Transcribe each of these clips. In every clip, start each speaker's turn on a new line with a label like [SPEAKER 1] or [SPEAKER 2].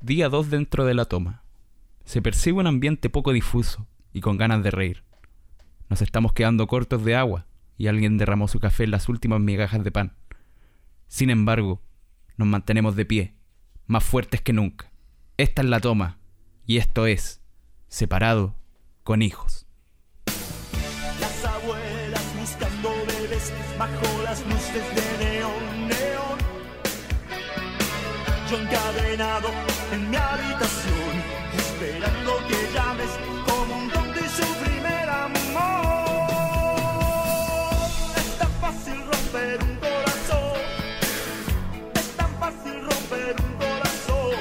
[SPEAKER 1] Día 2 dentro de la toma. Se percibe un ambiente poco difuso y con ganas de reír. Nos estamos quedando cortos de agua y alguien derramó su café en las últimas migajas de pan. Sin embargo, nos mantenemos de pie, más fuertes que nunca. Esta es la toma y esto es Separado con hijos.
[SPEAKER 2] Las abuelas buscando bebés bajo las luces de neón, neón. Yo encadenado en mi habitación, esperando que llames como un don de su primer amor. Es tan fácil romper un corazón, es tan fácil romper un corazón.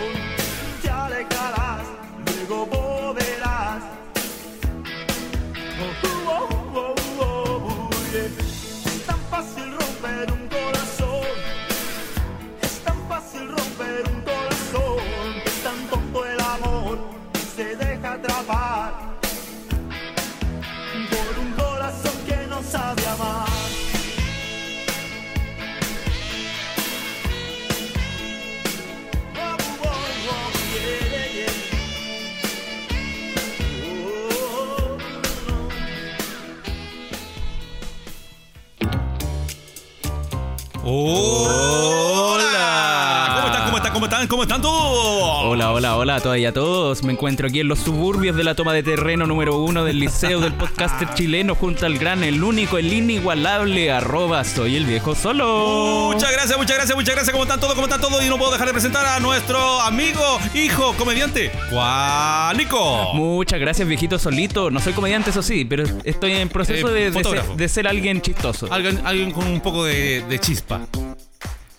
[SPEAKER 2] Te alejarás, luego volverás. Oh, oh, oh, oh, oh, yeah. Es tan fácil romper un corazón. Es tan fácil romper un corazón. Es tan tonto el amor que se deja atrapar por un corazón que no sabe amar. Oh, oh, oh, yeah, yeah, yeah. Oh, oh, oh.
[SPEAKER 3] ¡Hola! ¿Cómo están? ¿Cómo están? ¿Cómo están? ¿Cómo están todos?
[SPEAKER 1] Hola, hola, hola a todas y a todos. Me encuentro aquí en los suburbios de la toma de terreno número uno del Liceo del Podcaster Chileno junto al gran, el único, el inigualable, arroba soy el viejo solo.
[SPEAKER 3] Muchas gracias, muchas gracias, muchas gracias. ¿Cómo están todos? ¿Cómo están todos? Y no puedo dejar de presentar a nuestro amigo, hijo, comediante, Juanico.
[SPEAKER 1] Muchas gracias, viejito solito. No soy comediante, eso sí, pero estoy en proceso
[SPEAKER 3] Eh,
[SPEAKER 1] de- de,
[SPEAKER 3] fotógrafo.
[SPEAKER 1] ser, de ser alguien chistoso.
[SPEAKER 3] Alguien, alguien con un poco de, de chispa.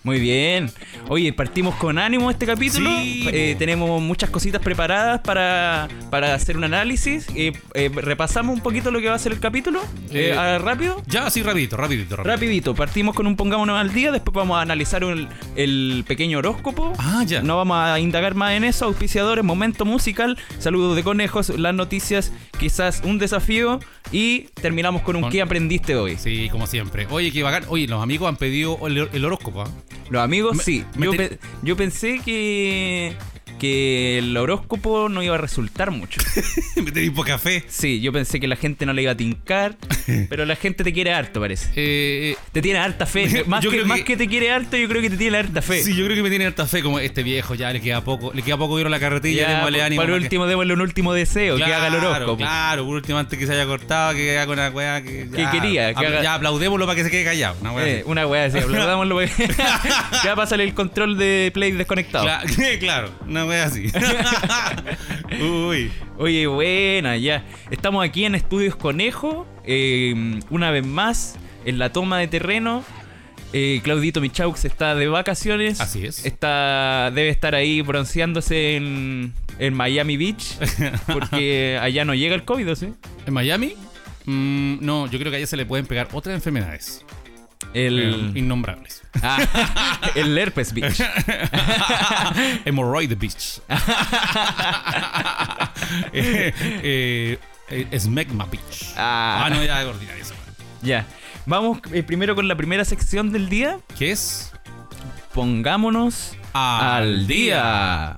[SPEAKER 1] Muy bien. Oye, partimos con ánimo este capítulo.
[SPEAKER 3] Sí,
[SPEAKER 1] Eh,
[SPEAKER 3] po.
[SPEAKER 1] tenemos muchas cositas preparadas para, para hacer un análisis. Eh, eh, repasamos un poquito lo que va a ser el capítulo. Eh,
[SPEAKER 3] Eh,
[SPEAKER 1] ah, rápido.
[SPEAKER 3] Ya, así rapidito, rapidito, rapidito.
[SPEAKER 1] Rapidito, partimos con un pongámonos al día, después vamos a analizar un- el pequeño horóscopo.
[SPEAKER 3] Ah, ya.
[SPEAKER 1] No vamos a indagar más en eso, auspiciadores, momento musical, saludos de conejos, las noticias, quizás un desafío y terminamos con un
[SPEAKER 3] Con-
[SPEAKER 1] ¿qué aprendiste hoy?
[SPEAKER 3] Sí, como siempre. Oye, qué bacán. Oye, los amigos han pedido el, el horóscopo. ¿ah?
[SPEAKER 1] Los amigos,
[SPEAKER 3] Me-
[SPEAKER 1] sí.
[SPEAKER 3] me
[SPEAKER 1] yo,
[SPEAKER 3] te-
[SPEAKER 1] pe- yo pensé que, que el horóscopo no iba a resultar mucho.
[SPEAKER 3] Me tenéis poca fe.
[SPEAKER 1] Sí, yo pensé que la gente no le iba a tincar, pero la gente te quiere harto, parece.
[SPEAKER 3] Eh,
[SPEAKER 1] Te tiene harta fe. Más,
[SPEAKER 3] Yo
[SPEAKER 1] que,
[SPEAKER 3] creo
[SPEAKER 1] más
[SPEAKER 3] que-
[SPEAKER 1] que te quiere harto, yo creo que te tiene harta fe.
[SPEAKER 3] Sí, yo creo que me tiene harta fe como este viejo ya le queda poco, le queda poco vieron la carretilla,
[SPEAKER 1] Ya,
[SPEAKER 3] démosle
[SPEAKER 1] por-
[SPEAKER 3] ánimo.
[SPEAKER 1] Por
[SPEAKER 3] porque-
[SPEAKER 1] último, démosle un último deseo, que haga el horóscopo.
[SPEAKER 3] Claro, por último, antes que se haya cortado, que haga una weá que. ya-
[SPEAKER 1] Que quería, que
[SPEAKER 3] Ah,
[SPEAKER 1] haga-
[SPEAKER 3] Ya aplaudémoslo para que se quede callado. Una weá
[SPEAKER 1] Eh,
[SPEAKER 3] así.
[SPEAKER 1] una weá así, aplaudámoslo. weá. ya pásale el control de Play desconectado.
[SPEAKER 3] Cla- eh, claro, una weá así. Uy.
[SPEAKER 1] Oye, buena, ya. Estamos aquí en Estudios Conejo, eh, una vez más, en la toma de terreno. Eh, Claudito Michaux está de vacaciones.
[SPEAKER 3] Así es.
[SPEAKER 1] Está, debe estar ahí bronceándose en, en Miami Beach, porque allá no llega el COVID, ¿o ¿sí?
[SPEAKER 3] ¿En Miami? Mm, no, yo creo que allá se le pueden pegar otras enfermedades. eh,
[SPEAKER 1] El,
[SPEAKER 3] innombrables.
[SPEAKER 1] Ah, el herpes beach.
[SPEAKER 3] Hemorrhoid Beach. eh, eh, eh, Smegma Beach.
[SPEAKER 1] Ah.
[SPEAKER 3] Ah, no, ya es ordinario eso.
[SPEAKER 1] Ya. Vamos eh, primero con la primera sección del día.
[SPEAKER 3] ¿Qué es?
[SPEAKER 1] Pongámonos al día.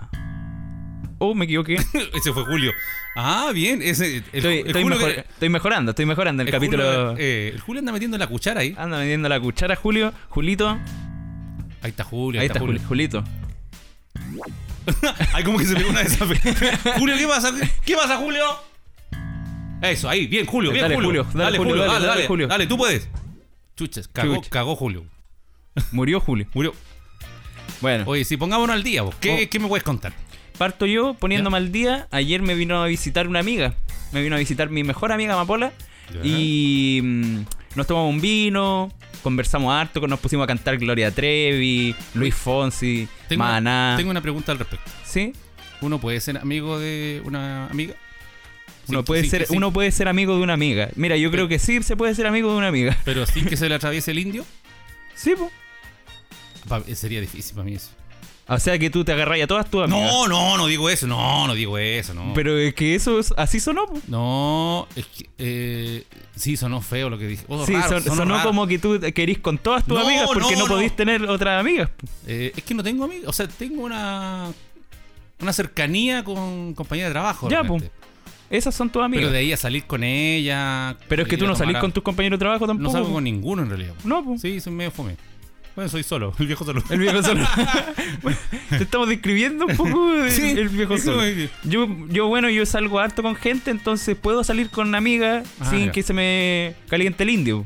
[SPEAKER 1] Oh, me equivoqué.
[SPEAKER 3] Ese fue Julio. Ah, bien. Ese, el,
[SPEAKER 1] Estoy,
[SPEAKER 3] el
[SPEAKER 1] estoy
[SPEAKER 3] Julio
[SPEAKER 1] mejor-
[SPEAKER 3] que-
[SPEAKER 1] estoy mejorando, estoy mejorando el,
[SPEAKER 3] el
[SPEAKER 1] capítulo. Ah.
[SPEAKER 3] Julio, eh, el Julio anda metiendo la cuchara ahí.
[SPEAKER 1] Anda vendiendo la cuchara, Julio. Julito.
[SPEAKER 3] Ahí está Julio.
[SPEAKER 1] Ahí está, Julio. Julito.
[SPEAKER 3] Ay, como que se pegó una de esas. Julio, ¿qué pasa? ¿Qué pasa, Julio? Eso, ahí. Bien, Julio. Bien,
[SPEAKER 1] Dale, Julio, dale, Julio,
[SPEAKER 3] Dale,
[SPEAKER 1] dale,
[SPEAKER 3] dale,
[SPEAKER 1] dale, Julio.
[SPEAKER 3] Dale, tú puedes. Chuches, cagó,
[SPEAKER 1] Chuch.
[SPEAKER 3] cagó Julio.
[SPEAKER 1] Murió Julio.
[SPEAKER 3] Julio.
[SPEAKER 1] Bueno,
[SPEAKER 3] Oye, si pongámonos al día, vos, ¿qué,
[SPEAKER 1] Oh.
[SPEAKER 3] ¿qué me puedes contar?
[SPEAKER 1] parto yo poniéndome al día. Ayer me vino a visitar una amiga. Me vino a visitar mi mejor amiga Amapola.
[SPEAKER 3] Ya.
[SPEAKER 1] Y mm, nos tomamos un vino, conversamos harto, nos pusimos a cantar Gloria Trevi, Luis Fonsi,
[SPEAKER 3] Tengo,
[SPEAKER 1] Maná.
[SPEAKER 3] tengo una pregunta al respecto.
[SPEAKER 1] ¿Sí?
[SPEAKER 3] ¿Uno puede ser amigo de una amiga?
[SPEAKER 1] Uno
[SPEAKER 3] Sin-
[SPEAKER 1] puede
[SPEAKER 3] sin
[SPEAKER 1] ser,
[SPEAKER 3] que- sin-
[SPEAKER 1] uno puede ser amigo de una amiga. Mira, yo creo que sí se puede ser amigo de una amiga.
[SPEAKER 3] Pero sin que se le atraviese el indio,
[SPEAKER 1] Sí, po.
[SPEAKER 3] Pa- eh, sería difícil para mí eso.
[SPEAKER 1] O sea que tú te agarras a todas tus amigas.
[SPEAKER 3] No, no, no digo eso, no, no digo eso, no.
[SPEAKER 1] Pero es que eso es, así sonó, po.
[SPEAKER 3] no, es que, eh, sí, sonó feo lo que dije. Oh,
[SPEAKER 1] Sí,
[SPEAKER 3] raro,
[SPEAKER 1] son- sonó
[SPEAKER 3] raro.
[SPEAKER 1] como que tú te querís con todas tus
[SPEAKER 3] No,
[SPEAKER 1] amigas porque no,
[SPEAKER 3] no, no.
[SPEAKER 1] podís tener otras amigas. po.
[SPEAKER 3] Eh, es que no tengo amigos, o sea, tengo una... una cercanía con compañía de trabajo.
[SPEAKER 1] Ya, pues,
[SPEAKER 3] realmente.
[SPEAKER 1] po. Esas son tus amigas.
[SPEAKER 3] Pero
[SPEAKER 1] Pero,
[SPEAKER 3] de ahí a salir con ella.
[SPEAKER 1] es que
[SPEAKER 3] ir
[SPEAKER 1] tú
[SPEAKER 3] a
[SPEAKER 1] no
[SPEAKER 3] tomar
[SPEAKER 1] salís
[SPEAKER 3] a-
[SPEAKER 1] con tus compañeros de trabajo
[SPEAKER 3] No
[SPEAKER 1] tampoco.
[SPEAKER 3] salgo con ninguno en realidad. po.
[SPEAKER 1] No, po.
[SPEAKER 3] Sí, soy medio fome. Bueno, soy solo, el viejo solo.
[SPEAKER 1] El viejo solo. Bueno, Te estamos describiendo un poco el,
[SPEAKER 3] Sí,
[SPEAKER 1] el viejo
[SPEAKER 3] es
[SPEAKER 1] solo.
[SPEAKER 3] como que-
[SPEAKER 1] Yo, yo, bueno, yo salgo harto con gente, entonces puedo salir con amigas
[SPEAKER 3] Ah,
[SPEAKER 1] sin
[SPEAKER 3] ya.
[SPEAKER 1] que se me caliente el indio.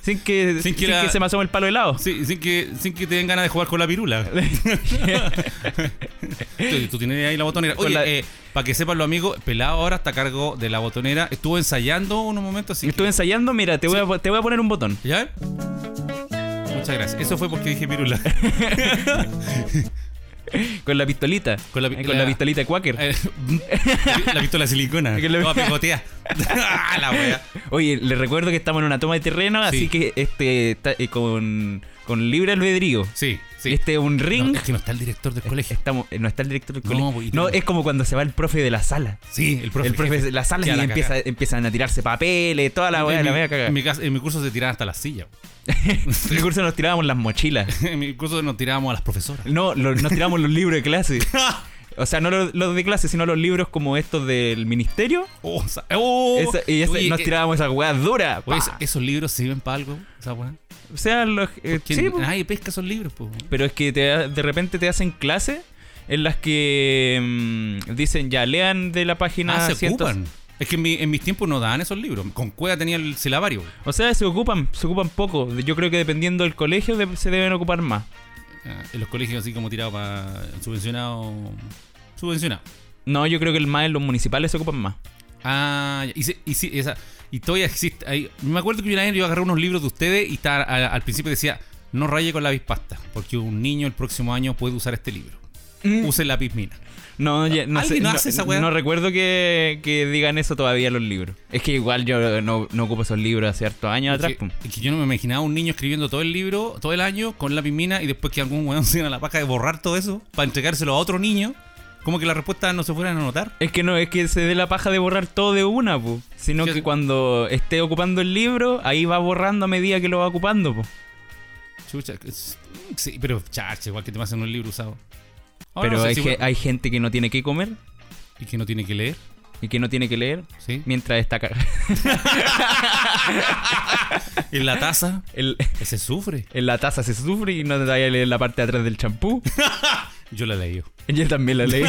[SPEAKER 1] sin que,
[SPEAKER 3] Sin
[SPEAKER 1] sin
[SPEAKER 3] que
[SPEAKER 1] que,
[SPEAKER 3] la-
[SPEAKER 1] se me asome el palo helado.
[SPEAKER 3] Sí, sin que, sin que te den ganas de jugar con la pirula. tú, tú tienes ahí la botonera.
[SPEAKER 1] Con
[SPEAKER 3] Oye,
[SPEAKER 1] la-
[SPEAKER 3] para que sepan los amigos, Pelado ahora está a cargo de la botonera. Estuvo ensayando unos momentos así.
[SPEAKER 1] Estuve ensayando, mira, te, voy a, te voy a poner un botón.
[SPEAKER 3] ¿Ya? Muchas gracias. Eso fue porque dije pirula.
[SPEAKER 1] Con la pistolita.
[SPEAKER 3] Con la pi-
[SPEAKER 1] Eh, con
[SPEAKER 3] la-
[SPEAKER 1] la pistolita Quaker.
[SPEAKER 3] Eh, la pistola de silicona.
[SPEAKER 1] Que la-
[SPEAKER 3] Toda picotea. Ah, la wea.
[SPEAKER 1] Oye, les recuerdo que estamos en una toma de terreno,
[SPEAKER 3] Sí.
[SPEAKER 1] así que este está- eh, con, con libre albedrío.
[SPEAKER 3] Sí, sí.
[SPEAKER 1] Este es un ring.
[SPEAKER 3] No, es que no está el director del colegio.
[SPEAKER 1] Estamos, eh, no está el director del
[SPEAKER 3] No,
[SPEAKER 1] colegio.
[SPEAKER 3] pues, y
[SPEAKER 1] no,
[SPEAKER 3] tengo-
[SPEAKER 1] es como cuando se va el profe de la sala.
[SPEAKER 3] Sí, el profe.
[SPEAKER 1] el profe de la sala y
[SPEAKER 3] Queda la
[SPEAKER 1] empieza, empiezan a tirarse papeles, toda la weá,
[SPEAKER 3] en,
[SPEAKER 1] la
[SPEAKER 3] mi,
[SPEAKER 1] media cagada.
[SPEAKER 3] en mi cas- en mi curso se tiraban hasta las sillas.
[SPEAKER 1] En el curso nos tirábamos las mochilas.
[SPEAKER 3] En mi curso nos tirábamos a las profesoras.
[SPEAKER 1] No, lo- nos tiramos los libros de clase. O sea, no los, los de clase, sino los libros como estos del ministerio.
[SPEAKER 3] Oh, sa- oh.
[SPEAKER 1] Esa- y esa-
[SPEAKER 3] Oye,
[SPEAKER 1] nos
[SPEAKER 3] eh,
[SPEAKER 1] tirábamos esas weas duras. pa.
[SPEAKER 3] oye, es- ¿Esos libros sirven para algo? ¿Esa weá?
[SPEAKER 1] o sea, los. eh,
[SPEAKER 3] Porque
[SPEAKER 1] sí, po.
[SPEAKER 3] nadie pesca esos libros, po.
[SPEAKER 1] Pero es que te ha- de repente te hacen clases en las que mm, dicen ya, lean de la página
[SPEAKER 3] Ah, se
[SPEAKER 1] 100.
[SPEAKER 3] ocupan. Es que en, mi- en mis tiempos no daban esos libros. Con cueva tenía el silabario. pues.
[SPEAKER 1] O sea, se ocupan, se ocupan poco. Yo creo que dependiendo del colegio de- se deben ocupar más.
[SPEAKER 3] Ah, en los colegios así como tirado para subvencionado. Subvencionado.
[SPEAKER 1] No, yo creo que el más en los municipales se ocupan más.
[SPEAKER 3] Ah, ya. y, se- y sí, esa. Y todavía existe. ahí- me acuerdo que una vez yo agarré unos libros de ustedes y estaba- a- al principio decía, no raye con la bispasta, porque un niño el próximo año puede usar este libro. Use la pismina.
[SPEAKER 1] No, ya- no,
[SPEAKER 3] ¿Alguien
[SPEAKER 1] sé,
[SPEAKER 3] no
[SPEAKER 1] no,
[SPEAKER 3] hace esa weá?
[SPEAKER 1] no recuerdo que, que digan eso todavía los libros. Es que igual yo no, no ocupo esos libros hace hartos años atrás.
[SPEAKER 3] Es que,
[SPEAKER 1] pum.
[SPEAKER 3] es que yo no me imaginaba un niño escribiendo todo el libro, todo el año, con la pismina y después que algún weón se diera la paja de borrar todo eso para entregárselo a otro niño, como que las respuestas no se fueran a notar.
[SPEAKER 1] Es que no, es que se dé la paja de borrar todo de una, po. Sino
[SPEAKER 3] Sí, sí.
[SPEAKER 1] que cuando esté ocupando el libro, ahí va borrando a medida que lo va ocupando, po.
[SPEAKER 3] Chucha, es- sí, pero charche, igual que te pasen un libro usado. Ahora
[SPEAKER 1] Pero
[SPEAKER 3] no sé
[SPEAKER 1] hay,
[SPEAKER 3] si
[SPEAKER 1] ge-
[SPEAKER 3] fue-
[SPEAKER 1] hay gente que no tiene que comer
[SPEAKER 3] y que no tiene que leer,
[SPEAKER 1] y que no tiene que leer
[SPEAKER 3] ¿sí?
[SPEAKER 1] mientras está ca-
[SPEAKER 3] En la taza,
[SPEAKER 1] el-
[SPEAKER 3] se sufre.
[SPEAKER 1] en la taza se sufre y no te vaya a leer la parte de atrás del champú.
[SPEAKER 3] Yo la leí.
[SPEAKER 1] Yo también la leí.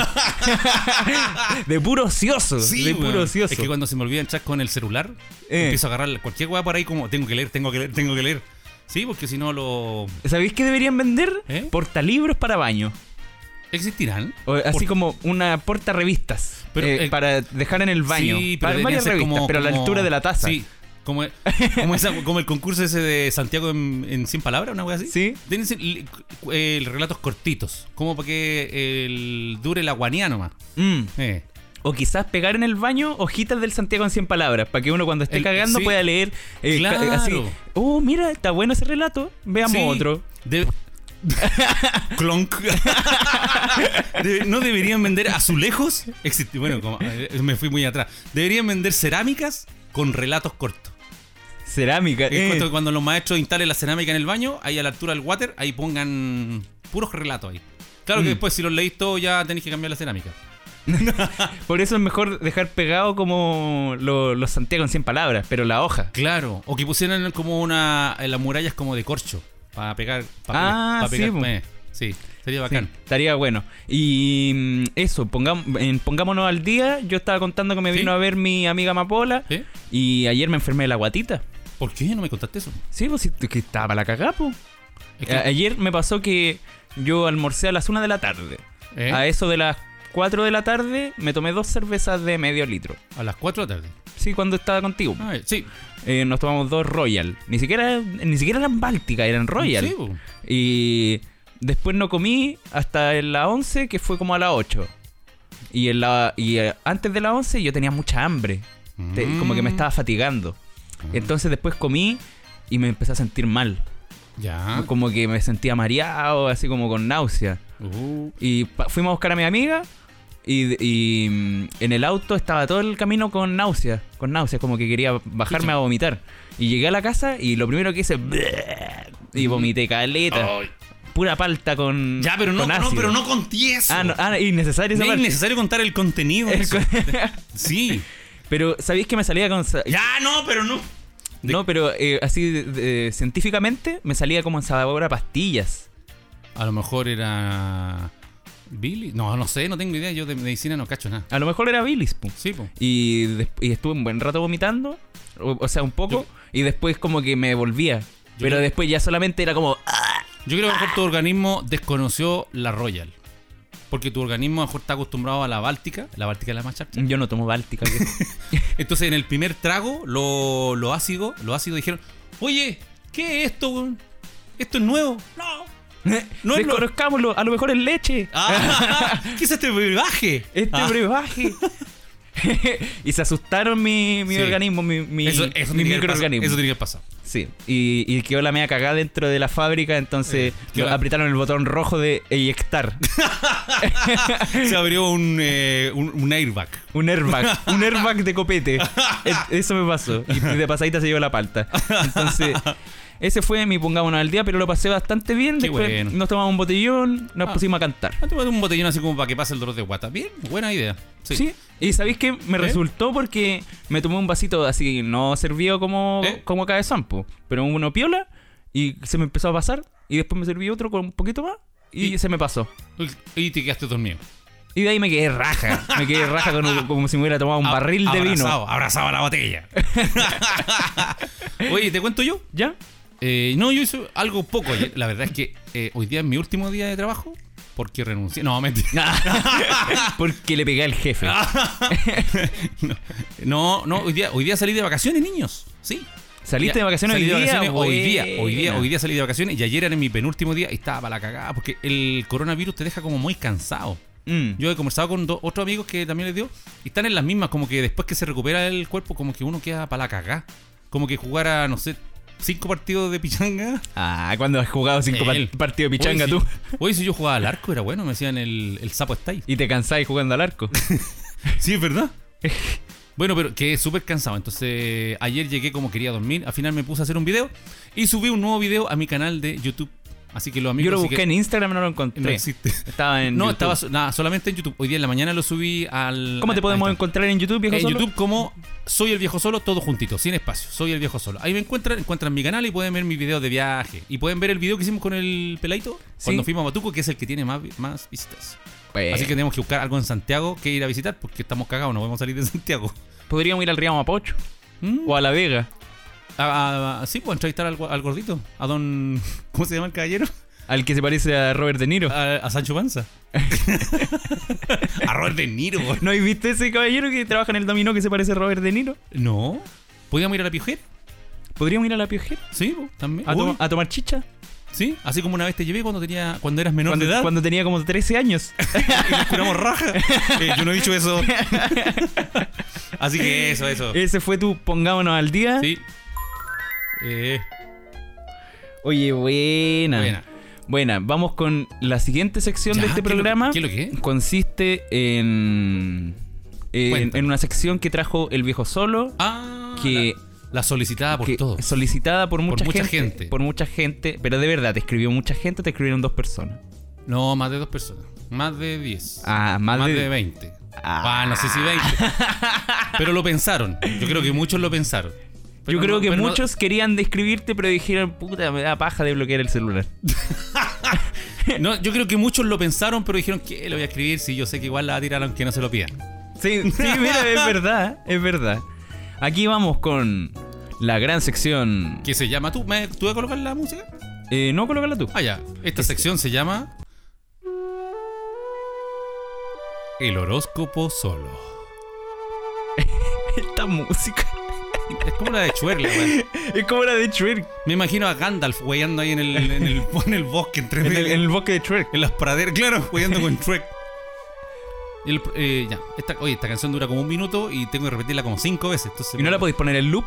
[SPEAKER 1] de puro ocioso. de
[SPEAKER 3] weón.
[SPEAKER 1] puro ocioso.
[SPEAKER 3] Es que cuando se me olvida el chat con el celular,
[SPEAKER 1] Eh.
[SPEAKER 3] empiezo a agarrar cualquier weá por ahí como tengo que leer, tengo que leer, tengo que leer. Sí, porque si no lo.
[SPEAKER 1] ¿Sabéis qué deberían vender?
[SPEAKER 3] ¿Eh?
[SPEAKER 1] Portalibros para baño.
[SPEAKER 3] ¿Existirán?
[SPEAKER 1] O así
[SPEAKER 3] Por-
[SPEAKER 1] como una porta revistas.
[SPEAKER 3] Pero, eh,
[SPEAKER 1] para dejar en el baño.
[SPEAKER 3] Sí,
[SPEAKER 1] para
[SPEAKER 3] debería
[SPEAKER 1] varias
[SPEAKER 3] ser
[SPEAKER 1] revistas, pero a la
[SPEAKER 3] como-
[SPEAKER 1] altura de la taza.
[SPEAKER 3] Sí, como, como, esa- como el concurso ese de Santiago en, en 100 palabras, una wea así.
[SPEAKER 1] Sí.
[SPEAKER 3] Tienen ese- li- cu- eh, relatos cortitos, como para que el, dure la guanía nomás.
[SPEAKER 1] Mm.
[SPEAKER 3] Eh.
[SPEAKER 1] O quizás pegar en el baño hojitas del Santiago en 100 palabras, para que uno cuando esté
[SPEAKER 3] El-
[SPEAKER 1] cagando
[SPEAKER 3] sí.
[SPEAKER 1] pueda leer eh, ca-
[SPEAKER 3] Claro.
[SPEAKER 1] así. Oh, mira, está bueno ese relato. Veamos
[SPEAKER 3] Sí,
[SPEAKER 1] otro.
[SPEAKER 3] de- Clonk. De- no deberían vender azulejos. Existe- bueno, como- eh, me fui muy atrás. Deberían vender cerámicas con relatos cortos.
[SPEAKER 1] Cerámica.
[SPEAKER 3] Es
[SPEAKER 1] eh.
[SPEAKER 3] cuando- Cuando los maestros instalen la cerámica en el baño, ahí a la altura del water, ahí pongan puros relatos ahí. Claro que
[SPEAKER 1] Mm.
[SPEAKER 3] después, si los leís todos, ya tenéis que cambiar la cerámica.
[SPEAKER 1] Por eso es mejor dejar pegado como lo- los Santiago en 100 palabras, pero la hoja.
[SPEAKER 3] Claro. O que pusieran como una. en las murallas como de corcho. Para pegar. Para
[SPEAKER 1] Ah, sí,
[SPEAKER 3] pegar.
[SPEAKER 1] po.
[SPEAKER 3] eh, sí, sería
[SPEAKER 1] Sí,
[SPEAKER 3] bacán.
[SPEAKER 1] estaría bueno. Y mm, eso, pongam- en pongámonos al día. Yo estaba contando que me
[SPEAKER 3] Sí.
[SPEAKER 1] vino a ver mi amiga Mapola
[SPEAKER 3] ¿Eh?
[SPEAKER 1] y ayer me enfermé de la guatita.
[SPEAKER 3] ¿Por qué no me contaste eso?
[SPEAKER 1] Sí, pues sí, que estaba para la cagá, pues.
[SPEAKER 3] Es que-
[SPEAKER 1] A- Ayer me pasó que yo almorcé a las 1 de la tarde.
[SPEAKER 3] ¿Eh?
[SPEAKER 1] A eso de las 4 de la tarde me tomé dos cervezas de medio litro.
[SPEAKER 3] a las 4 de la tarde.
[SPEAKER 1] Sí, cuando estaba contigo.
[SPEAKER 3] Ah, eh, sí.
[SPEAKER 1] Eh, nos tomamos dos Royal. Ni siquiera, ni siquiera eran Bálticas, eran Royal.
[SPEAKER 3] Sí, po.
[SPEAKER 1] Y después no comí hasta en la 11, que fue como a las 8. Y, en la, y eh, antes de la 11 yo tenía mucha hambre. Te-
[SPEAKER 3] Mm.
[SPEAKER 1] Como que me estaba fatigando. Entonces después comí y me empecé a sentir mal.
[SPEAKER 3] Ya.
[SPEAKER 1] Como que me sentía mareado, así como con náusea.
[SPEAKER 3] Uh,
[SPEAKER 1] Y pa- fuimos a buscar a mi amiga y, y, mm, en el auto estaba todo el camino con náuseas, con náuseas, como que quería bajarme a vomitar. Y llegué a la casa y lo primero que hice... "Bleh", Y vomité caleta. pura palta con.
[SPEAKER 3] Ya, pero no,
[SPEAKER 1] con
[SPEAKER 3] no,
[SPEAKER 1] ácido.
[SPEAKER 3] pero no conté eso.
[SPEAKER 1] Ah, no, ah, innecesario esa
[SPEAKER 3] No es
[SPEAKER 1] parte.
[SPEAKER 3] necesario contar el contenido. de
[SPEAKER 1] El
[SPEAKER 3] eso.
[SPEAKER 1] co-
[SPEAKER 3] Sí.
[SPEAKER 1] pero sabéis que me salía con. sa-
[SPEAKER 3] Ya, no, pero no. de-
[SPEAKER 1] No, pero eh, así de- de- científicamente me salía como en sabor a pastillas.
[SPEAKER 3] A lo mejor era. Billy. No, no sé, no tengo idea. Yo de medicina no cacho nada.
[SPEAKER 1] A lo mejor era bilis, po.
[SPEAKER 3] Sí, po.
[SPEAKER 1] Y, des- y estuve un buen rato vomitando, o, o sea, un poco,
[SPEAKER 3] Yo-
[SPEAKER 1] y después como que me volvía. Pero
[SPEAKER 3] creo-
[SPEAKER 1] después ya solamente era como. "Ah".
[SPEAKER 3] Yo creo que a lo mejor tu organismo desconoció la Royal. Porque tu organismo a lo mejor está acostumbrado a la Báltica. La Báltica es la más charcha.
[SPEAKER 1] Yo no tomo báltica. viejo.
[SPEAKER 3] Entonces en el primer trago, los lo ácidos lo ácido dijeron, oye, ¿qué es esto, weón? ¿Esto es nuevo? No. No es lo-
[SPEAKER 1] Desconozcámoslo, a lo mejor es leche.
[SPEAKER 3] Ah, ¿Qué es este brebaje?
[SPEAKER 1] Este
[SPEAKER 3] Ah,
[SPEAKER 1] brebaje. y se asustaron mi, mi
[SPEAKER 3] Sí.
[SPEAKER 1] organismo, mi, mi,
[SPEAKER 3] eso, eso
[SPEAKER 1] mi
[SPEAKER 3] tiene que haber pasado,
[SPEAKER 1] microorganismo.
[SPEAKER 3] eso tiene que pasar.
[SPEAKER 1] Sí. Y, y quedó la media cagada dentro de la fábrica, entonces
[SPEAKER 3] Eh, quedó
[SPEAKER 1] lo-
[SPEAKER 3] la-
[SPEAKER 1] apretaron el botón rojo de eyectar.
[SPEAKER 3] Se abrió un, eh, un, un airbag.
[SPEAKER 1] Un airbag, un airbag de copete. E- Eso me pasó. Y de pasadita se llevó la palta. Entonces, ese fue mi pongámonos al día, pero lo pasé bastante bien.
[SPEAKER 3] Qué
[SPEAKER 1] Después
[SPEAKER 3] bueno.
[SPEAKER 1] nos tomamos un botellón, nos
[SPEAKER 3] Ah.
[SPEAKER 1] pusimos a cantar.
[SPEAKER 3] Ah, tómate un botellón así como para que pase el dolor de guata. Bien, buena idea. Sí.
[SPEAKER 1] Sí. Y sabéis que me
[SPEAKER 3] ¿Eh?
[SPEAKER 1] resultó porque me tomé un vasito así, no servido como,
[SPEAKER 3] ¿Eh?
[SPEAKER 1] como cabezón, po, pero uno piola y se me empezó a pasar. Y después me serví otro con un poquito más y,
[SPEAKER 3] Y-
[SPEAKER 1] se me pasó.
[SPEAKER 3] Uy, Y te quedaste dormido.
[SPEAKER 1] Y de ahí me quedé raja. Me quedé raja con un- como si me hubiera tomado un
[SPEAKER 3] Ab-
[SPEAKER 1] barril de vino.
[SPEAKER 3] Abrazado, abrazado a la botella. Oye, ¿te cuento yo?
[SPEAKER 1] ¿Ya?
[SPEAKER 3] Eh, no, yo hice algo poco ayer. La verdad es que eh, hoy día es mi último día de trabajo porque renuncié. No, mentira.
[SPEAKER 1] Porque le pegué al jefe.
[SPEAKER 3] Ah. No, no, hoy día, hoy día salí de vacaciones, niños. Sí.
[SPEAKER 1] ¿Saliste de vacaciones
[SPEAKER 3] Salí
[SPEAKER 1] hoy,
[SPEAKER 3] de
[SPEAKER 1] día?
[SPEAKER 3] vacaciones hoy día? Hoy día,
[SPEAKER 1] Buena.
[SPEAKER 3] hoy día salí de vacaciones y ayer era mi penúltimo día y estaba para la cagada porque el coronavirus te deja como muy cansado.
[SPEAKER 1] Mm.
[SPEAKER 3] Yo he conversado con do- otros amigos que también les dio y están en las mismas, como que después que se recupera el cuerpo, como que uno queda para la cagá. Como que jugara, no sé, cinco partidos de pichanga.
[SPEAKER 1] Ah, cuando has jugado cinco
[SPEAKER 3] Él.
[SPEAKER 1] par- partidos de pichanga
[SPEAKER 3] Hoy
[SPEAKER 1] tú?
[SPEAKER 3] sí- Hoy si yo jugaba al arco, era bueno, me decían el, el sapo estáis.
[SPEAKER 1] Y te cansáis jugando al arco.
[SPEAKER 3] Sí, es verdad. Bueno, pero quedé súper cansado. Entonces, ayer llegué como quería dormir. Al final me puse a hacer un video y subí un nuevo video a mi canal de YouTube. Así que los amigos.
[SPEAKER 1] Yo lo
[SPEAKER 3] si
[SPEAKER 1] busqué
[SPEAKER 3] que-
[SPEAKER 1] en Instagram, no lo
[SPEAKER 3] No
[SPEAKER 1] encontré.
[SPEAKER 3] existe.
[SPEAKER 1] Estaba en.
[SPEAKER 3] No,
[SPEAKER 1] YouTube.
[SPEAKER 3] estaba so- nada, solamente en YouTube. Hoy día en la mañana lo subí al.
[SPEAKER 1] ¿Cómo te podemos
[SPEAKER 3] ahí está.
[SPEAKER 1] encontrar en YouTube, viejo
[SPEAKER 3] En
[SPEAKER 1] solo?
[SPEAKER 3] YouTube como Soy el Viejo Solo, todo juntito, sin espacio. Soy el Viejo Solo. Ahí me encuentran, encuentran mi canal y pueden ver mis videos de viaje. Y pueden ver el video que hicimos con el peladito
[SPEAKER 1] Sí.
[SPEAKER 3] cuando fuimos a Batuco, que es el que tiene más, vi- más visitas.
[SPEAKER 1] Pues,
[SPEAKER 3] Así que tenemos que buscar algo en Santiago que ir a visitar porque estamos cagados, no podemos salir de Santiago.
[SPEAKER 1] podríamos ir al Río Mapocho
[SPEAKER 3] Mm.
[SPEAKER 1] o a La Vega,
[SPEAKER 3] A- a- sí, pues entrevistar al, gua- al gordito, a don. ¿Cómo se llama el caballero?
[SPEAKER 1] al que se parece a Robert De Niro.
[SPEAKER 3] A, a Sancho Panza. a Robert De Niro, güey.
[SPEAKER 1] ¿No y viste ese caballero que trabaja en el dominó que se parece a Robert De Niro?
[SPEAKER 3] No. ¿Podíamos ir a la piojera?
[SPEAKER 1] ¿Podríamos ir a La Piojera
[SPEAKER 3] Sí, pues, también.
[SPEAKER 1] a, to-
[SPEAKER 3] Uy,
[SPEAKER 1] a tomar chicha?
[SPEAKER 3] sí, así como una vez te llevé cuando tenía cuando eras menor
[SPEAKER 1] Cuando,
[SPEAKER 3] de edad.
[SPEAKER 1] cuando tenía como 13 años.
[SPEAKER 3] y nos curamos raja. Eh, yo no he dicho eso. Así que eso, eso.
[SPEAKER 1] ese fue tu pongámonos al día.
[SPEAKER 3] Sí. Eh,
[SPEAKER 1] Oye, buena.
[SPEAKER 3] buena.
[SPEAKER 1] Buena, vamos con la siguiente sección
[SPEAKER 3] Ya,
[SPEAKER 1] de este
[SPEAKER 3] ¿qué es lo que-
[SPEAKER 1] programa.
[SPEAKER 3] qué es lo que es?
[SPEAKER 1] Consiste en, en,
[SPEAKER 3] Cuéntame.
[SPEAKER 1] en una sección que trajo el viejo solo,
[SPEAKER 3] Ah,
[SPEAKER 1] Que-
[SPEAKER 3] la, la solicitada por
[SPEAKER 1] que-
[SPEAKER 3] todos.
[SPEAKER 1] solicitada por mucha,
[SPEAKER 3] mucha
[SPEAKER 1] gente,
[SPEAKER 3] gente.
[SPEAKER 1] Por mucha gente, pero de verdad, te escribió mucha gente, te escribieron dos personas.
[SPEAKER 3] No, más de dos personas. Más de diez.
[SPEAKER 1] Ah, más,
[SPEAKER 3] más
[SPEAKER 1] de,
[SPEAKER 3] de, 20.
[SPEAKER 1] Ah.
[SPEAKER 3] Ah, no sé si 20. pero lo pensaron. Yo creo que muchos lo pensaron. Pero
[SPEAKER 1] Yo creo
[SPEAKER 3] no-
[SPEAKER 1] que
[SPEAKER 3] pero no-
[SPEAKER 1] muchos querían describirte, pero dijeron, puta, me da paja de bloquear el celular.
[SPEAKER 3] no, yo creo que muchos lo pensaron, pero dijeron que lo voy a escribir. Si yo sé que igual la va a tirar aunque no se lo pidan.
[SPEAKER 1] Sí, sí, mira, es verdad, es verdad. Aquí vamos con la gran sección.
[SPEAKER 3] Que se llama tú. ¿Me, ¿Tú vas a colocar la música?
[SPEAKER 1] Eh, no, colócala tú.
[SPEAKER 3] Ah, ya.
[SPEAKER 1] Este.
[SPEAKER 3] Esta sección se llama. El horóscopo solo.
[SPEAKER 1] Esta música.
[SPEAKER 3] Es como la de Chuerla, güey.
[SPEAKER 1] Es como la de Shrek.
[SPEAKER 3] Me imagino a Gandalf weyando ahí en el, en el, en el bosque entre
[SPEAKER 1] En el,
[SPEAKER 3] medio.
[SPEAKER 1] en el bosque de Shrek.
[SPEAKER 3] En las praderas, claro, jugando con Shrek. El- eh, ya, esta, oye, esta canción dura como un minuto y tengo que repetirla como cinco veces. Entonces,
[SPEAKER 1] ¿Y no la podéis poner en loop?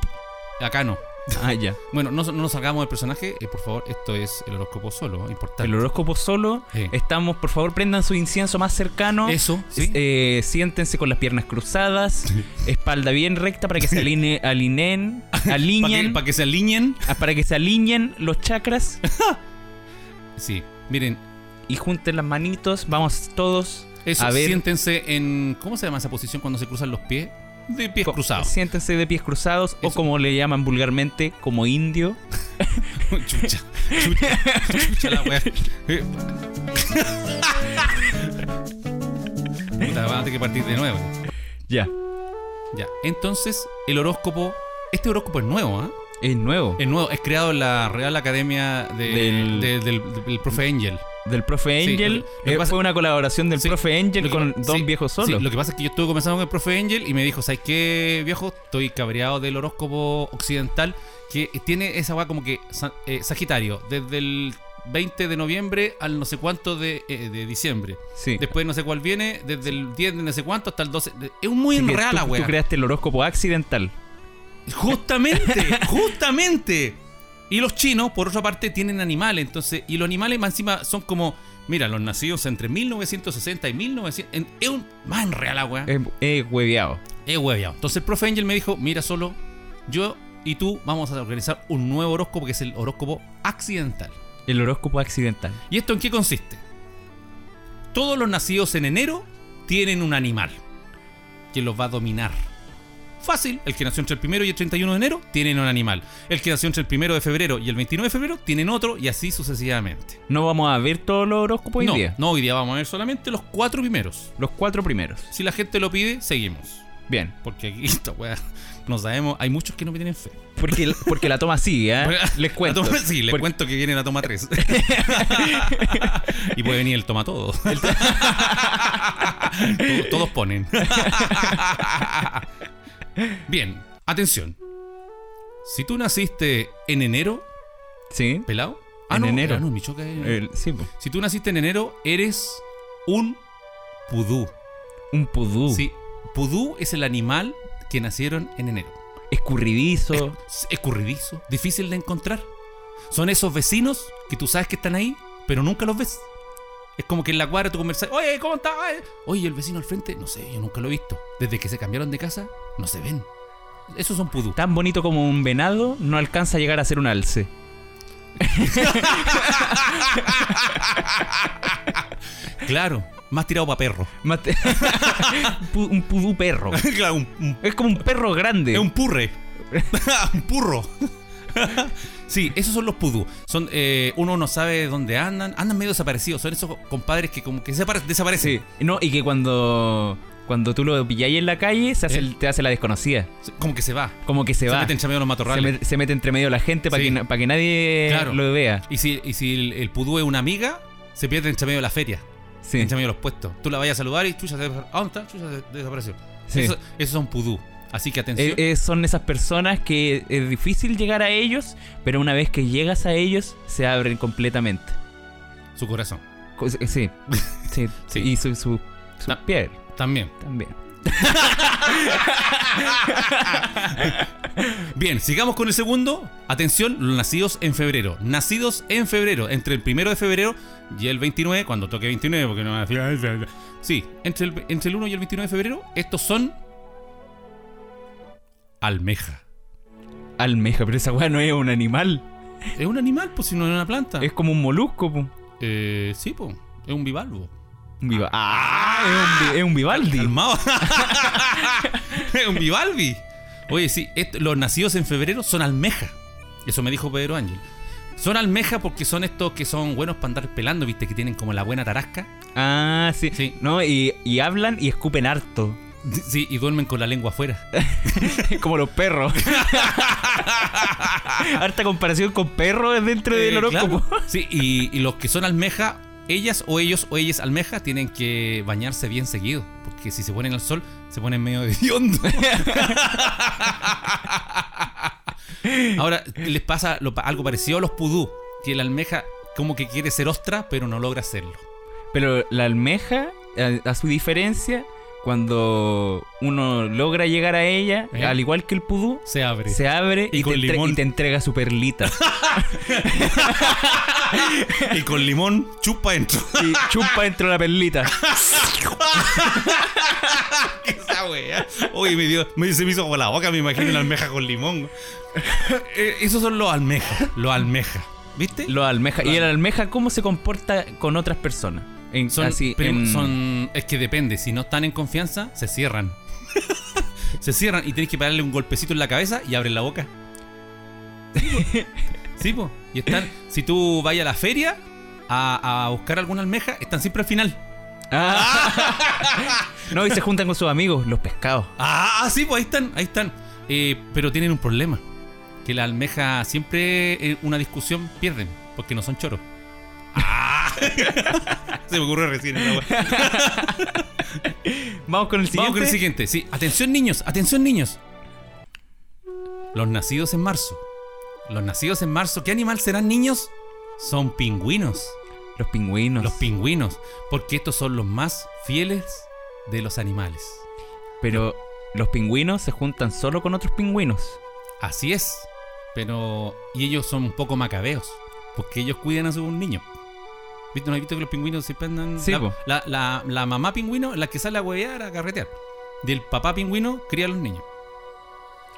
[SPEAKER 3] acá no.
[SPEAKER 1] Ah, ya.
[SPEAKER 3] Bueno, no, no nos salgamos del personaje, eh, por favor. Esto es el horóscopo solo, ¿eh? importante.
[SPEAKER 1] El horóscopo solo.
[SPEAKER 3] Sí.
[SPEAKER 1] Estamos, por favor, prendan su incienso más cercano.
[SPEAKER 3] Eso, sí.
[SPEAKER 1] Eh, siéntense con las piernas cruzadas, espalda bien recta para que se aline, alineen,
[SPEAKER 3] Para que,
[SPEAKER 1] alineen,
[SPEAKER 3] pa' que se alineen.
[SPEAKER 1] ah, para que se alineen los chakras.
[SPEAKER 3] Sí. Miren,
[SPEAKER 1] Y junten las manitos, vamos todos
[SPEAKER 3] eso,
[SPEAKER 1] a ver.
[SPEAKER 3] siéntense en. ¿Cómo se llama esa posición cuando se cruzan los pies? De pies
[SPEAKER 1] co-
[SPEAKER 3] cruzados.
[SPEAKER 1] Siéntense de pies cruzados o
[SPEAKER 3] Eso.
[SPEAKER 1] como le llaman vulgarmente, como indio.
[SPEAKER 3] chucha, chucha, chucha la wea. Eh. Puta, vamos a tener que partir de nuevo.
[SPEAKER 1] Ya,
[SPEAKER 3] Ya. Entonces, el horóscopo. Este horóscopo es nuevo, ¿ah?
[SPEAKER 1] es nuevo.
[SPEAKER 3] Es nuevo, es creado en la Real Academia de-
[SPEAKER 1] Del-
[SPEAKER 3] de- del, del profe Angel.
[SPEAKER 1] Del profe
[SPEAKER 3] Sí,
[SPEAKER 1] Angel.
[SPEAKER 3] lo que- lo que
[SPEAKER 1] Eh,
[SPEAKER 3] pasa-
[SPEAKER 1] fue una colaboración del
[SPEAKER 3] Sí,
[SPEAKER 1] profe
[SPEAKER 3] Lo
[SPEAKER 1] Angel
[SPEAKER 3] que-
[SPEAKER 1] con Don
[SPEAKER 3] sí,
[SPEAKER 1] Viejo Solo.
[SPEAKER 3] sí, lo que pasa es que yo estuve conversando con el profe Angel y me dijo, ¿sabes qué, viejo? Estoy cabreado del horóscopo occidental que tiene esa weá como que sa- eh, Sagitario, desde el 20 de noviembre al no sé cuánto de, eh, de diciembre.
[SPEAKER 1] Sí.
[SPEAKER 3] Después no sé cuál viene, desde el 10 de no sé cuánto hasta el 12. de- Es muy
[SPEAKER 1] Así que
[SPEAKER 3] enredada
[SPEAKER 1] tú-
[SPEAKER 3] la
[SPEAKER 1] Tú
[SPEAKER 3] weá.
[SPEAKER 1] creaste el horóscopo accidental.
[SPEAKER 3] Justamente, justamente. Y los chinos, por otra parte, tienen animales, entonces, y los animales más encima son como, mira, los nacidos entre 1960 y 1900, en- es un, más enredada la weá.
[SPEAKER 1] Es es hueveado.
[SPEAKER 3] He hueveado. Entonces el profe Angel me dijo, mira solo, yo y tú vamos a organizar un nuevo horóscopo que es el horóscopo accidental.
[SPEAKER 1] El horóscopo accidental.
[SPEAKER 3] ¿Y esto en qué consiste? Todos los nacidos en enero tienen un animal que los va a dominar. Fácil, el que nació entre el primero y el 31 de enero tienen un animal. El que nació entre el primero de febrero y el 29 de febrero tienen otro y así sucesivamente.
[SPEAKER 1] No vamos a ver todos los horóscopos
[SPEAKER 3] no,
[SPEAKER 1] hoy día.
[SPEAKER 3] no, hoy día vamos a ver solamente los cuatro primeros.
[SPEAKER 1] Los cuatro primeros.
[SPEAKER 3] Si la gente lo pide, seguimos.
[SPEAKER 1] Bien.
[SPEAKER 3] Porque aquí, esta weá, no sabemos, hay muchos que no me tienen fe.
[SPEAKER 1] Porque, porque la toma sigue, ¿eh?
[SPEAKER 3] Bueno,
[SPEAKER 1] Les
[SPEAKER 3] la
[SPEAKER 1] cuento.
[SPEAKER 3] toma- sí, les
[SPEAKER 1] Porque
[SPEAKER 3] cuento que viene la toma 3. y puede venir el toma todo. todos, todos ponen. Bien, atención. Si tú naciste en enero,
[SPEAKER 1] Sí.
[SPEAKER 3] pelado.
[SPEAKER 1] En enero. Eh.
[SPEAKER 3] ah, no, en Michoacán es-
[SPEAKER 1] El- sí, po.
[SPEAKER 3] Si tú naciste en enero, eres un pudú.
[SPEAKER 1] un pudú.
[SPEAKER 3] Sí, pudú es el animal que nacieron en enero.
[SPEAKER 1] Escurridizo.
[SPEAKER 3] Es escurridizo, difícil de encontrar. Son esos vecinos que tú sabes que están ahí, pero nunca los ves. Es como que en la cuadra tú conversas, oye, ¿cómo está? Ay, Oye, el vecino al frente, no sé, yo nunca lo he visto. Desde que se cambiaron de casa, no se ven. Esos son pudú.
[SPEAKER 1] Tan bonito como un venado, no alcanza a llegar a ser un alce.
[SPEAKER 3] Claro, más tirado para perro.
[SPEAKER 1] Más te- Pu- un pudú perro.
[SPEAKER 3] claro, un- un
[SPEAKER 1] Es como un perro grande.
[SPEAKER 3] Es un purre. un purro. sí, esos son los pudú. Son, eh, uno no sabe dónde andan. Andan medio desaparecidos. Son esos compadres que como que separa- desaparecen.
[SPEAKER 1] Sí. No, y que cuando, cuando tú lo pilláis en la calle, se hace el- te hace la desconocida.
[SPEAKER 3] Como que se va.
[SPEAKER 1] Como que se,
[SPEAKER 3] Eh. Se
[SPEAKER 1] va.
[SPEAKER 3] meten entre medio de los
[SPEAKER 1] se,
[SPEAKER 3] matorrales.
[SPEAKER 1] met- se mete entre medio la gente para
[SPEAKER 3] Sí.
[SPEAKER 1] que, para que nadie
[SPEAKER 3] Claro.
[SPEAKER 1] lo vea.
[SPEAKER 3] Y si, y si el, el pudú es una amiga, se pierde entre medio de la feria.
[SPEAKER 1] Sí.
[SPEAKER 3] Entre medio de los puestos. Tú la vayas a saludar y chucha se desapare- ¿A ¿Dónde está? Chucha se desapareció.
[SPEAKER 1] Sí.
[SPEAKER 3] Eso- esos son pudú. Así que atención.
[SPEAKER 1] Eh, eh, son esas personas que es difícil llegar a ellos, pero una vez que llegas a ellos, se abren completamente.
[SPEAKER 3] su corazón.
[SPEAKER 1] Co- eh, Sí, sí.
[SPEAKER 3] Sí.
[SPEAKER 1] Y su, su, su
[SPEAKER 3] Ta-
[SPEAKER 1] piel
[SPEAKER 3] También.
[SPEAKER 1] también.
[SPEAKER 3] Bien, sigamos con el segundo. Atención, los nacidos en febrero. Nacidos en febrero, entre el primero de febrero y el 29, cuando toque 29, porque no va a decir. "Ay, ay, ay". Sí, entre el, entre el 1 y el 29 de febrero, estos son. Almeja.
[SPEAKER 1] Almeja, pero esa weá no es un animal.
[SPEAKER 3] Es un animal, pues, si no es una planta.
[SPEAKER 1] Es como un molusco, po.
[SPEAKER 3] Eh, sí, pues, es un bivalvo.
[SPEAKER 1] Un viva- ¡Ah! Es un, vi- es un Vivaldi.
[SPEAKER 3] Calmado. es un bivalvi. Oye, sí, esto- los nacidos en febrero son almeja. Eso me dijo Pedro Ángel. Son almeja porque son estos que son buenos para andar pelando, viste, que tienen como la buena tarasca.
[SPEAKER 1] Ah, sí.
[SPEAKER 3] Sí.
[SPEAKER 1] No, y, y hablan y escupen harto.
[SPEAKER 3] Sí, y duermen con la lengua afuera.
[SPEAKER 1] como los perros. Harta comparación con perros dentro del
[SPEAKER 3] Eh,
[SPEAKER 1] horóscopo.
[SPEAKER 3] claro. Sí, y, y los que son almeja, ellas o ellos o ellas almeja tienen que bañarse bien seguido. Porque si se ponen al sol, se ponen medio hediondo. Ahora, les pasa lo pa- algo parecido a los pudú. Que la almeja como que quiere ser ostra, pero no logra hacerlo.
[SPEAKER 1] Pero la almeja, a, a su diferencia, cuando uno logra llegar a ella,
[SPEAKER 3] ¿Eh?
[SPEAKER 1] al igual que el pudú,
[SPEAKER 3] Se abre.
[SPEAKER 1] se abre
[SPEAKER 3] Y
[SPEAKER 1] y,
[SPEAKER 3] con
[SPEAKER 1] te entre-
[SPEAKER 3] limón.
[SPEAKER 1] y te entrega su perlita.
[SPEAKER 3] Y con limón chupa dentro.
[SPEAKER 1] y chupa dentro de la perlita.
[SPEAKER 3] Esa wea. Oye, me dio, me, se me hizo agua la boca, me imagino una almeja con limón. Eh, esos son los almejas, los almejas. ¿Viste?
[SPEAKER 1] Los almejas. ¿Y
[SPEAKER 3] Claro.
[SPEAKER 1] el almeja cómo se comporta con otras personas? En,
[SPEAKER 3] son,
[SPEAKER 1] así,
[SPEAKER 3] prim-
[SPEAKER 1] en-
[SPEAKER 3] son- Es que depende. Si no están en confianza, se cierran. se cierran y tenés que pegarle un golpecito en la cabeza y abren la boca. Sí, po. Y están. Si tú vas a la feria a, a buscar alguna almeja, están siempre al final.
[SPEAKER 1] Ah. no, y se juntan con sus amigos, los pescados.
[SPEAKER 3] Ah, ah, sí, pues ahí están, ahí están. Eh, pero tienen un problema. Que la almeja siempre eh, una discusión pierden, porque no son choros. Ah. Se me ocurrió recién esa wea.
[SPEAKER 1] Vamos con el siguiente.
[SPEAKER 3] Vamos con el siguiente, sí. Atención niños, atención niños. Los nacidos en marzo. Los nacidos en marzo, ¿qué animal serán niños? Son pingüinos.
[SPEAKER 1] Los pingüinos.
[SPEAKER 3] Los pingüinos. Porque estos son los más fieles de los animales.
[SPEAKER 1] Pero los pingüinos se juntan solo con otros pingüinos.
[SPEAKER 3] Así es. Pero... Y ellos son un poco macabeos. Porque ellos cuidan a sus niños. ¿Viste? ¿No has visto que los pingüinos siempre andan...
[SPEAKER 1] Sí,
[SPEAKER 3] la,
[SPEAKER 1] po.
[SPEAKER 3] la, la- la mamá pingüino es la que sale a huevear, a carretear. Del papá pingüino cría a los niños.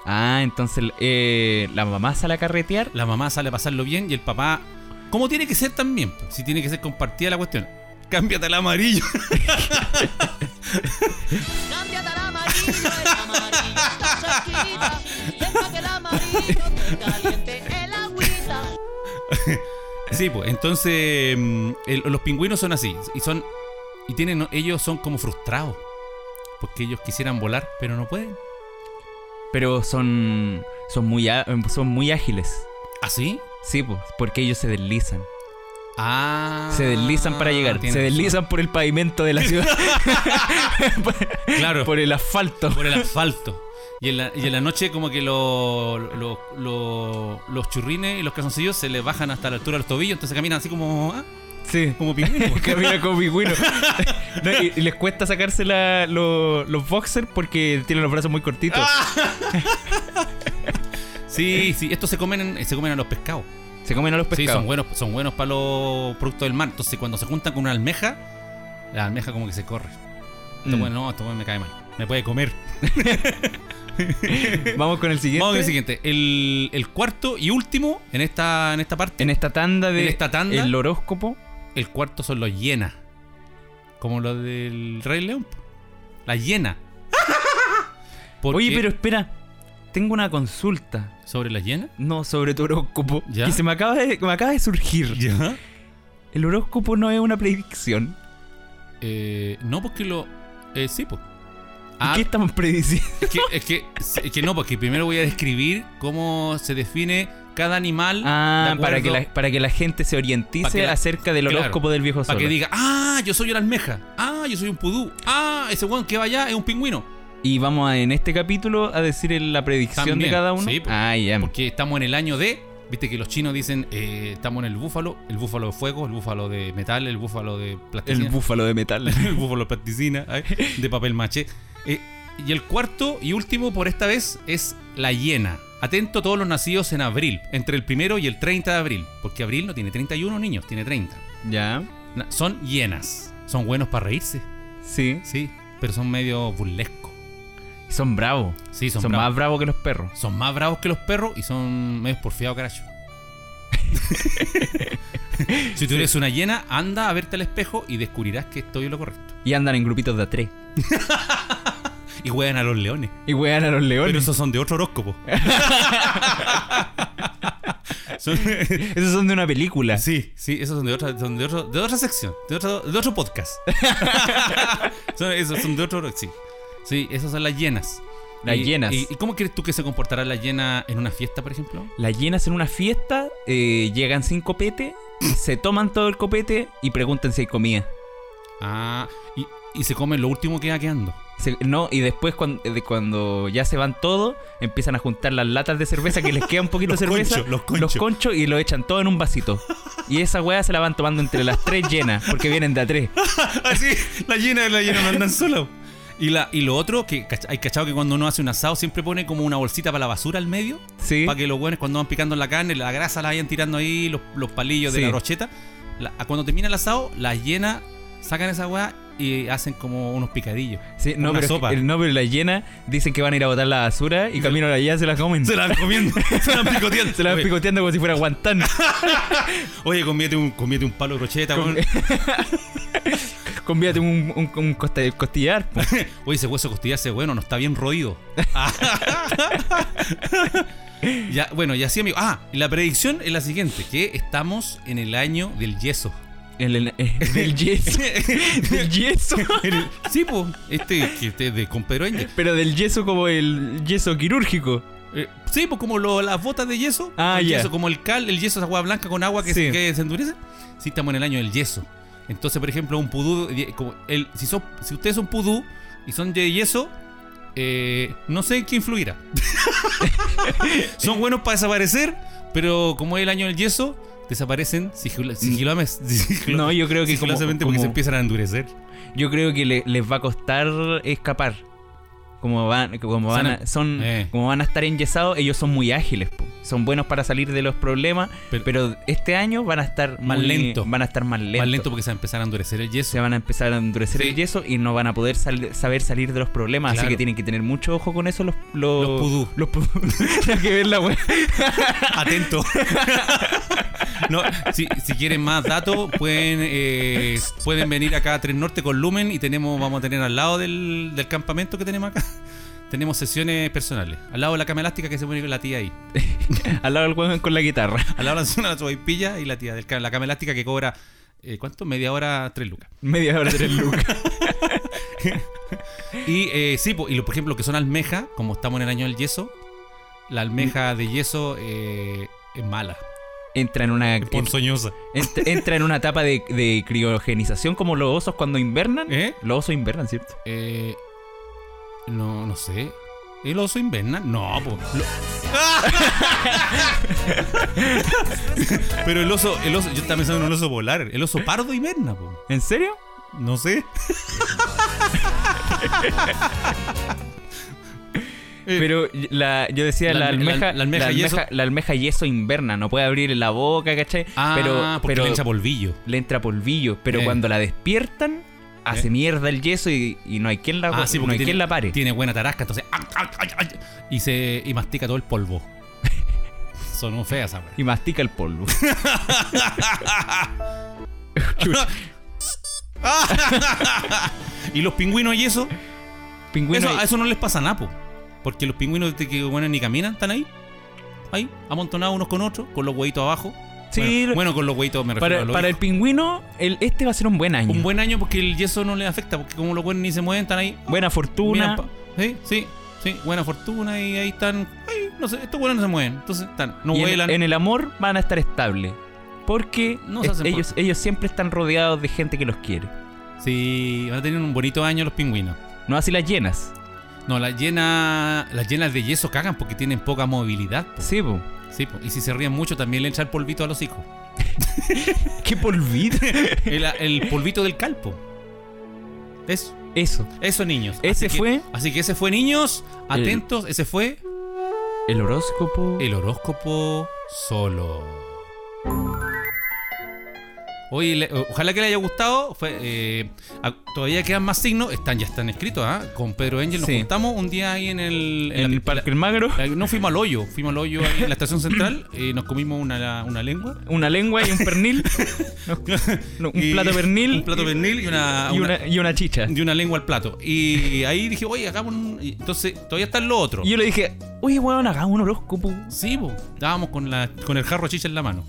[SPEAKER 1] Ah, entonces eh, la mamá sale a carretear.
[SPEAKER 3] la mamá sale a pasarlo bien y el papá, como tiene que ser también, po, si tiene que ser compartida la cuestión, cámbiate al amarillo.
[SPEAKER 4] Cámbiate al amarillo, el amarillo está cerquita. Deja que el amarillo te caliente el agüita.
[SPEAKER 3] sí, pues, entonces mm, el- los pingüinos son así y son y tienen ellos son como frustrados porque ellos quisieran volar, pero no pueden.
[SPEAKER 1] Pero son, son, muy, á- son muy ágiles.
[SPEAKER 3] ¿Así?
[SPEAKER 1] Sí, pues, porque ellos se deslizan.
[SPEAKER 3] Ah.
[SPEAKER 1] Se deslizan para llegar.
[SPEAKER 3] tienes
[SPEAKER 1] Se
[SPEAKER 3] razón.
[SPEAKER 1] deslizan por el pavimento de la ciudad. por,
[SPEAKER 3] Claro.
[SPEAKER 1] por el asfalto.
[SPEAKER 3] por el asfalto. Y en la, y en la noche como que lo- lo- lo- los churrines y los calzoncillos se les bajan hasta la altura del tobillo, entonces caminan así como... ah,
[SPEAKER 1] Sí.
[SPEAKER 3] Como pingüinos.
[SPEAKER 1] Camina como pingüino. No, y, y les cuesta sacarse la- lo- los boxers porque tienen los brazos muy cortitos.
[SPEAKER 3] Ah.
[SPEAKER 1] Eh.
[SPEAKER 3] Sí, sí, estos se comen, se comen a los pescados.
[SPEAKER 1] Se comen a los
[SPEAKER 3] Sí,
[SPEAKER 1] pescados.
[SPEAKER 3] son buenos, son buenos para los productos del mar. Entonces, cuando se juntan con una almeja, la almeja como que se corre. Esto
[SPEAKER 1] Mm.
[SPEAKER 3] bueno, no, esto bueno me cae mal. Me puede comer.
[SPEAKER 1] Vamos con el siguiente.
[SPEAKER 3] Vamos al siguiente. El, el cuarto y último en esta, en esta parte.
[SPEAKER 1] En esta tanda de
[SPEAKER 3] En esta tanda.
[SPEAKER 1] el horóscopo.
[SPEAKER 3] El cuarto son los hienas. Como los del Rey León. po. La hiena. ¿Por
[SPEAKER 1] Oye,
[SPEAKER 3] qué?
[SPEAKER 1] pero espera. Tengo una consulta.
[SPEAKER 3] ¿Sobre la hiena?
[SPEAKER 1] No, sobre tu horóscopo.
[SPEAKER 3] ¿Ya?
[SPEAKER 1] Que se me acaba de, que me acaba de surgir.
[SPEAKER 3] Ya.
[SPEAKER 1] El horóscopo no es una predicción.
[SPEAKER 3] Eh, no, porque lo. Eh, sí, pues.
[SPEAKER 1] ¿Y ¿Qué estamos prediciendo?
[SPEAKER 3] Es que, es, que, es que no, porque primero voy a describir cómo se define cada animal. de
[SPEAKER 1] Ah,
[SPEAKER 3] acuerdo-
[SPEAKER 1] para que, la, para que la gente se
[SPEAKER 3] Para
[SPEAKER 1] orientice
[SPEAKER 3] que la-
[SPEAKER 1] acerca del
[SPEAKER 3] claro,
[SPEAKER 1] horóscopo del viejo
[SPEAKER 3] para
[SPEAKER 1] sol.
[SPEAKER 3] que diga, ah, yo soy una almeja. Ah, yo soy un pudú. Ah, ese weón que va allá es un pingüino.
[SPEAKER 1] Y vamos a, en este capítulo a decir el- la predicción
[SPEAKER 3] También,
[SPEAKER 1] de cada uno.
[SPEAKER 3] sí, pues. po.
[SPEAKER 1] ah, ya.
[SPEAKER 3] Porque estamos en el año de. Viste que los chinos dicen, eh, estamos en el búfalo, el búfalo de fuego, el búfalo de metal, el búfalo de
[SPEAKER 1] El
[SPEAKER 3] plasticina.
[SPEAKER 1] búfalo de metal.
[SPEAKER 3] El búfalo de plasticina, ay, de papel maché. Eh, y el cuarto y último por esta vez es la hiena. Atento a todos los nacidos en abril, entre el primero y el 30 de abril, porque abril no tiene 31 niños, tiene 30.
[SPEAKER 1] ya.
[SPEAKER 3] Na- Son hienas, son buenos para reírse,
[SPEAKER 1] Sí.
[SPEAKER 3] sí, pero son medio burlescos.
[SPEAKER 1] Son bravos.
[SPEAKER 3] Sí, son,
[SPEAKER 1] Son,
[SPEAKER 3] bravos.
[SPEAKER 1] más bravos que los perros.
[SPEAKER 3] Son más bravos que los perros y son medio porfiados, caracho. si tú eres una hiena, anda a verte al espejo y descubrirás que estoy en lo correcto.
[SPEAKER 1] Y andan en grupitos de a tres.
[SPEAKER 3] Y juegan a los leones.
[SPEAKER 1] Y wean a los
[SPEAKER 3] Pero
[SPEAKER 1] leones.
[SPEAKER 3] esos son de otro horóscopo. Son-
[SPEAKER 1] Esos son de una película.
[SPEAKER 3] sí, sí, esos son de otra, son de otro, de otra sección, de otro, de otro podcast. son, esos son de otro, sí. Sí, esas son las llenas.
[SPEAKER 1] Las hienas.
[SPEAKER 3] ¿Y, y cómo crees tú que se comportará la llena en una fiesta, por ejemplo?
[SPEAKER 1] Las llenas en una fiesta, eh, llegan sin copete, se toman todo el copete y preguntan si hay comida.
[SPEAKER 3] Ah, y, y se come lo último que va quedando.
[SPEAKER 1] Se- no, y después cuando, de cuando ya se van todos, empiezan a juntar las latas de cerveza que les queda un poquito de
[SPEAKER 3] Los
[SPEAKER 1] cerveza,
[SPEAKER 3] conchos, los conchos.
[SPEAKER 1] conchos, y lo echan todo en un vasito. Y esa weá se la van tomando entre las tres llenas, porque vienen de a tres.
[SPEAKER 3] Así, Ah, la llena de la llena no andan solo. Y, la, y lo otro, que cach- hay cachado que cuando uno hace un asado siempre pone como una bolsita para la basura al medio.
[SPEAKER 1] Sí.
[SPEAKER 3] Para que los buenos cuando van picando la carne, la grasa la vayan tirando ahí, los, los palillos
[SPEAKER 1] Sí.
[SPEAKER 3] de la brocheta. La- a cuando termina el asado, la llena sacan esa weá y hacen como unos picadillos.
[SPEAKER 1] Sí, no, pero
[SPEAKER 3] Una
[SPEAKER 1] es que-
[SPEAKER 3] sopa.
[SPEAKER 1] el nombre de la hiena dicen que van a ir a botar la basura y camino a la hiena se la comen.
[SPEAKER 3] Se la comiendo, se la picoteando.
[SPEAKER 1] Se la van
[SPEAKER 3] Oye,
[SPEAKER 1] picoteando como si fuera guantán.
[SPEAKER 3] Oye, comete un, comete un palo de crocheta,
[SPEAKER 1] Com-
[SPEAKER 3] weón.
[SPEAKER 1] Convídate un, un, un costa- costillar. po.
[SPEAKER 3] Oye, ese hueso costillar ese bueno, no está bien roído. ya, bueno, y así, amigo. Ah, la predicción es la siguiente: que estamos en el año del yeso.
[SPEAKER 1] El, el- el- del yeso. Del yeso.
[SPEAKER 3] El- sí, pues, este que este es de Comperoña.
[SPEAKER 1] Pero del yeso como el yeso quirúrgico.
[SPEAKER 3] sí, pues como lo- las botas de yeso.
[SPEAKER 1] Ah,
[SPEAKER 3] el
[SPEAKER 1] ya.
[SPEAKER 3] yeso, como el cal, el yeso, esa agua blanca con agua que, se,
[SPEAKER 1] Sí.
[SPEAKER 3] que se endurece. Sí, estamos en el año del yeso. Entonces, por ejemplo, un pudú, eh, como el, si, son, si ustedes son pudú y son de yeso, eh, no sé en qué influirá. son buenos para desaparecer, pero como es el año del yeso, desaparecen sigil- sigilames- sigil-
[SPEAKER 1] Mm. No, yo creo que como-
[SPEAKER 3] sigilosamente porque
[SPEAKER 1] como-
[SPEAKER 3] se empiezan a endurecer.
[SPEAKER 1] Yo creo que le- les va a costar escapar. Como van, como van, a, son,
[SPEAKER 3] Eh.
[SPEAKER 1] como van a estar enyesados, ellos son muy ágiles, po. son buenos para salir de los problemas,
[SPEAKER 3] Pero-
[SPEAKER 1] pero, este año van a estar
[SPEAKER 3] Más
[SPEAKER 1] muy-
[SPEAKER 3] lento.
[SPEAKER 1] van a estar más lentos,
[SPEAKER 3] Más lento porque se va a empezar a endurecer el yeso.
[SPEAKER 1] se van a empezar a endurecer
[SPEAKER 3] Sí.
[SPEAKER 1] el yeso y no van a poder sal- saber salir de los problemas,
[SPEAKER 3] Claro.
[SPEAKER 1] así que tienen que tener mucho ojo con eso los los,
[SPEAKER 3] Los pudú.
[SPEAKER 1] los pudú. Nada que ver la wea.
[SPEAKER 3] Atento. No, si, si quieren más datos, pueden, eh, pueden venir acá a Tres Norte con Lumen y tenemos, vamos a tener al lado del, del campamento que tenemos acá. Tenemos sesiones personales. Al lado de la cama elástica que se pone la tía ahí.
[SPEAKER 1] Al lado del weón con la guitarra.
[SPEAKER 3] Al lado de la zona de la subaipilla y la tía del ca- la cama elástica que cobra, eh, ¿cuánto? Media hora, tres lucas.
[SPEAKER 1] Media hora tres lucas.
[SPEAKER 3] Y eh, sí, po, y lo- por ejemplo, que son almejas, como estamos en el año del yeso, la almeja de yeso eh, es mala.
[SPEAKER 1] Entra en una
[SPEAKER 3] Es ponzoñosa.
[SPEAKER 1] Ent- entra en una etapa de, de criogenización como los osos cuando invernan.
[SPEAKER 3] ¿Eh?
[SPEAKER 1] Los osos invernan, ¿cierto?
[SPEAKER 3] Eh, no, no sé. ¿El oso inverna? No, pues. Pero el oso, el oso, yo estaba pensando en un oso polar. El oso pardo inverna, pues.
[SPEAKER 1] ¿En serio?
[SPEAKER 3] No sé.
[SPEAKER 1] Pero la, yo decía, la,
[SPEAKER 3] La alme- la-
[SPEAKER 1] almeja,
[SPEAKER 3] la almeja yeso.
[SPEAKER 1] la almeja yeso inverna, no puede abrir la boca, ¿cachai?
[SPEAKER 3] Ah,
[SPEAKER 1] pero
[SPEAKER 3] porque
[SPEAKER 1] pero
[SPEAKER 3] le echa polvillo.
[SPEAKER 1] le entra polvillo, pero
[SPEAKER 3] Eh.
[SPEAKER 1] cuando la despiertan, hace
[SPEAKER 3] Eh. Ah,
[SPEAKER 1] mierda el yeso y, y no hay quien la, Ah, no hay quien la pare.
[SPEAKER 3] tiene buena tarasca, entonces. ¡ah, ¡ay, ay, ay, ay! y se y mastica todo el polvo. Son feas esas weas.
[SPEAKER 1] Y mastica el polvo.
[SPEAKER 3] Y los pingüinos y eso.
[SPEAKER 1] Pingüino.
[SPEAKER 3] eso, a eso no les pasa nada, po. Porque los pingüinos de que bueno, ni caminan, están ahí. Ahí, amontonados unos con otros, con los huevitos abajo.
[SPEAKER 1] Sí,
[SPEAKER 3] bueno,
[SPEAKER 1] lo-
[SPEAKER 3] bueno, con los huevitos me refiero a
[SPEAKER 1] para,
[SPEAKER 3] los
[SPEAKER 1] para el
[SPEAKER 3] hijos.
[SPEAKER 1] pingüino, el, este va a ser un buen año.
[SPEAKER 3] Un buen año porque el yeso no les afecta, porque como los buenos ni se mueven, están ahí.
[SPEAKER 1] Buena fortuna.
[SPEAKER 3] Miran pa- Sí, sí, sí, buena fortuna y ahí están. Ay, no sé, estos buenos no se mueven. Entonces están, no
[SPEAKER 1] Y en,
[SPEAKER 3] vuelan.
[SPEAKER 1] el, en el amor van a estar estables. Porque
[SPEAKER 3] No se
[SPEAKER 1] es-
[SPEAKER 3] hacen por-
[SPEAKER 1] ellos, ellos siempre están rodeados de gente que los quiere.
[SPEAKER 3] Sí, van a tener un bonito año los pingüinos.
[SPEAKER 1] No así las llenas.
[SPEAKER 3] No, las llenas, las llenas de yeso cagan porque tienen poca movilidad. po.
[SPEAKER 1] Sí, po.
[SPEAKER 3] Sí, po. y si se ríen mucho también le echan polvito a los hijos.
[SPEAKER 1] ¡Qué polvito!
[SPEAKER 3] El, el polvito del calpo. Eso,
[SPEAKER 1] Eso.
[SPEAKER 3] eso niños.
[SPEAKER 1] Ese
[SPEAKER 3] que-
[SPEAKER 1] fue-
[SPEAKER 3] así que ese fue niños.
[SPEAKER 1] El-
[SPEAKER 3] Atentos, ese fue
[SPEAKER 1] El horóscopo.
[SPEAKER 3] el horóscopo solo. Oye, le- o- ojalá que le haya gustado. Fue, eh, a- todavía quedan más signos. Están, ya están escritos, ¿ah? Con Pedro Angel nos
[SPEAKER 1] Sí.
[SPEAKER 3] juntamos un día ahí en
[SPEAKER 1] en
[SPEAKER 3] el. en la-
[SPEAKER 1] el
[SPEAKER 3] en la-
[SPEAKER 1] Parque El Magro.
[SPEAKER 3] Eh, No fuimos al hoyo, fuimos al hoyo ahí en la estación central, eh, nos comimos una, una lengua.
[SPEAKER 1] Una lengua y un pernil. No, no, un
[SPEAKER 3] Y-
[SPEAKER 1] plato pernil.
[SPEAKER 3] Un plato pernil y Ah, una,
[SPEAKER 1] y una, y una chicha.
[SPEAKER 3] y una lengua al plato. Y ahí dije, oye, hagamos un... y Entonces, todavía está lo otro.
[SPEAKER 1] Y yo le dije, oye, weón, hagamos un horóscopo.
[SPEAKER 3] Sí, po, estábamos con, la, con el jarro de chicha en la mano.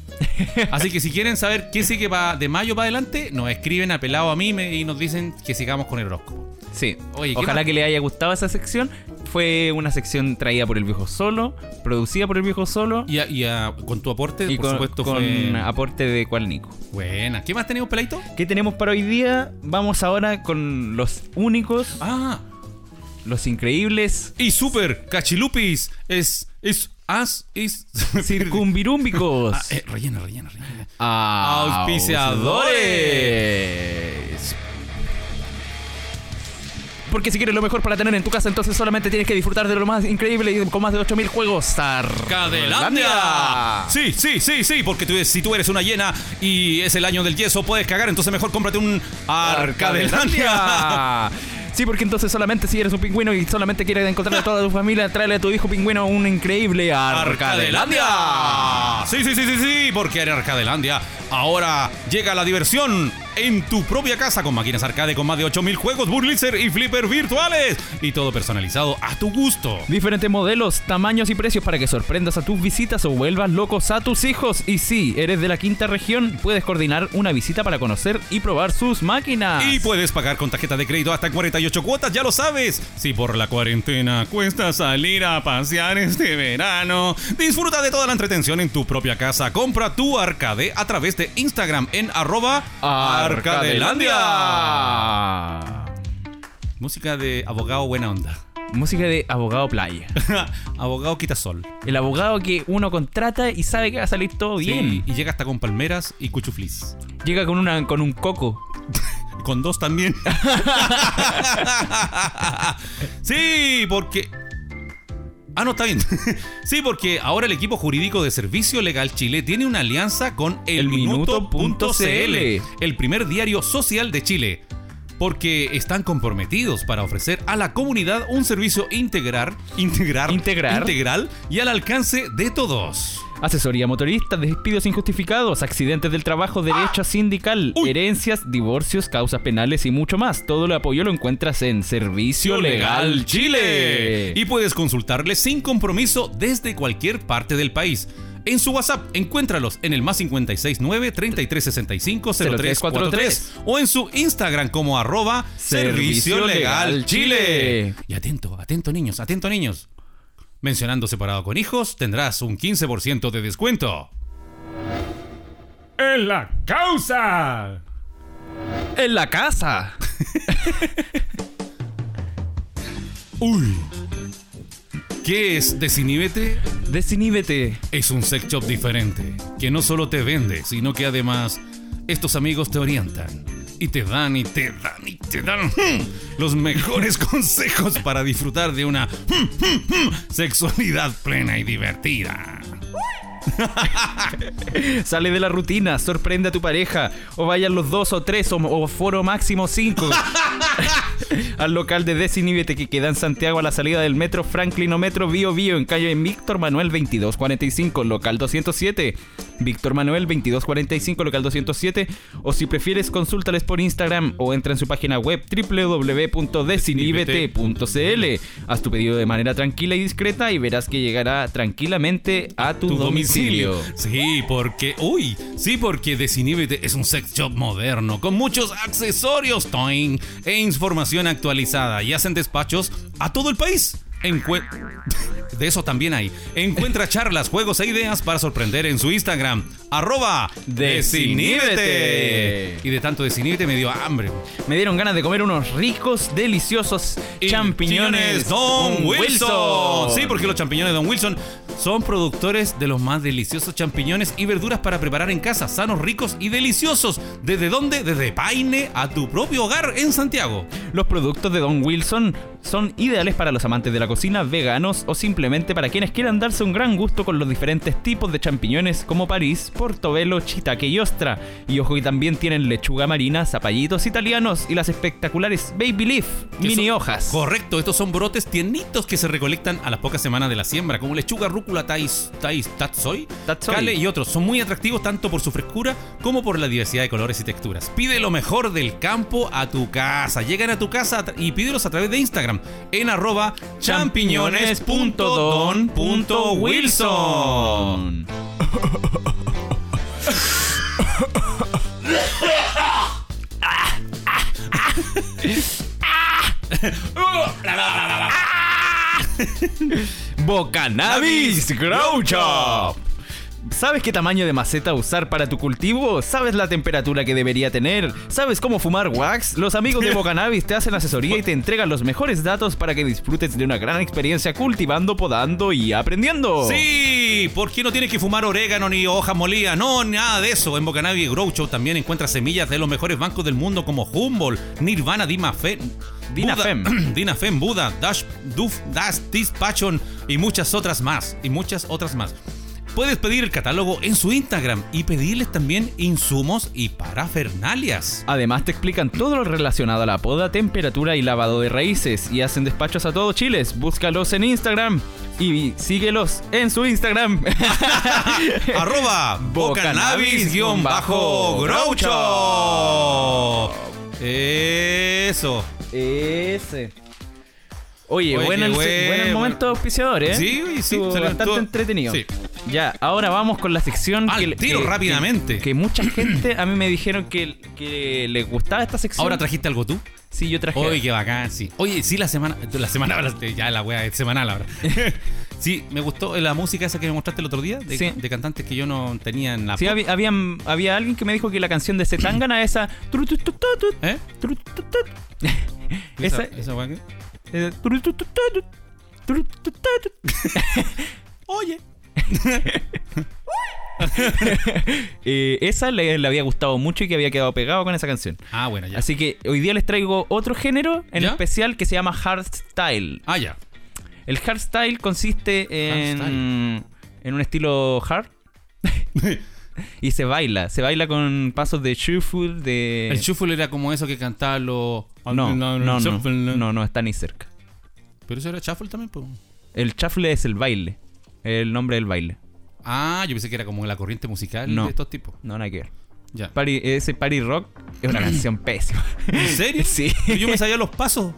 [SPEAKER 3] Así que si quieren saber qué sigue pa- de mayo para adelante, nos escriben apelado a mí me- y nos dicen que sigamos con el horóscopo.
[SPEAKER 1] Sí.
[SPEAKER 3] Oye, ¿qué
[SPEAKER 1] Ojalá
[SPEAKER 3] más?
[SPEAKER 1] que le haya gustado esa sección. Fue una sección traída por el viejo solo, producida por el viejo solo.
[SPEAKER 3] Y, a- y a- con tu aporte,
[SPEAKER 1] y
[SPEAKER 3] por
[SPEAKER 1] con,
[SPEAKER 3] supuesto,
[SPEAKER 1] con
[SPEAKER 3] fue...
[SPEAKER 1] aporte de cual Nico.
[SPEAKER 3] Buena. ¿Qué más tenemos, Pelaito?
[SPEAKER 1] ¿Qué tenemos para hoy día? Vamos ahora con los únicos,
[SPEAKER 3] Ah,
[SPEAKER 1] los increíbles,
[SPEAKER 3] y super, cachilupis, es... es as, es...
[SPEAKER 1] circumbirumbicos.
[SPEAKER 3] Ah, eh, rellena, rellena, rellena.
[SPEAKER 1] Auspiciadores. Porque si quieres lo mejor para tener en tu casa, entonces solamente tienes que disfrutar de lo más increíble y con más de 8000 juegos.
[SPEAKER 3] ¡Cadelandia! Sí, sí, sí, sí, porque tú, si tú eres una llena y es el año del yeso, puedes cagar, entonces mejor cómprate un Arcadelandia.
[SPEAKER 1] Sí, porque entonces solamente si eres un pingüino y solamente quieres encontrar a toda tu familia, tráele a tu hijo pingüino un increíble
[SPEAKER 3] Arcadelandia.
[SPEAKER 1] Arcadelandia.
[SPEAKER 3] Sí, sí, sí, sí, sí, porque en Arcadelandia ahora llega la diversión en tu propia casa con máquinas arcade con más de 8000 juegos, burlitzer y flipper virtuales y todo personalizado a tu gusto.
[SPEAKER 1] Diferentes modelos, tamaños y precios para que sorprendas a tus visitas o vuelvas locos a tus hijos. Y si eres de la quinta región, puedes coordinar una visita para conocer y probar sus máquinas.
[SPEAKER 3] Y puedes pagar con tarjeta de crédito hasta en 48 cuotas, ya lo sabes. Si por la cuarentena cuesta salir a pasear este verano, disfruta de toda la entretención en tu propia casa. Compra tu arcade a través de Instagram en arroba arcadelandia. Música de abogado buena onda.
[SPEAKER 1] Música de abogado playa.
[SPEAKER 3] abogado quitasol.
[SPEAKER 1] El abogado que uno contrata y sabe que va a salir todo bien.
[SPEAKER 3] Sí, y llega hasta con palmeras y cuchuflis.
[SPEAKER 1] Llega con, una, con un coco.
[SPEAKER 3] Con dos también. sí, porque. Ah, no, está bien. sí, porque ahora el equipo jurídico de Servicio Legal Chile tiene una alianza con
[SPEAKER 1] El
[SPEAKER 3] elminuto.cl,
[SPEAKER 1] Minuto.cl,
[SPEAKER 3] el primer diario social de Chile. Porque están comprometidos para ofrecer a la comunidad un servicio integrar, integrar,
[SPEAKER 1] Integrar.
[SPEAKER 3] integral y al alcance de todos.
[SPEAKER 1] Asesoría motorista, despidos injustificados, accidentes del trabajo, derecho sindical,
[SPEAKER 3] Uy.
[SPEAKER 1] herencias, divorcios, causas penales y mucho más. Todo el apoyo lo encuentras en Servicio Legal Chile.
[SPEAKER 3] Y puedes consultarles sin compromiso desde cualquier parte del país. En su WhatsApp, encuéntralos en el más 569-3365-0343 o en su Instagram como arroba
[SPEAKER 1] Servicio
[SPEAKER 3] Servicio Legal
[SPEAKER 1] Legal
[SPEAKER 3] Chile.
[SPEAKER 1] Chile.
[SPEAKER 3] Y atento, atento niños, atento niños. Mencionando separado con hijos, tendrás un 15% de descuento.
[SPEAKER 5] En la causa.
[SPEAKER 1] en la casa.
[SPEAKER 3] Uy. ¿Qué es Desiníbete?
[SPEAKER 1] Desiníbete.
[SPEAKER 3] Es un sex shop diferente, que no solo te vende, sino que además estos amigos te orientan. Y te dan y te dan y te dan hmm, los mejores consejos para disfrutar de una hmm, hmm, hmm, sexualidad plena y divertida.
[SPEAKER 1] Sale de la rutina, sorprende a tu pareja. O vayan los dos o tres o, o foro máximo cinco. Al local de Desiníbete que queda en Santiago a la salida del metro Franklin o metro Bio Bio en calle Víctor Manuel 2245, local 207. Víctor Manuel 2245, local 207. O si prefieres, consúltales por Instagram o entra en su página web www.desinhibete.cl. Haz tu pedido de manera tranquila y discreta y verás que llegará tranquilamente a tu, domicilio.
[SPEAKER 3] Sí, porque. Uy, sí, porque Desiníbete es un sex shop moderno con muchos accesorios toing, e información actualizada y hacen despachos a todo el país. Encue- de eso también hay. Encuentra charlas, juegos e ideas para sorprender en su Instagram. Arroba Desiníbete.
[SPEAKER 1] Desiníbete.
[SPEAKER 3] Y de tanto Desiníbete me dio hambre.
[SPEAKER 1] Me dieron ganas de comer unos ricos, deliciosos champiñones
[SPEAKER 3] Don Wilson. Sí, porque los champiñones Don Wilson son productores de los más deliciosos champiñones y verduras para preparar en casa, sanos, ricos y deliciosos. ¿Desde dónde? Desde Paine a tu propio hogar en Santiago.
[SPEAKER 1] Los productos de Don Wilson son ideales para los amantes de la cocina, veganos o simplemente para quienes quieran darse un gran gusto con los diferentes tipos de champiñones como París, Portobelo, Chitaque y Ostra. Y ojo que también tienen lechuga marina, zapallitos italianos y las espectaculares Baby Leaf,
[SPEAKER 3] Que
[SPEAKER 1] mini
[SPEAKER 3] son-
[SPEAKER 1] hojas.
[SPEAKER 3] Correcto, estos son brotes tiernitos que se recolectan a las pocas semanas de la siembra, como lechuga, rúcula, tais, tais, tatsoi,
[SPEAKER 1] Tatsoi.
[SPEAKER 3] kale y otros. Son muy atractivos tanto por su frescura como por la diversidad de colores y texturas. Pide lo mejor del campo a tu casa. Llegan a tu casa a tra- y pídelos a través de Instagram en arroba champiñones.don.wilson.
[SPEAKER 1] Bocanabis Grow Shop. ¿Sabes qué tamaño de maceta usar para tu cultivo? ¿Sabes la temperatura que debería tener? ¿Sabes cómo fumar wax? Los amigos de Bocanabis te hacen asesoría y te entregan los mejores datos para que disfrutes de una gran experiencia cultivando, podando y aprendiendo.
[SPEAKER 3] Sí, porque no tienes que fumar orégano ni hoja molida, no, nada de eso. En Bocanavi Grow Show también encuentras semillas de los mejores bancos del mundo como Humboldt, Nirvana, Dima Fe,
[SPEAKER 1] Dinafem.
[SPEAKER 3] Buda, Dinafem, Buda, Dash, Duf, Dash, Dispatchon y muchas otras más. Y muchas otras más. Puedes pedir el catálogo en su Instagram y pedirles también insumos y parafernalias.
[SPEAKER 1] Además te explican todo lo relacionado a la poda, temperatura y lavado de raíces y hacen despachos a todo Chiles. Búscalos en Instagram y síguelos en su Instagram.
[SPEAKER 3] Arroba bocanabis-groucho. Eso.
[SPEAKER 1] Ese. Oye,
[SPEAKER 3] Oye,
[SPEAKER 1] buen,
[SPEAKER 3] qué
[SPEAKER 1] el,
[SPEAKER 3] buen-
[SPEAKER 1] buen el momento auspiciador, ¿eh?
[SPEAKER 3] Sí, sí,
[SPEAKER 1] Estuvo
[SPEAKER 3] salió-
[SPEAKER 1] bastante
[SPEAKER 3] estuvo-
[SPEAKER 1] entretenido.
[SPEAKER 3] sí.
[SPEAKER 1] Ya, ahora vamos con la sección
[SPEAKER 3] Al
[SPEAKER 1] que,
[SPEAKER 3] tiro,
[SPEAKER 1] que-
[SPEAKER 3] rápidamente.
[SPEAKER 1] que mucha gente a mí me dijeron que, que les gustaba esta sección.
[SPEAKER 3] ¿Ahora trajiste algo tú?
[SPEAKER 1] Sí, yo traje.
[SPEAKER 3] Oye, qué bacán, sí. Oye, sí, la semana. La semana ya la wea es semanal ahora. sí, me gustó la música esa que me mostraste el otro día de,
[SPEAKER 1] Sí.
[SPEAKER 3] de cantantes que yo no tenía en la.
[SPEAKER 1] Sí, había, habían- había alguien que me dijo que la canción de Zetangana, esa. tru, tu, tu, tu, tu,
[SPEAKER 3] ¿Eh?
[SPEAKER 1] tru, tu, tu, tu, Esa-
[SPEAKER 3] Esa, esa wea que-
[SPEAKER 1] eh, tru, tu, tu, tu, tu, tru, tu, tu, tu.
[SPEAKER 3] Oye.
[SPEAKER 1] Eh, Esa le, le había gustado mucho y que había quedado pegado con esa canción.
[SPEAKER 3] Ah, bueno, ya.
[SPEAKER 1] Así que hoy día les traigo otro género en
[SPEAKER 3] ¿Ya?
[SPEAKER 1] especial que se llama hardstyle.
[SPEAKER 3] Ah, ya.
[SPEAKER 1] El hardstyle consiste en,
[SPEAKER 3] Hardstyle.
[SPEAKER 1] en un estilo hard y se baila. Se baila con pasos de shuffle, de...
[SPEAKER 3] El shuffle era como eso que cantaba los.
[SPEAKER 1] eh. no, no, no, no, no está ni cerca.
[SPEAKER 3] Pero eso era shuffle también, pues.
[SPEAKER 1] El shuffle es el baile, el nombre del baile.
[SPEAKER 3] Ah, yo pensé que era como la corriente musical
[SPEAKER 1] No.
[SPEAKER 3] de estos tipos.
[SPEAKER 1] No, nada que ver.
[SPEAKER 3] Ya.
[SPEAKER 1] Party- ese Party Rock es una canción pésima.
[SPEAKER 3] ¿En serio?
[SPEAKER 1] Sí.
[SPEAKER 3] Yo me sabía los pasos.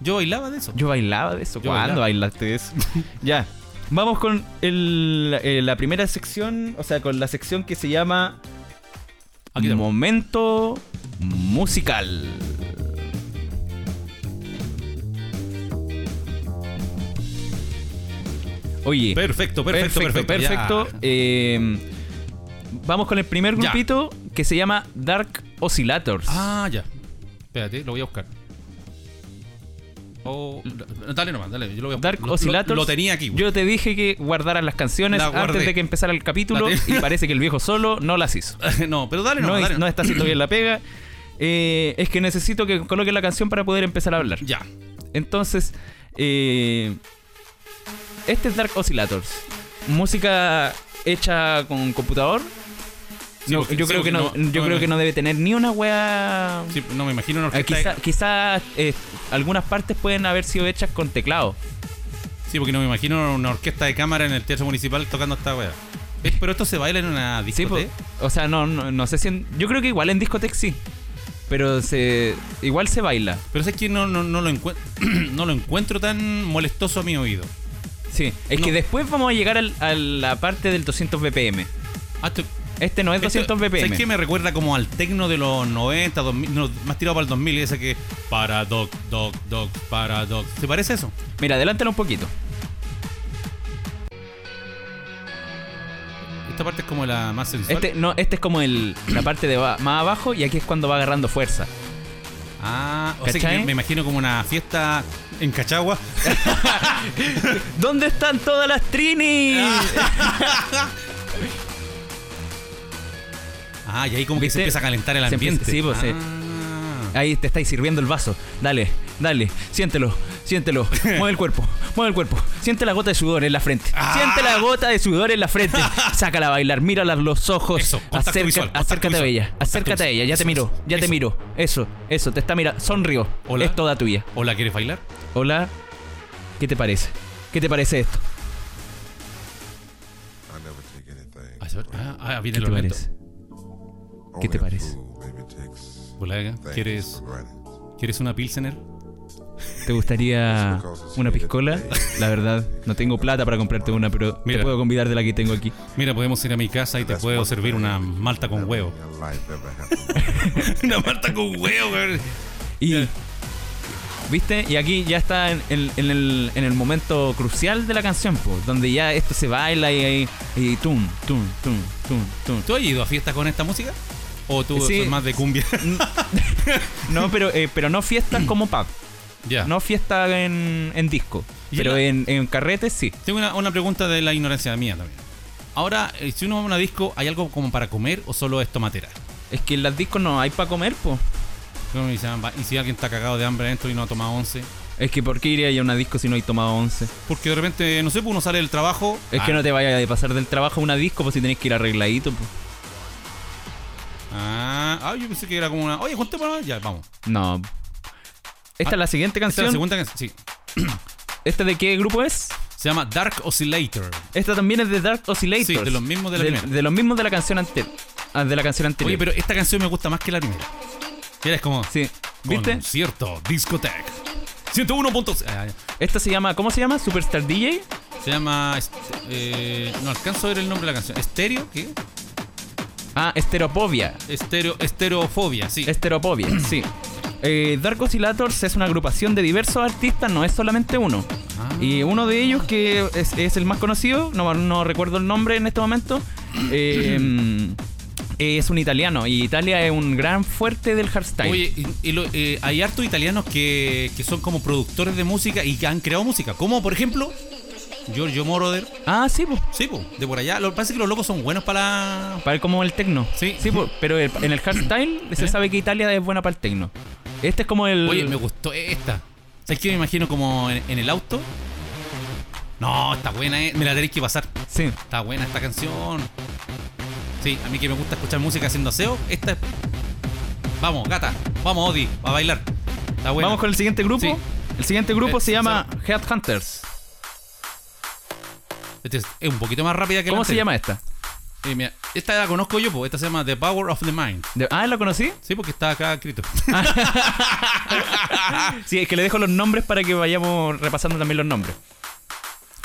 [SPEAKER 3] Yo bailaba de eso.
[SPEAKER 1] Yo bailaba de eso.
[SPEAKER 3] Yo
[SPEAKER 1] ¿Cuándo
[SPEAKER 3] bailaba.
[SPEAKER 1] bailaste de eso? ya. Vamos con el- eh, la primera sección, o sea, con la sección que se llama
[SPEAKER 3] Aquí estamos.
[SPEAKER 1] Momento Musical. Oye,
[SPEAKER 3] Perfecto, perfecto, perfecto.
[SPEAKER 1] perfecto.
[SPEAKER 3] ya.
[SPEAKER 1] Eh, vamos con el primer
[SPEAKER 3] Ya.
[SPEAKER 1] grupito que se llama Dark Oscillators.
[SPEAKER 3] Ah, ya. Espérate, lo voy a buscar. O- dale nomás, dale. Yo lo voy a
[SPEAKER 1] Dark
[SPEAKER 3] lo- lo-
[SPEAKER 1] Oscillators.
[SPEAKER 3] Lo, tenía aquí. güey.
[SPEAKER 1] Yo te dije que guardaras las canciones
[SPEAKER 3] La guardé.
[SPEAKER 1] antes de que empezara el capítulo
[SPEAKER 3] La
[SPEAKER 1] y
[SPEAKER 3] te-
[SPEAKER 1] parece que el viejo solo no las hizo.
[SPEAKER 3] no, pero dale
[SPEAKER 1] No,
[SPEAKER 3] nomás. dale
[SPEAKER 1] no
[SPEAKER 3] nomás.
[SPEAKER 1] está haciendo bien la pega. Eh, es que necesito que coloque la canción para poder empezar a hablar.
[SPEAKER 3] Ya.
[SPEAKER 1] Entonces, eh, este es Dark Oscillators. Música hecha con computador.
[SPEAKER 3] Sí,
[SPEAKER 1] No,
[SPEAKER 3] porque-
[SPEAKER 1] yo
[SPEAKER 3] sí,
[SPEAKER 1] creo, que
[SPEAKER 3] porque
[SPEAKER 1] no, yo creo que no debe tener ni una wea.
[SPEAKER 3] Sí, no me imagino una
[SPEAKER 1] Eh,
[SPEAKER 3] orquesta.
[SPEAKER 1] quizá- Quizás eh, algunas partes pueden haber sido hechas con teclado.
[SPEAKER 3] Sí, porque no me imagino una orquesta de cámara en el teatro municipal tocando esta wea. Eh, Pero esto se baila en una
[SPEAKER 1] Sí, po.
[SPEAKER 3] discoteca.
[SPEAKER 1] o sea, no, no, no sé si. en- yo creo que igual en discoteca sí. Pero se, igual se baila.
[SPEAKER 3] pero sé que no, no, no lo encuentro no lo encuentro tan molestoso a mi oído.
[SPEAKER 1] Sí. Es
[SPEAKER 3] No.
[SPEAKER 1] que después vamos a llegar al- a la parte del 200 BPM.
[SPEAKER 3] Ah, esto-
[SPEAKER 1] Este no es 200
[SPEAKER 3] esto-
[SPEAKER 1] BPM.
[SPEAKER 3] ¿Sabes qué me recuerda como al tecno de los 90, 2000, no, más tirado para el 2000, ese que paradox, doc, doc, paradox. ¿Te parece eso?
[SPEAKER 1] Mira, adelántalo un poquito.
[SPEAKER 3] Esta parte es como la más sensual.
[SPEAKER 1] Este, no, este es como el, la parte de ba- más abajo y aquí es cuando va agarrando fuerza.
[SPEAKER 3] Ah, o sea que
[SPEAKER 1] ¿Cachai?
[SPEAKER 3] me, me imagino como una fiesta en Cachagua.
[SPEAKER 1] ¿Dónde están todas las trinis?
[SPEAKER 3] Ah, y ahí como que se
[SPEAKER 1] ¿Viste?
[SPEAKER 3] empieza a calentar el
[SPEAKER 1] Se
[SPEAKER 3] ambiente.
[SPEAKER 1] empieza- sí, pues, sí.
[SPEAKER 3] Ah.
[SPEAKER 1] Ahí te estáis sirviendo el vaso. Dale, dale, siéntelo, siéntelo. Mueve el cuerpo, mueve el cuerpo. Siente la gota de sudor en la frente.
[SPEAKER 3] Ah.
[SPEAKER 1] Siente la gota de sudor en la frente. Sácala a bailar, mírala a los ojos.
[SPEAKER 3] Eso, contacto
[SPEAKER 1] Acerca-
[SPEAKER 3] visual, contacto
[SPEAKER 1] acércate a
[SPEAKER 3] visual,
[SPEAKER 1] ella,
[SPEAKER 3] contacto
[SPEAKER 1] acércate a
[SPEAKER 3] visual.
[SPEAKER 1] ella. Ya te
[SPEAKER 3] Eso,
[SPEAKER 1] miro, ya te
[SPEAKER 3] eso.
[SPEAKER 1] miro. Eso, eso, te está mirando. Sonrío.
[SPEAKER 3] Hola.
[SPEAKER 1] Es toda tuya.
[SPEAKER 3] Hola, ¿quieres bailar?
[SPEAKER 1] Hola, ¿qué te parece? ¿Qué te parece esto?
[SPEAKER 6] I never take anything.
[SPEAKER 3] Ah, se- Ah, ah, viene
[SPEAKER 1] ¿Qué
[SPEAKER 3] el
[SPEAKER 1] te
[SPEAKER 3] momento.
[SPEAKER 1] parece?
[SPEAKER 6] Only
[SPEAKER 1] te
[SPEAKER 6] a
[SPEAKER 1] parece?
[SPEAKER 6] fool maybe takes
[SPEAKER 3] Hola,
[SPEAKER 6] things
[SPEAKER 3] ¿quieres,
[SPEAKER 6] for granted.
[SPEAKER 3] ¿quieres una Pilsener?
[SPEAKER 1] ¿Te gustaría una piscola? La verdad, no tengo plata para comprarte una, pero
[SPEAKER 3] Mira.
[SPEAKER 1] te puedo convidar de la que tengo aquí.
[SPEAKER 3] Mira, podemos ir a mi casa y te
[SPEAKER 6] That's
[SPEAKER 3] puedo
[SPEAKER 6] one
[SPEAKER 3] servir
[SPEAKER 6] thing
[SPEAKER 3] una malta con
[SPEAKER 6] never
[SPEAKER 3] huevo.
[SPEAKER 6] in your life ever happened.
[SPEAKER 3] una malta con huevo, güey.
[SPEAKER 1] Y. ¿Viste? Y aquí ya está en, en- en el, en el momento crucial de la canción, po, donde ya esto se baila y, y, y tum, tum, tum, tum, tum.
[SPEAKER 3] ¿Tú has ido a fiestas con esta música? ¿O tú
[SPEAKER 1] Sí.
[SPEAKER 3] sos más de cumbia?
[SPEAKER 1] No, pero, eh, pero no fiestas como pub,
[SPEAKER 3] ya.
[SPEAKER 1] no fiestas en, en disco,
[SPEAKER 3] Y
[SPEAKER 1] pero
[SPEAKER 3] la-
[SPEAKER 1] en, en carretes sí.
[SPEAKER 3] Tengo una, una pregunta de la ignorancia mía también. Ahora, eh, si uno va a una disco, ¿hay algo como para comer o solo es tomatera?
[SPEAKER 1] Es que en las discos no hay para comer, po.
[SPEAKER 3] Claro, y se llama- "Ah, Y si alguien está cagado de hambre adentro y no ha tomado once.
[SPEAKER 1] Es que ¿por qué iría yo a una disco si no hay tomado once?
[SPEAKER 3] Porque de repente, no sé, pues uno sale del trabajo.
[SPEAKER 1] Es que no te vayas a pasar del trabajo a una disco pues si tenés que ir arregladito. pues.
[SPEAKER 3] Ah, ah, yo pensé que era como una. Oye, ¿cuánto para Ya, vamos.
[SPEAKER 1] No. Esta
[SPEAKER 3] Ah,
[SPEAKER 1] es la siguiente
[SPEAKER 3] Esta es la
[SPEAKER 1] canción.
[SPEAKER 3] segunda canción. Sí.
[SPEAKER 1] ¿Esta de qué grupo es?
[SPEAKER 3] Se llama Dark Oscillator.
[SPEAKER 1] Esta también es de Dark Oscillators.
[SPEAKER 3] Sí, de los mismos de la primera.
[SPEAKER 1] de los mismos de la canción anterior. Ah, de la canción anterior.
[SPEAKER 3] Oye, pero esta canción me gusta más que la primera. Mira, es como.
[SPEAKER 1] Sí. ¿Viste?
[SPEAKER 3] Concierto, discoteca. 101.0. Ah, ya.
[SPEAKER 1] Esta se llama, ¿cómo se llama? Superstar DJ.
[SPEAKER 3] Se llama. est- eh, no alcanzo a ver el nombre de la canción. ¿Estéreo? ¿Qué?
[SPEAKER 1] Ah, Esteropovia.
[SPEAKER 3] Estéreo, estereofobia, sí.
[SPEAKER 1] Este Esteropovia, sí. Eh, Dark Oscillators es una agrupación de diversos artistas, no es solamente uno.
[SPEAKER 3] Ah.
[SPEAKER 1] Y uno de ellos, que es, es el más conocido, no, no recuerdo el nombre en este momento, eh, mm, es un italiano. Y Italia es un gran fuerte del hardstyle.
[SPEAKER 3] Oye, y- y lo- eh, hay hartos italianos que, que son como productores de música y que han creado música. Como por ejemplo, Giorgio Moroder.
[SPEAKER 1] Ah, sí, pues.
[SPEAKER 3] Sí, po, de por allá. Lo que pasa es que los locos son buenos para.
[SPEAKER 1] Para como el tecno.
[SPEAKER 3] Sí.
[SPEAKER 1] Sí, po, pero el- en el hardstyle se
[SPEAKER 3] ¿Eh?
[SPEAKER 1] sabe que Italia es buena para el tecno. Este es como el.
[SPEAKER 3] Oye, me gustó esta. ¿Sabes qué me imagino como en, en el auto? No, está buena, eh. me la tenéis que pasar.
[SPEAKER 1] Sí.
[SPEAKER 3] Está buena esta canción. Sí, a mí que me gusta escuchar música haciendo aseo, esta es. Vamos, gata, vamos, Odi, a bailar. Está buena.
[SPEAKER 1] Vamos con el siguiente grupo.
[SPEAKER 3] Sí.
[SPEAKER 1] El siguiente grupo
[SPEAKER 3] Eh,
[SPEAKER 1] se
[SPEAKER 3] se
[SPEAKER 1] llama Headhunters.
[SPEAKER 3] Este es, es un poquito más rápida que la
[SPEAKER 1] ¿Cómo se
[SPEAKER 3] anterior.
[SPEAKER 1] llama esta?
[SPEAKER 3] Eh, mira, esta la conozco yo, pues. Esta se llama The Power of the Mind.
[SPEAKER 1] De- Ah, ¿lo conocí?
[SPEAKER 3] Sí, porque está acá escrito.
[SPEAKER 1] Sí, es que le dejo los nombres para que vayamos repasando también los nombres.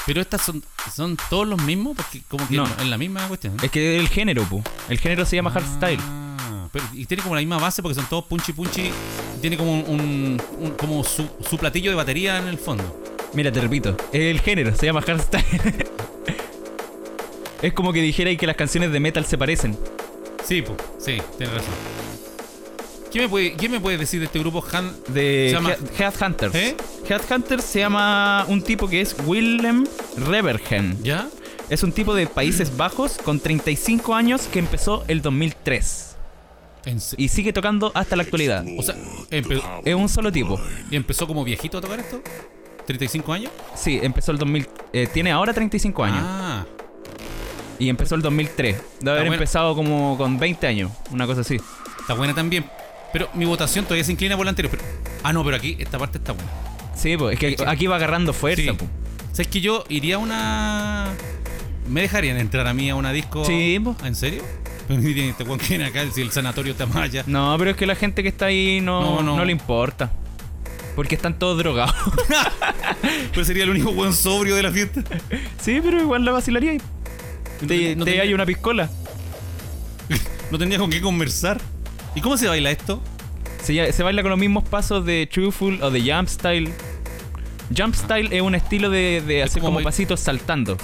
[SPEAKER 3] Pero estas son, son todos los mismos, porque como que
[SPEAKER 1] No.
[SPEAKER 3] es la misma cuestión. ¿eh?
[SPEAKER 1] Es que el género, pu. El género se llama hardstyle.
[SPEAKER 3] Ah, pero- y tiene como la misma base porque son todos punchy punchy. Tiene como un, un- un- como su, su platillo de batería en el fondo.
[SPEAKER 1] Mira, te repito. El género se llama hardstyle. es como que dijera y que las canciones de metal se parecen.
[SPEAKER 3] Sí, pues, sí, tienes razón. ¿Qué me puede, qué me puede decir de este grupo Han?
[SPEAKER 1] De
[SPEAKER 3] Se llama-
[SPEAKER 1] Head- Headhunters.
[SPEAKER 3] ¿Eh?
[SPEAKER 1] Headhunters se llama un tipo que es Willem Revergen.
[SPEAKER 3] ¿Ya?
[SPEAKER 1] Es un tipo de Países Bajos con 35 años que empezó el 2003
[SPEAKER 3] En se-
[SPEAKER 1] y sigue tocando hasta la actualidad.
[SPEAKER 3] o sea, empe-
[SPEAKER 1] Es un solo tipo.
[SPEAKER 3] ¿y empezó como viejito a tocar esto. 35 años.
[SPEAKER 1] Sí, empezó el 2000. eh, tiene ahora 35 años
[SPEAKER 3] Ah,
[SPEAKER 1] y empezó el 2003. De haber
[SPEAKER 3] bueno.
[SPEAKER 1] empezado como con 20 años, una cosa así.
[SPEAKER 3] está buena también. Pero mi votación todavía se inclina por la anterior. pero- ah, no, pero aquí esta parte está buena.
[SPEAKER 1] Sí, pues es que aquí va agarrando fuerza. pues.
[SPEAKER 3] Sí.
[SPEAKER 1] po.
[SPEAKER 3] ¿Sabes que yo iría a una. ¿Me dejarían entrar a mí a una disco?
[SPEAKER 1] Sí, po.
[SPEAKER 3] ¿En serio? Pero ni tiene este weón que viene acá, si el sanatorio está más allá.
[SPEAKER 1] No, pero es que la gente que está ahí no,
[SPEAKER 3] No, no.
[SPEAKER 1] no le importa. Porque están todos drogados.
[SPEAKER 3] Pero sería el único buen sobrio de la fiesta.
[SPEAKER 1] sí, pero igual la vacilaría. y Te,
[SPEAKER 3] no,
[SPEAKER 1] te
[SPEAKER 3] tenía,
[SPEAKER 1] hay una piscola.
[SPEAKER 3] no tenía con qué conversar. ¿Y cómo se baila esto?
[SPEAKER 1] Se, se baila con los mismos pasos de Truthful o de Jump Style. Jump Style es un estilo de, de hacer
[SPEAKER 3] como
[SPEAKER 1] como
[SPEAKER 3] muy-
[SPEAKER 1] pasitos saltando.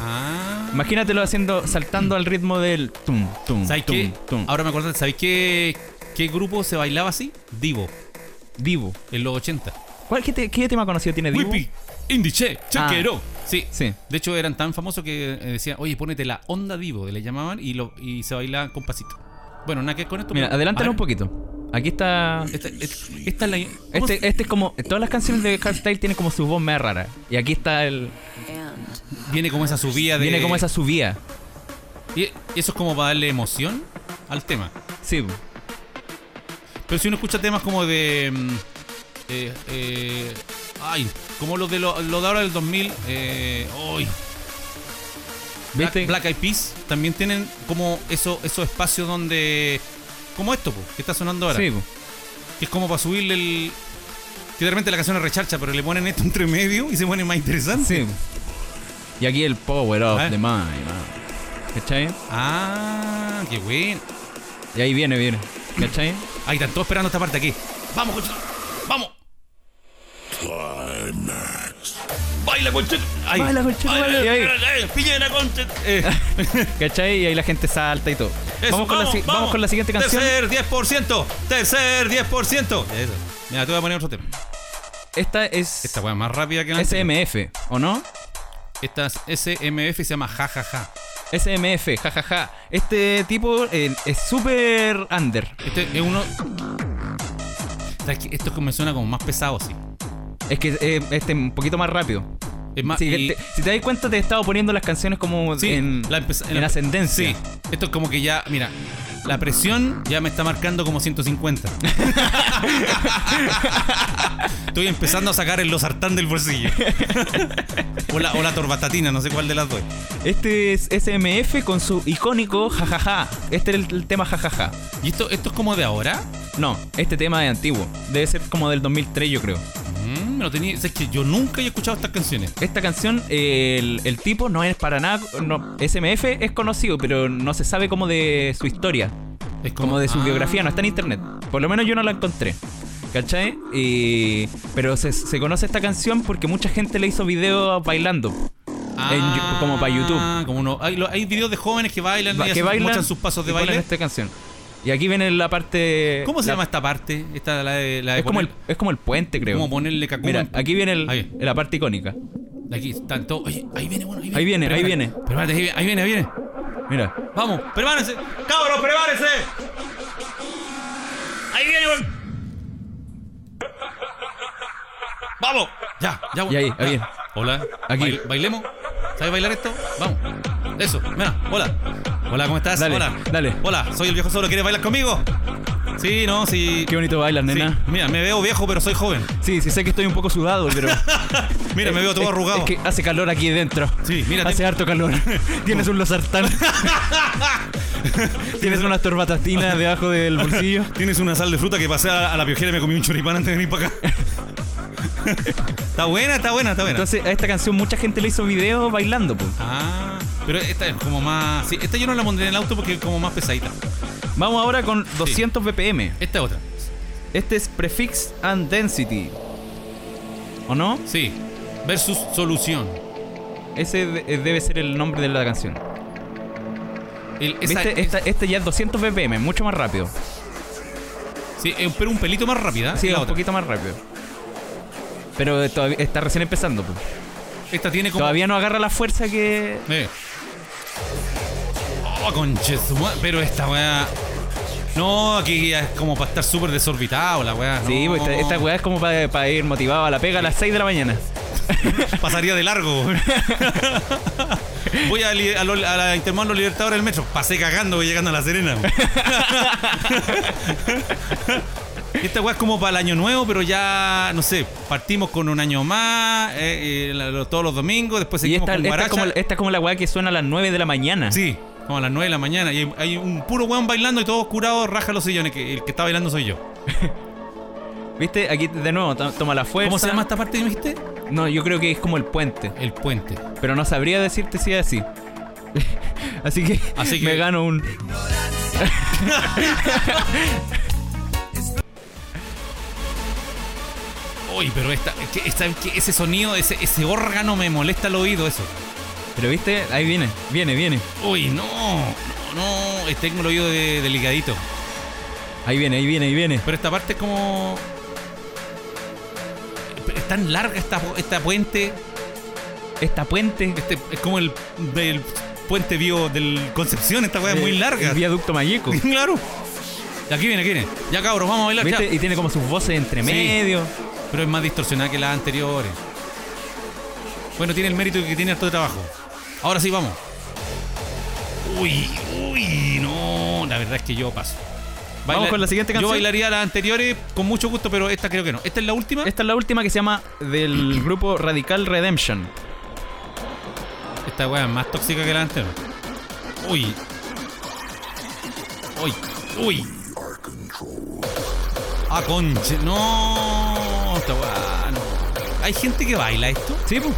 [SPEAKER 3] Ah.
[SPEAKER 1] Imagínatelo haciendo saltando al ritmo del tum tum
[SPEAKER 3] ¿Sabes
[SPEAKER 1] tum
[SPEAKER 3] qué?
[SPEAKER 1] tum.
[SPEAKER 3] Ahora me acordé, ¿sabes qué, qué grupo se bailaba así? Divo,
[SPEAKER 1] Divo.
[SPEAKER 3] en los 80.
[SPEAKER 1] ¿Cuál qué, te- qué tema conocido tiene Divo? Ah.
[SPEAKER 3] Whippy, Indiche, Chaquero. Sí.
[SPEAKER 1] Sí.
[SPEAKER 3] De hecho, eran tan famosos que eh, decían, oye, ponete la onda Divo, le llamaban, y, lo, y se bailaban con pasito. Bueno, nada que ver con esto.
[SPEAKER 1] Mira,
[SPEAKER 3] pero-
[SPEAKER 1] adelántalo
[SPEAKER 3] a
[SPEAKER 1] un
[SPEAKER 3] ver,
[SPEAKER 1] poquito. Aquí está.
[SPEAKER 3] Esta, esta- esta es la. ¿cómo se-
[SPEAKER 1] Este, este es como. Todas las canciones de Hardstyle tienen como su voz más rara. Y aquí está el.
[SPEAKER 3] Viene como esa subida de.
[SPEAKER 1] Viene como esa subida.
[SPEAKER 3] Y eso es como para darle emoción al tema.
[SPEAKER 1] Sí.
[SPEAKER 3] Pero si uno escucha temas como de. mm, eh, eh, ay, como los de lo, lo de ahora del 2000. Eh, ay, Black,
[SPEAKER 1] ¿Viste?
[SPEAKER 3] Black Eyed Peas también tienen como eso, esos espacios donde. Como esto, po, que está sonando ahora.
[SPEAKER 1] Sí. po.
[SPEAKER 3] Que es como para subirle el. Que de repente la canción es recharcha, pero le ponen esto entre medio y se pone más interesante.
[SPEAKER 1] Sí. Y aquí el power of
[SPEAKER 3] Ah.
[SPEAKER 1] the mind. ¿Cachai?
[SPEAKER 3] Ah, qué bueno.
[SPEAKER 1] Y ahí viene, viene. ¿Cachai?
[SPEAKER 3] Ahí están todos esperando esta parte aquí. Vamos, conchito. Vamos. Baila, conchito. Ay,
[SPEAKER 1] Baila, conchito, baila.
[SPEAKER 3] ay,
[SPEAKER 1] Y ahí.
[SPEAKER 3] ay, pilla la conchito. Eh,
[SPEAKER 1] ¿Cachai? Y ahí la gente salta y todo.
[SPEAKER 3] eso,
[SPEAKER 1] vamos, con la, si- vamos. con la siguiente canción.
[SPEAKER 3] Tercer 10%. Tercer 10%. Eso. Mira, te voy a poner otro tema.
[SPEAKER 1] Esta es
[SPEAKER 3] Esta weá es más rápida que la anterior.
[SPEAKER 1] SMF, ¿o no?
[SPEAKER 3] Esta es SMF se llama jajaja.
[SPEAKER 1] SMF, jajaja. Este tipo eh, es súper under.
[SPEAKER 3] Este es uno. ¿Sabes qué? Esto me suena como más pesado, sí.
[SPEAKER 1] Es que eh, este un poquito más rápido.
[SPEAKER 3] Es más,
[SPEAKER 1] Sí,
[SPEAKER 3] y-
[SPEAKER 1] te- si te das cuenta, te he estado poniendo las canciones como
[SPEAKER 3] sí,
[SPEAKER 1] en,
[SPEAKER 3] la empe-
[SPEAKER 1] en
[SPEAKER 3] la-
[SPEAKER 1] ascendencia.
[SPEAKER 3] Sí, esto es como que ya, mira, la presión ya me está marcando como 150. Estoy empezando a sacar el losartán del bolsillo. o, la, o la torbatatina, no sé cuál de las dos.
[SPEAKER 1] Este es SMF con su icónico jajaja. Este era el, el tema jajaja.
[SPEAKER 3] ¿Y esto, esto es como de ahora?
[SPEAKER 1] No, este tema es antiguo. Debe ser como del 2003, yo creo.
[SPEAKER 3] Mm, me lo tenía, es que yo nunca he escuchado estas canciones.
[SPEAKER 1] Esta canción, eh, el, el tipo no es para nada. no- SMF es conocido, pero no se sabe como de su historia.
[SPEAKER 3] Es
[SPEAKER 1] como de su
[SPEAKER 3] ah,
[SPEAKER 1] biografía, no está en internet. Por lo menos yo no la encontré. ¿Cachai? Y- pero se, se conoce esta canción porque mucha gente le hizo video bailando. en Yu- como para YouTube.
[SPEAKER 3] Ah, Como uno, hay, lo- hay videos de jóvenes que bailan
[SPEAKER 1] Va- que
[SPEAKER 3] y hacen-
[SPEAKER 1] bailan
[SPEAKER 3] muestran sus pasos de
[SPEAKER 1] y ponen
[SPEAKER 3] baile.
[SPEAKER 1] esta canción. Y aquí viene la parte.
[SPEAKER 3] ¿Cómo
[SPEAKER 1] Eh,
[SPEAKER 3] se
[SPEAKER 1] la-
[SPEAKER 3] llama esta parte? Esta la de, la de
[SPEAKER 1] Es como, el,
[SPEAKER 3] poner-
[SPEAKER 1] es como el puente, creo.
[SPEAKER 3] como ponerle cacuma.
[SPEAKER 1] Mira, aquí viene el-
[SPEAKER 3] Ahí.
[SPEAKER 1] la parte icónica.
[SPEAKER 3] Aquí están todos. Oye, ahí viene, bueno,
[SPEAKER 1] Ahí viene, ahí
[SPEAKER 3] Prepárate,
[SPEAKER 1] viene.
[SPEAKER 3] prepárate, ahí viene, ahí viene, ahí viene.
[SPEAKER 1] Mira.
[SPEAKER 3] Vamos, prepárense. Cabros, prepárense. Ahí viene, bueno. Vamos. Ya, ya, bueno,
[SPEAKER 1] Y ahí,
[SPEAKER 3] ya.
[SPEAKER 1] ahí viene.
[SPEAKER 3] Hola.
[SPEAKER 1] Aquí.
[SPEAKER 3] Bail- bailemos. ¿Sabes bailar esto? Vamos. Eso, mira, hola. Hola, ¿cómo estás?
[SPEAKER 1] Dale,
[SPEAKER 3] hola.
[SPEAKER 1] dale.
[SPEAKER 3] Hola, soy el viejo solo. ¿Quieres bailar conmigo? Sí, no, sí.
[SPEAKER 1] Qué bonito bailas,
[SPEAKER 3] Sí.
[SPEAKER 1] nena.
[SPEAKER 3] Mira, me veo viejo, pero soy joven.
[SPEAKER 1] Sí. sí, sé que estoy un poco sudado, pero.
[SPEAKER 3] Mira, me veo todo
[SPEAKER 1] Eh, Es-
[SPEAKER 3] arrugado.
[SPEAKER 1] Es que hace calor aquí dentro.
[SPEAKER 3] Sí, mira,
[SPEAKER 1] Hace
[SPEAKER 3] te-
[SPEAKER 1] harto calor. Tienes un losartán. Tienes unas torbatatinas debajo del bolsillo.
[SPEAKER 3] Tienes una sal de fruta que pasé a, a la piojera y me comí un choripán antes de venir para acá. está buena, está buena, está buena.
[SPEAKER 1] Entonces, a esta canción mucha gente le hizo video bailando, po.
[SPEAKER 3] ah, pero esta es como más. Sí, esta yo no la pondré en el auto porque es como más pesadita.
[SPEAKER 1] Vamos ahora con 200 BPM.
[SPEAKER 3] Esta es otra.
[SPEAKER 1] Este es Prefix and Density. ¿O no?
[SPEAKER 3] Sí. Versus solución.
[SPEAKER 1] Ese de- eh, debe ser el nombre de la canción.
[SPEAKER 3] El- esa-
[SPEAKER 1] ¿Viste? Esta- este ya es 200 BPM, mucho más rápido.
[SPEAKER 3] sí, es un- pero un pelito más rápida.
[SPEAKER 1] Sí,
[SPEAKER 3] que
[SPEAKER 1] es
[SPEAKER 3] la
[SPEAKER 1] un
[SPEAKER 3] otra.
[SPEAKER 1] poquito más rápido. Pero todavía está recién empezando, po.
[SPEAKER 3] Esta tiene como.
[SPEAKER 1] Todavía no agarra la fuerza que.
[SPEAKER 3] Eh. Oh, conchesuma- Pero esta weá. No, aquí ya es como para estar súper desorbitado la weá.
[SPEAKER 1] Sí,
[SPEAKER 3] no.
[SPEAKER 1] pues esta, esta weá es como para ir motivado a la pega a las 6 de la mañana.
[SPEAKER 3] Pasaría de largo. Voy a, li- a lo- a la Intermón Los Libertadores del Metro. Pasé cagando, voy llegando a La Serena. Y Esta weá es como para el año nuevo, pero ya, no sé, partimos con un año más, eh, eh, la- lo- todos los domingos, después
[SPEAKER 1] Y
[SPEAKER 3] seguimos
[SPEAKER 1] esta,
[SPEAKER 3] con
[SPEAKER 1] esta, es
[SPEAKER 3] guaracha.
[SPEAKER 1] como, la- esta es como la weá que suena a las 9 de la mañana.
[SPEAKER 3] Sí, como a las 9 de la mañana. Y hay, hay un puro weón bailando y todos curados, raja los sillones. Que, el que está bailando soy yo.
[SPEAKER 1] ¿Viste? Aquí de nuevo to- toma la fuerza.
[SPEAKER 3] ¿Cómo se llama esta parte que me dijiste?
[SPEAKER 1] No, yo creo que es como el puente.
[SPEAKER 3] El puente.
[SPEAKER 1] Pero no sabría decirte si es así. así, que
[SPEAKER 3] Así que-
[SPEAKER 1] me gano un.
[SPEAKER 3] Uy, pero esta, que- esta- que ese sonido, ese, ese órgano me molesta el oído, eso.
[SPEAKER 1] Pero viste, ahí viene, viene, viene.
[SPEAKER 3] Uy, no, no, no, eh, tengo el oído de- delicadito.
[SPEAKER 1] Ahí viene, ahí viene, ahí viene.
[SPEAKER 3] Pero esta parte es como. Es tan larga esta, esta puente.
[SPEAKER 1] Esta puente.
[SPEAKER 3] Este, es como el del puente vivo del Concepción, esta weá es muy
[SPEAKER 1] eh,
[SPEAKER 3] larga.
[SPEAKER 1] El viaducto Mayeco.
[SPEAKER 3] claro. Aquí viene, aquí viene. Ya cabros, vamos a bailar. ya.
[SPEAKER 1] ¿Viste? Y tiene como sus voces entre
[SPEAKER 3] Sí.
[SPEAKER 1] medio.
[SPEAKER 3] Pero es más distorsionada que las anteriores. Bueno, tiene el mérito de que tiene harto de trabajo. Ahora sí, vamos. Uy, uy, no. La verdad es que yo paso.
[SPEAKER 1] Vamos con la siguiente canción.
[SPEAKER 3] Yo bailaría las anteriores con mucho gusto, pero esta creo que no. Esta es la última.
[SPEAKER 1] Esta es la última que se llama del grupo Radical Redemption.
[SPEAKER 3] Esta weá es más tóxica que la anterior. Uy. Uy. Uy. Ah, conche. No. Esta weá. no. ¿Hay gente que baila esto?
[SPEAKER 1] Sí, pues.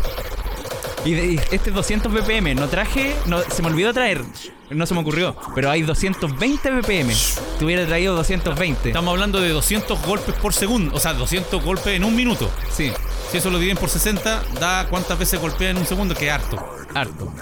[SPEAKER 1] Y, de- y este es 200 BPM. No traje, no, se me olvidó traer. No se me ocurrió. Pero hay 220 BPM. Te hubiera traído 220.
[SPEAKER 3] Estamos hablando de 200 golpes por segundo. O sea, 200 golpes en un minuto.
[SPEAKER 1] Sí,
[SPEAKER 3] Si eso lo dividen por 60, da cuántas veces golpea en un segundo, que harto.
[SPEAKER 1] harto.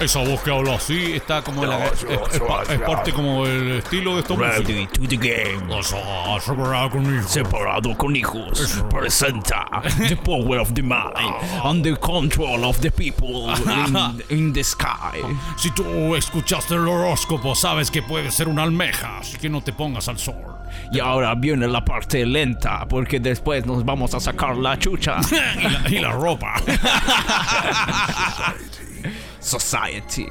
[SPEAKER 3] Esa voz que habla así está como la. Es, es pa- es parte como el estilo de estos músicos.
[SPEAKER 7] to the game.
[SPEAKER 3] O sea, separado conmigo.
[SPEAKER 7] Separado con hijos. Presenta the power of the mind and the control of the people in, in the sky.
[SPEAKER 3] Si tú escuchaste el horóscopo, sabes que puedes ser una almeja, así que no te pongas al sol.
[SPEAKER 7] Y ahora viene la parte lenta, porque después nos vamos a sacar la chucha.
[SPEAKER 3] y, la, y la ropa.
[SPEAKER 7] Society.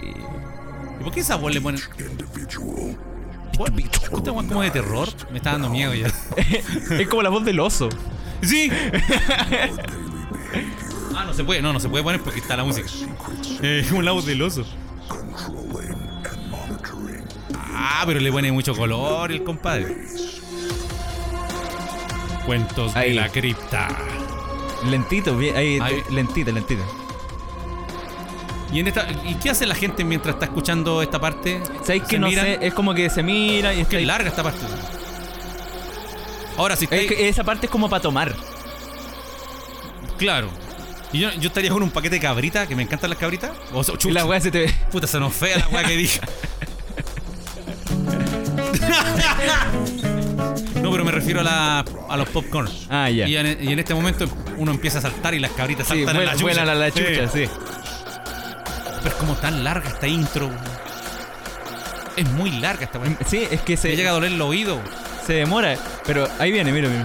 [SPEAKER 3] ¿Y por qué esa voz le ponen?
[SPEAKER 6] Individual.
[SPEAKER 3] Esta voz como de terror. Me está dando miedo ya.
[SPEAKER 1] Es como la voz del oso.
[SPEAKER 3] ¡Sí! ah, no se puede, no, no se puede poner porque está la música. Eh, un voz del oso.
[SPEAKER 6] Controlling and monitoring.
[SPEAKER 3] Ah, pero le pone mucho color el compadre. Cuentos
[SPEAKER 1] Ahí.
[SPEAKER 3] de la cripta.
[SPEAKER 1] Lentito, bien, ahí,
[SPEAKER 3] Ahí.
[SPEAKER 1] lentito, lentito.
[SPEAKER 3] ¿Y, en esta, ¿Y qué hace la gente mientras está escuchando esta parte?
[SPEAKER 1] ¿Sabéis que
[SPEAKER 3] ¿Se
[SPEAKER 1] no
[SPEAKER 3] miran?
[SPEAKER 1] sé? Es como que se mira y
[SPEAKER 3] Es
[SPEAKER 1] está
[SPEAKER 3] que es
[SPEAKER 1] ahí.
[SPEAKER 3] larga esta parte. Ahora, si
[SPEAKER 7] eh.
[SPEAKER 3] estáis-
[SPEAKER 1] Es que esa parte es como para tomar.
[SPEAKER 3] Claro. Y Yo, yo estaría con un paquete de cabrita, que me encantan las cabritas. O sea,
[SPEAKER 1] Y
[SPEAKER 3] chups,
[SPEAKER 1] la weá se te ve.
[SPEAKER 3] Puta, se nos fea la weá que dije. No, pero me refiero a, la, a los popcorn.
[SPEAKER 1] Ah, ya.
[SPEAKER 3] Y en, y en este momento uno empieza a saltar y las cabritas
[SPEAKER 1] Sí,
[SPEAKER 3] saltan a la
[SPEAKER 1] vuela,
[SPEAKER 3] chucha.
[SPEAKER 1] vuelan a la chucha, sí.
[SPEAKER 3] Pero es como tan larga esta intro. Es muy larga esta weá.
[SPEAKER 1] sí. es que
[SPEAKER 3] Me
[SPEAKER 1] se,
[SPEAKER 3] llega a doler el oído.
[SPEAKER 1] se demora. Pero ahí viene, mira, mira.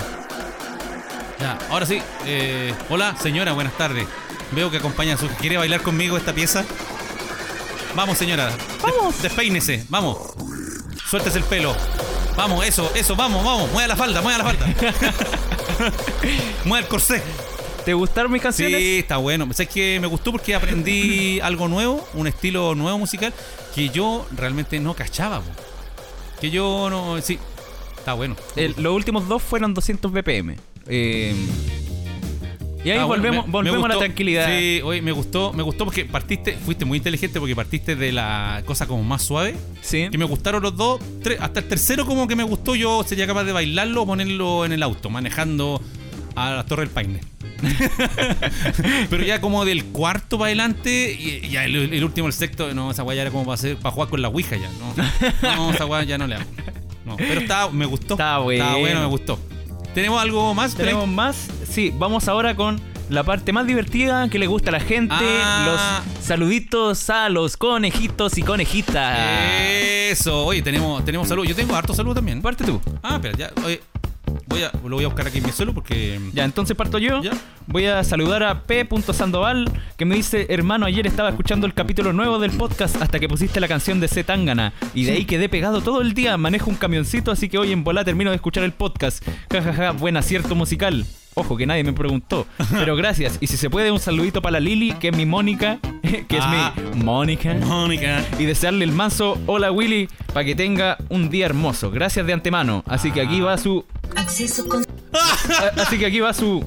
[SPEAKER 3] Ya, ahora sí. eh, hola, señora, buenas tardes. Veo que acompaña a su. ¿Quiere bailar conmigo esta pieza? Vamos, señora. Vamos. despeínese, vamos. Suéltese el pelo. Vamos, eso, eso, vamos, vamos. Mueva la falda, mueva la falda. mueva el corsé.
[SPEAKER 1] ¿Te gustaron mis canciones?
[SPEAKER 3] Sí, está bueno. ¿Sabes que me gustó porque aprendí algo nuevo, un estilo nuevo musical que yo realmente no cachaba. po. Que yo no. Sí, está bueno.
[SPEAKER 1] El- los últimos dos fueron 200 BPM. Eh, y ahí
[SPEAKER 3] Ah, bueno,
[SPEAKER 1] volvemos,
[SPEAKER 3] me- me
[SPEAKER 1] volvemos a la
[SPEAKER 3] gustó.
[SPEAKER 1] tranquilidad.
[SPEAKER 3] Sí, oye, me gustó, me gustó porque partiste, fuiste muy inteligente porque partiste de la cosa como más suave.
[SPEAKER 1] Sí.
[SPEAKER 3] Que me gustaron los dos, tres, hasta el tercero como que me gustó, yo sería capaz de bailarlo o ponerlo en el auto, manejando a la Torre del Paine. Pero ya como del cuarto para adelante, y- ya el, el último, el sexto, no, esa weá ya era como para, hacer, para jugar con la Ouija ya, no. No, esa weá ya no le hago. No, pero estaba, me gustó.
[SPEAKER 1] Está bueno.
[SPEAKER 3] Estaba bueno, me gustó. ¿Tenemos algo más? Blake?
[SPEAKER 1] Tenemos más. Sí, vamos ahora con la parte más divertida que le gusta a la gente.
[SPEAKER 3] Ah.
[SPEAKER 1] Los saluditos a los conejitos y conejitas.
[SPEAKER 3] Eso, oye, tenemos, tenemos salud. Yo tengo harto salud también.
[SPEAKER 1] Parte tú.
[SPEAKER 3] Ah, espera, ya, oye, voy a, lo voy a buscar aquí en mi suelo porque.
[SPEAKER 1] Ya, entonces parto yo.
[SPEAKER 3] Ya.
[SPEAKER 1] Voy a saludar a P. Sandoval, que me dice, hermano, ayer estaba escuchando el capítulo nuevo del podcast hasta que pusiste la canción de C. Tangana. Y de ahí quedé pegado todo el día. Manejo un camioncito, así que hoy en bola termino de escuchar el podcast. Ja, ja, ja, buen acierto musical. Ojo, que nadie me preguntó. Pero gracias. Y si se puede, un saludito para la Lili, que es mi Mónica. Que es
[SPEAKER 3] Ah.
[SPEAKER 1] mi Mónica.
[SPEAKER 3] Mónica.
[SPEAKER 1] Y desearle el manso, hola Willy, para que tenga un día hermoso. Gracias de antemano. Así que aquí va su...
[SPEAKER 8] Acceso con
[SPEAKER 1] a- Así que aquí va su...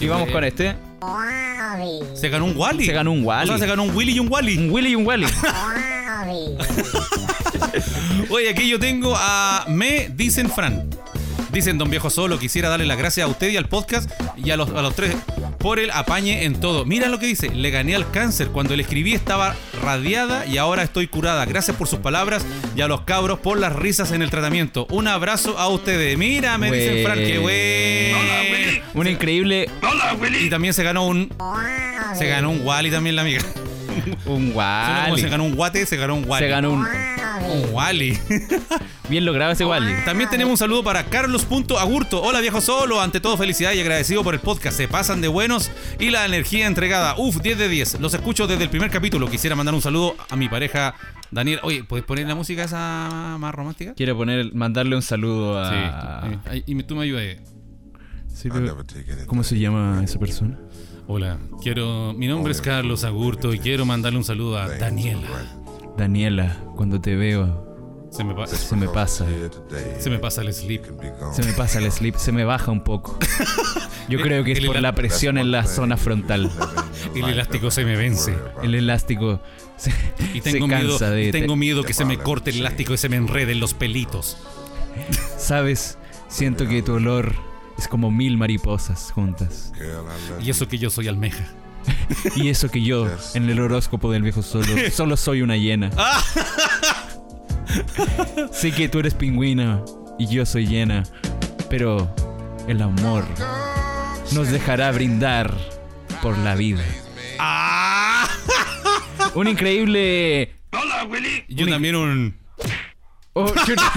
[SPEAKER 1] Y vamos con este.
[SPEAKER 3] Se ganó un Wally.
[SPEAKER 1] Se ganó un
[SPEAKER 3] O
[SPEAKER 1] Wally.
[SPEAKER 3] sea, se ganó un Willy y un Wally.
[SPEAKER 1] Un Willy y un Wally.
[SPEAKER 3] Oye, aquí yo tengo a Me Dicen Fran. Dicen Don Viejo Solo, quisiera darle las gracias a usted y al podcast y a los, a los tres por el apañe en todo. Mira lo que dice, le gané al cáncer. Cuando le escribí estaba radiada y ahora estoy curada. Gracias por sus palabras y a los cabros por las risas en el tratamiento. Un abrazo a ustedes. Mira, me dicen Fran, qué bueno.
[SPEAKER 1] Un increíble
[SPEAKER 3] Y también se ganó un... Se ganó un Wally también la amiga.
[SPEAKER 1] un
[SPEAKER 3] Suena como
[SPEAKER 1] Wally.
[SPEAKER 3] se ganó un guate, se ganó un Wally.
[SPEAKER 1] Ah, Se ganó un
[SPEAKER 3] un Wally.
[SPEAKER 1] bien logrado ese Wally.
[SPEAKER 3] También tenemos un saludo para Carlos.agurto. Hola viejo solo, ante todo felicidad y agradecido por el podcast. Se pasan de buenos y la energía entregada. Uf, 10 de 10. Los escucho desde el primer capítulo. Quisiera mandar un saludo a mi pareja Daniel. Oye, ¿puedes poner la música esa más romántica? Ah.
[SPEAKER 1] Quiero poner mandarle un saludo a
[SPEAKER 3] Sí. Ay, Eh, Y tú me ayudas.
[SPEAKER 1] Sí,
[SPEAKER 6] I
[SPEAKER 1] pero-
[SPEAKER 6] never take anything.
[SPEAKER 1] ¿Cómo se llama esa persona?
[SPEAKER 3] Hola, quiero. Mi nombre es Carlos Agurto y quiero mandarle un saludo a Daniela.
[SPEAKER 1] Daniela, cuando te veo
[SPEAKER 3] Se me, pa-
[SPEAKER 1] se me pasa.
[SPEAKER 6] Here today.
[SPEAKER 3] se me pasa el sleep.
[SPEAKER 6] Can be gone.
[SPEAKER 1] Se me pasa el sleep, se me baja un poco. Yo creo que es
[SPEAKER 3] el
[SPEAKER 1] por
[SPEAKER 3] elá-
[SPEAKER 1] la presión en la zona frontal.
[SPEAKER 3] El elástico se me vence.
[SPEAKER 1] El elástico se,
[SPEAKER 3] Y
[SPEAKER 1] se
[SPEAKER 3] tengo miedo,
[SPEAKER 1] cansa de...
[SPEAKER 3] tengo miedo
[SPEAKER 6] te-
[SPEAKER 3] que se me corte el elástico y se me enreden los pelitos.
[SPEAKER 1] Sabes, siento que tu olor es como mil mariposas juntas.
[SPEAKER 6] Girl, I love
[SPEAKER 3] Y eso que yo soy almeja.
[SPEAKER 1] Y eso que yo, en el horóscopo del viejo solo, solo soy una hiena. sé que tú eres pingüina y yo soy hiena, pero el amor nos dejará brindar por la vida.
[SPEAKER 3] Ah.
[SPEAKER 1] Un increíble...
[SPEAKER 3] Yo también un.
[SPEAKER 1] Oh, chuta.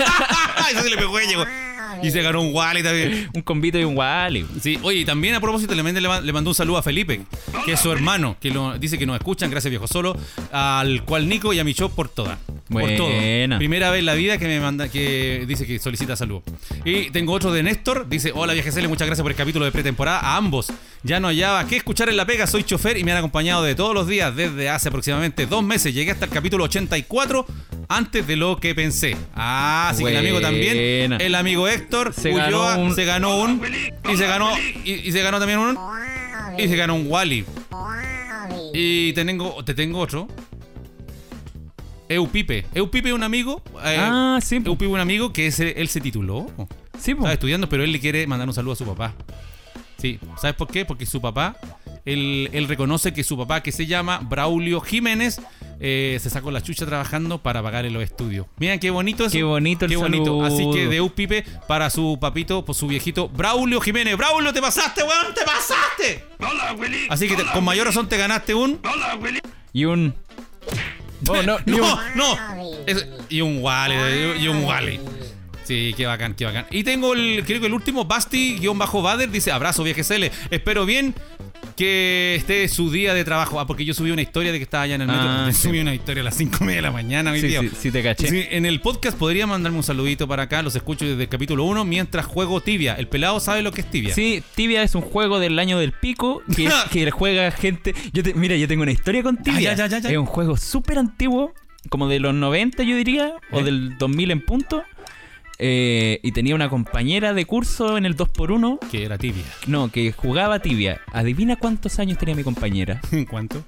[SPEAKER 3] Eso se le pegó y llegó. Y se ganó un wallet también.
[SPEAKER 1] un convito y un wally.
[SPEAKER 3] Sí, oye, y también a propósito, le mandé- le mandó un saludo a Felipe, que es su hermano, que lo, dice que nos escuchan, gracias viejo solo, al cual Nico y a mi show por toda. Por
[SPEAKER 1] Buena.
[SPEAKER 3] todo. Primera vez en la vida que me manda, que dice que solicita saludo. Y tengo otro de Néstor, dice, hola vieja Cele, muchas gracias por el capítulo de pretemporada. A ambos, ya no hallaba qué escuchar en la pega, soy chofer y me han acompañado de todos los días desde hace aproximadamente dos meses. Llegué hasta el capítulo 84 antes de lo que pensé. Ah, así que el amigo también,
[SPEAKER 1] Buena.
[SPEAKER 3] el amigo Héctor,
[SPEAKER 1] Se
[SPEAKER 3] Ulloa,
[SPEAKER 1] ganó un-
[SPEAKER 3] se ganó un y se ganó y, y se ganó también un y se ganó un Wally. Y te tengo te tengo otro. Eupipe. Eupipe es un amigo. eh,
[SPEAKER 1] Ah, sí, po.
[SPEAKER 3] Eupipe es un amigo que es- él se tituló.
[SPEAKER 1] Sí, po.
[SPEAKER 3] Estaba estudiando, pero él le quiere mandar un saludo a su papá. Sí, ¿sabes por qué? Porque su papá, él, él reconoce que su papá, que se llama Braulio Jiménez, eh, se sacó la chucha trabajando para pagarle los estudios. Mira qué bonito eso.
[SPEAKER 1] Qué bonito el
[SPEAKER 3] Qué bonito.
[SPEAKER 1] saludo.
[SPEAKER 3] Así que de Upipe para su papito, por su viejito Braulio Jiménez. Braulio, te pasaste, weón, te pasaste. Así que te- con mayor razón te ganaste un.
[SPEAKER 1] Y un. Oh, no, y un-
[SPEAKER 3] no. Es- y un Wally, y un Wally. Sí, qué bacán, qué bacán. Y tengo el, creo que el último, Basti-Bader, dice, abrazo, viaje Cele. Espero bien que esté su día de trabajo. Ah, porque yo subí una historia de que estaba allá en el metro.
[SPEAKER 1] Ah, sí.
[SPEAKER 3] Subí una historia a las 5 de la mañana, mi
[SPEAKER 1] Sí,
[SPEAKER 3] tío.
[SPEAKER 1] sí, sí, te caché.
[SPEAKER 3] Sí, en el podcast podría mandarme un saludito para acá, los escucho desde el capítulo 1, mientras juego tibia. El pelado sabe lo que es tibia.
[SPEAKER 1] Sí, Tibia es un juego del año del pico que, que juega gente. Yo te- mira, yo tengo una historia con Tibia.
[SPEAKER 3] ya, ya, ya, ya.
[SPEAKER 1] Es un juego súper antiguo, como de los 90, yo diría, o
[SPEAKER 3] ¿Eh?
[SPEAKER 1] del 2000 en punto. Eh, y tenía una compañera de curso en el 2x1,
[SPEAKER 3] Que era tibia.
[SPEAKER 1] no, que jugaba Tibia. Adivina cuántos años tenía mi compañera.
[SPEAKER 3] ¿En cuánto?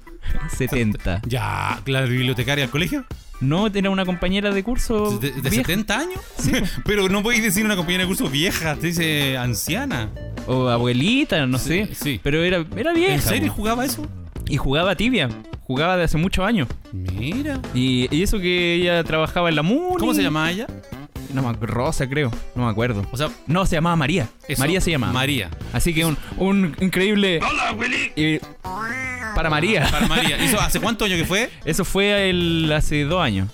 [SPEAKER 1] 70.
[SPEAKER 3] Ya, la bibliotecaria del colegio.
[SPEAKER 1] No, era una compañera de curso.
[SPEAKER 3] ¿De, de
[SPEAKER 1] Oh, vieja.
[SPEAKER 3] 70 años?
[SPEAKER 1] Sí, po.
[SPEAKER 3] Pero no podéis decir una compañera de curso vieja, te dice anciana.
[SPEAKER 1] O abuelita, no
[SPEAKER 3] Sí,
[SPEAKER 1] sé.
[SPEAKER 3] sí.
[SPEAKER 1] Pero era, era vieja.
[SPEAKER 3] ¿En serio
[SPEAKER 1] po.
[SPEAKER 3] jugaba eso?
[SPEAKER 1] Y jugaba Tibia. Jugaba de hace muchos años.
[SPEAKER 3] Mira.
[SPEAKER 1] Y, y eso que ella trabajaba en la MUNI.
[SPEAKER 3] ¿Cómo se llamaba ella?
[SPEAKER 1] No me ac- Rosa, creo. No me acuerdo.
[SPEAKER 3] O sea,
[SPEAKER 1] No, se llamaba María.
[SPEAKER 3] eso-
[SPEAKER 1] María se llamaba.
[SPEAKER 3] María.
[SPEAKER 1] Así que un, un increíble. Y- para María.
[SPEAKER 3] Para María. ¿Hizo hace cuántos años que fue?
[SPEAKER 1] Eso fue el, hace dos años,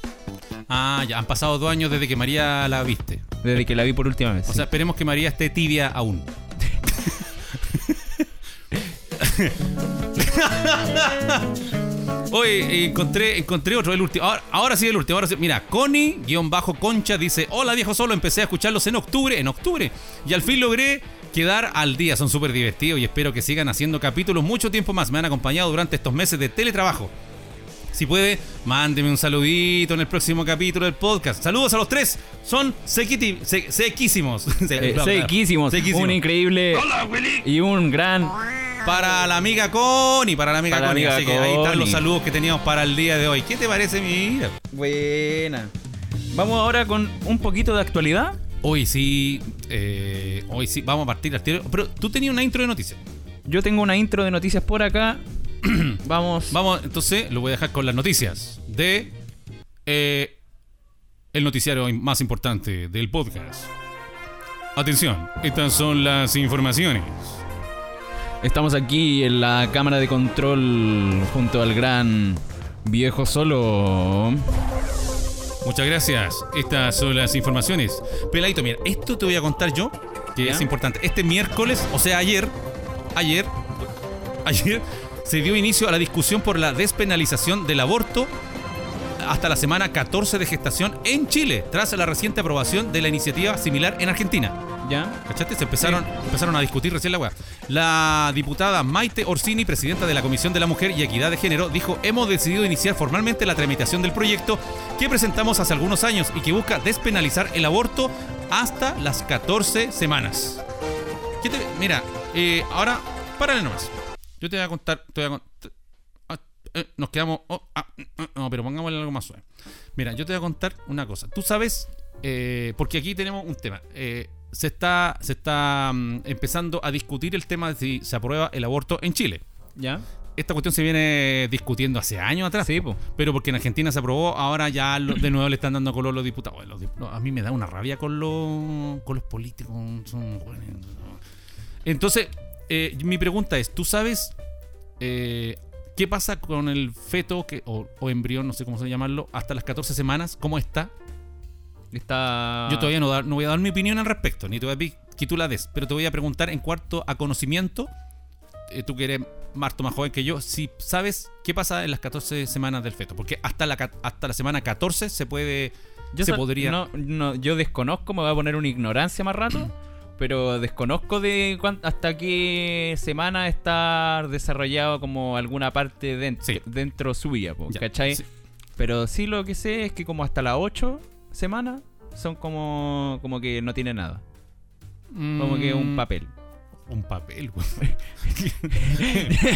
[SPEAKER 3] Ah, ya han pasado dos años desde que María la viste.
[SPEAKER 1] desde que la vi por última vez.
[SPEAKER 3] O sea, esperemos que María esté tibia aún. Oye, encontré, encontré otro, el último. Ahora, ahora sí, el último. Ahora sí. Mira, Connie-Concha dice: Hola viejo solo, empecé a escucharlos en octubre, en octubre. Y al fin logré quedar al día. Son súper divertidos y espero que sigan haciendo capítulos mucho tiempo más. Me han acompañado durante estos meses de teletrabajo. Si puede, mándeme un saludito en el próximo capítulo del podcast. Saludos a los tres. Son sequiti- se- sequísimos.
[SPEAKER 1] Eh, sequísimos,
[SPEAKER 3] Sequísimos.
[SPEAKER 1] Un increíble. Y un gran.
[SPEAKER 3] Para la amiga Connie, para la amiga
[SPEAKER 1] Para la
[SPEAKER 3] Connie.
[SPEAKER 1] amiga
[SPEAKER 3] Así que ahí están los
[SPEAKER 1] Connie.
[SPEAKER 3] saludos que teníamos para el día de hoy. ¿Qué te parece, mira?
[SPEAKER 1] Buena. Vamos ahora con un poquito de actualidad.
[SPEAKER 3] Hoy sí, eh, hoy sí, vamos a partir al tiro. Pero tú tenías una intro de noticias.
[SPEAKER 1] Yo tengo una intro de noticias por acá. Vamos.
[SPEAKER 3] Vamos, entonces lo voy a dejar con las noticias de eh, el noticiario más importante del podcast. Atención, estas son las informaciones.
[SPEAKER 1] Estamos aquí en la cámara de control junto al gran viejo solo.
[SPEAKER 3] Muchas gracias. Estas son las informaciones. Peladito, mira, esto te voy a contar yo, que
[SPEAKER 1] ¿Ya?
[SPEAKER 3] es importante. Este miércoles, o sea, ayer, ayer, ayer, se dio inicio a la discusión por la despenalización del aborto hasta la semana 14 de gestación en Chile, tras la reciente aprobación de la iniciativa similar en Argentina.
[SPEAKER 1] ¿Ya?
[SPEAKER 3] ¿Cachaste? Se empezaron, empezaron a discutir recién la weá. La diputada Maite Orsini, presidenta de la Comisión de la Mujer y Equidad de Género, dijo: Hemos decidido iniciar formalmente la tramitación del proyecto que presentamos hace algunos años y que busca despenalizar el aborto hasta las 14 semanas. ¿Qué te- mira, eh, ahora, párale nomás. Yo te voy a contar. Te voy a cont- ah, eh, nos quedamos. oh, ah, ah, no, pero pongámosle algo más suave. Mira, yo te voy a contar una cosa. Tú sabes, eh, porque aquí tenemos un tema. Eh, se está, se está mm, empezando a discutir el tema de si se aprueba el aborto en Chile.
[SPEAKER 1] ¿Ya?
[SPEAKER 3] Esta cuestión se viene discutiendo hace años atrás.
[SPEAKER 1] Sí, po.
[SPEAKER 3] Pero porque en Argentina se aprobó, ahora ya lo- de nuevo le están dando color los diputados. Los dip- no, a mí me da una rabia con los, con los políticos. son hueones. Entonces, eh, mi pregunta es, ¿tú sabes eh, qué pasa con el feto que, o, o embrión, no sé cómo se llamarlo, hasta las 14 semanas? ¿Cómo está?
[SPEAKER 1] Está.
[SPEAKER 3] Yo todavía no, da- no voy a dar mi opinión al respecto, ni te voy a pedir que tú la des, pero te voy a preguntar en cuanto a conocimiento, eh, tú que eres Marto más joven que yo, si sabes qué pasa en las 14 semanas del feto, porque hasta la, ca- hasta la semana 14 se puede...
[SPEAKER 1] Yo
[SPEAKER 3] se
[SPEAKER 1] sa-
[SPEAKER 3] podría...
[SPEAKER 1] No, no, yo desconozco, me voy a poner una ignorancia más rato, pero desconozco de cuán- hasta qué semana está desarrollado como alguna parte dent-
[SPEAKER 3] Sí.
[SPEAKER 1] dentro suya, po,
[SPEAKER 3] Ya,
[SPEAKER 1] ¿cachai?
[SPEAKER 3] sí.
[SPEAKER 1] Pero sí lo que sé es que como hasta las 8 semanas son como, como que no tiene nada, como que un
[SPEAKER 3] Mm,
[SPEAKER 1] papel.
[SPEAKER 3] Un papel, güey.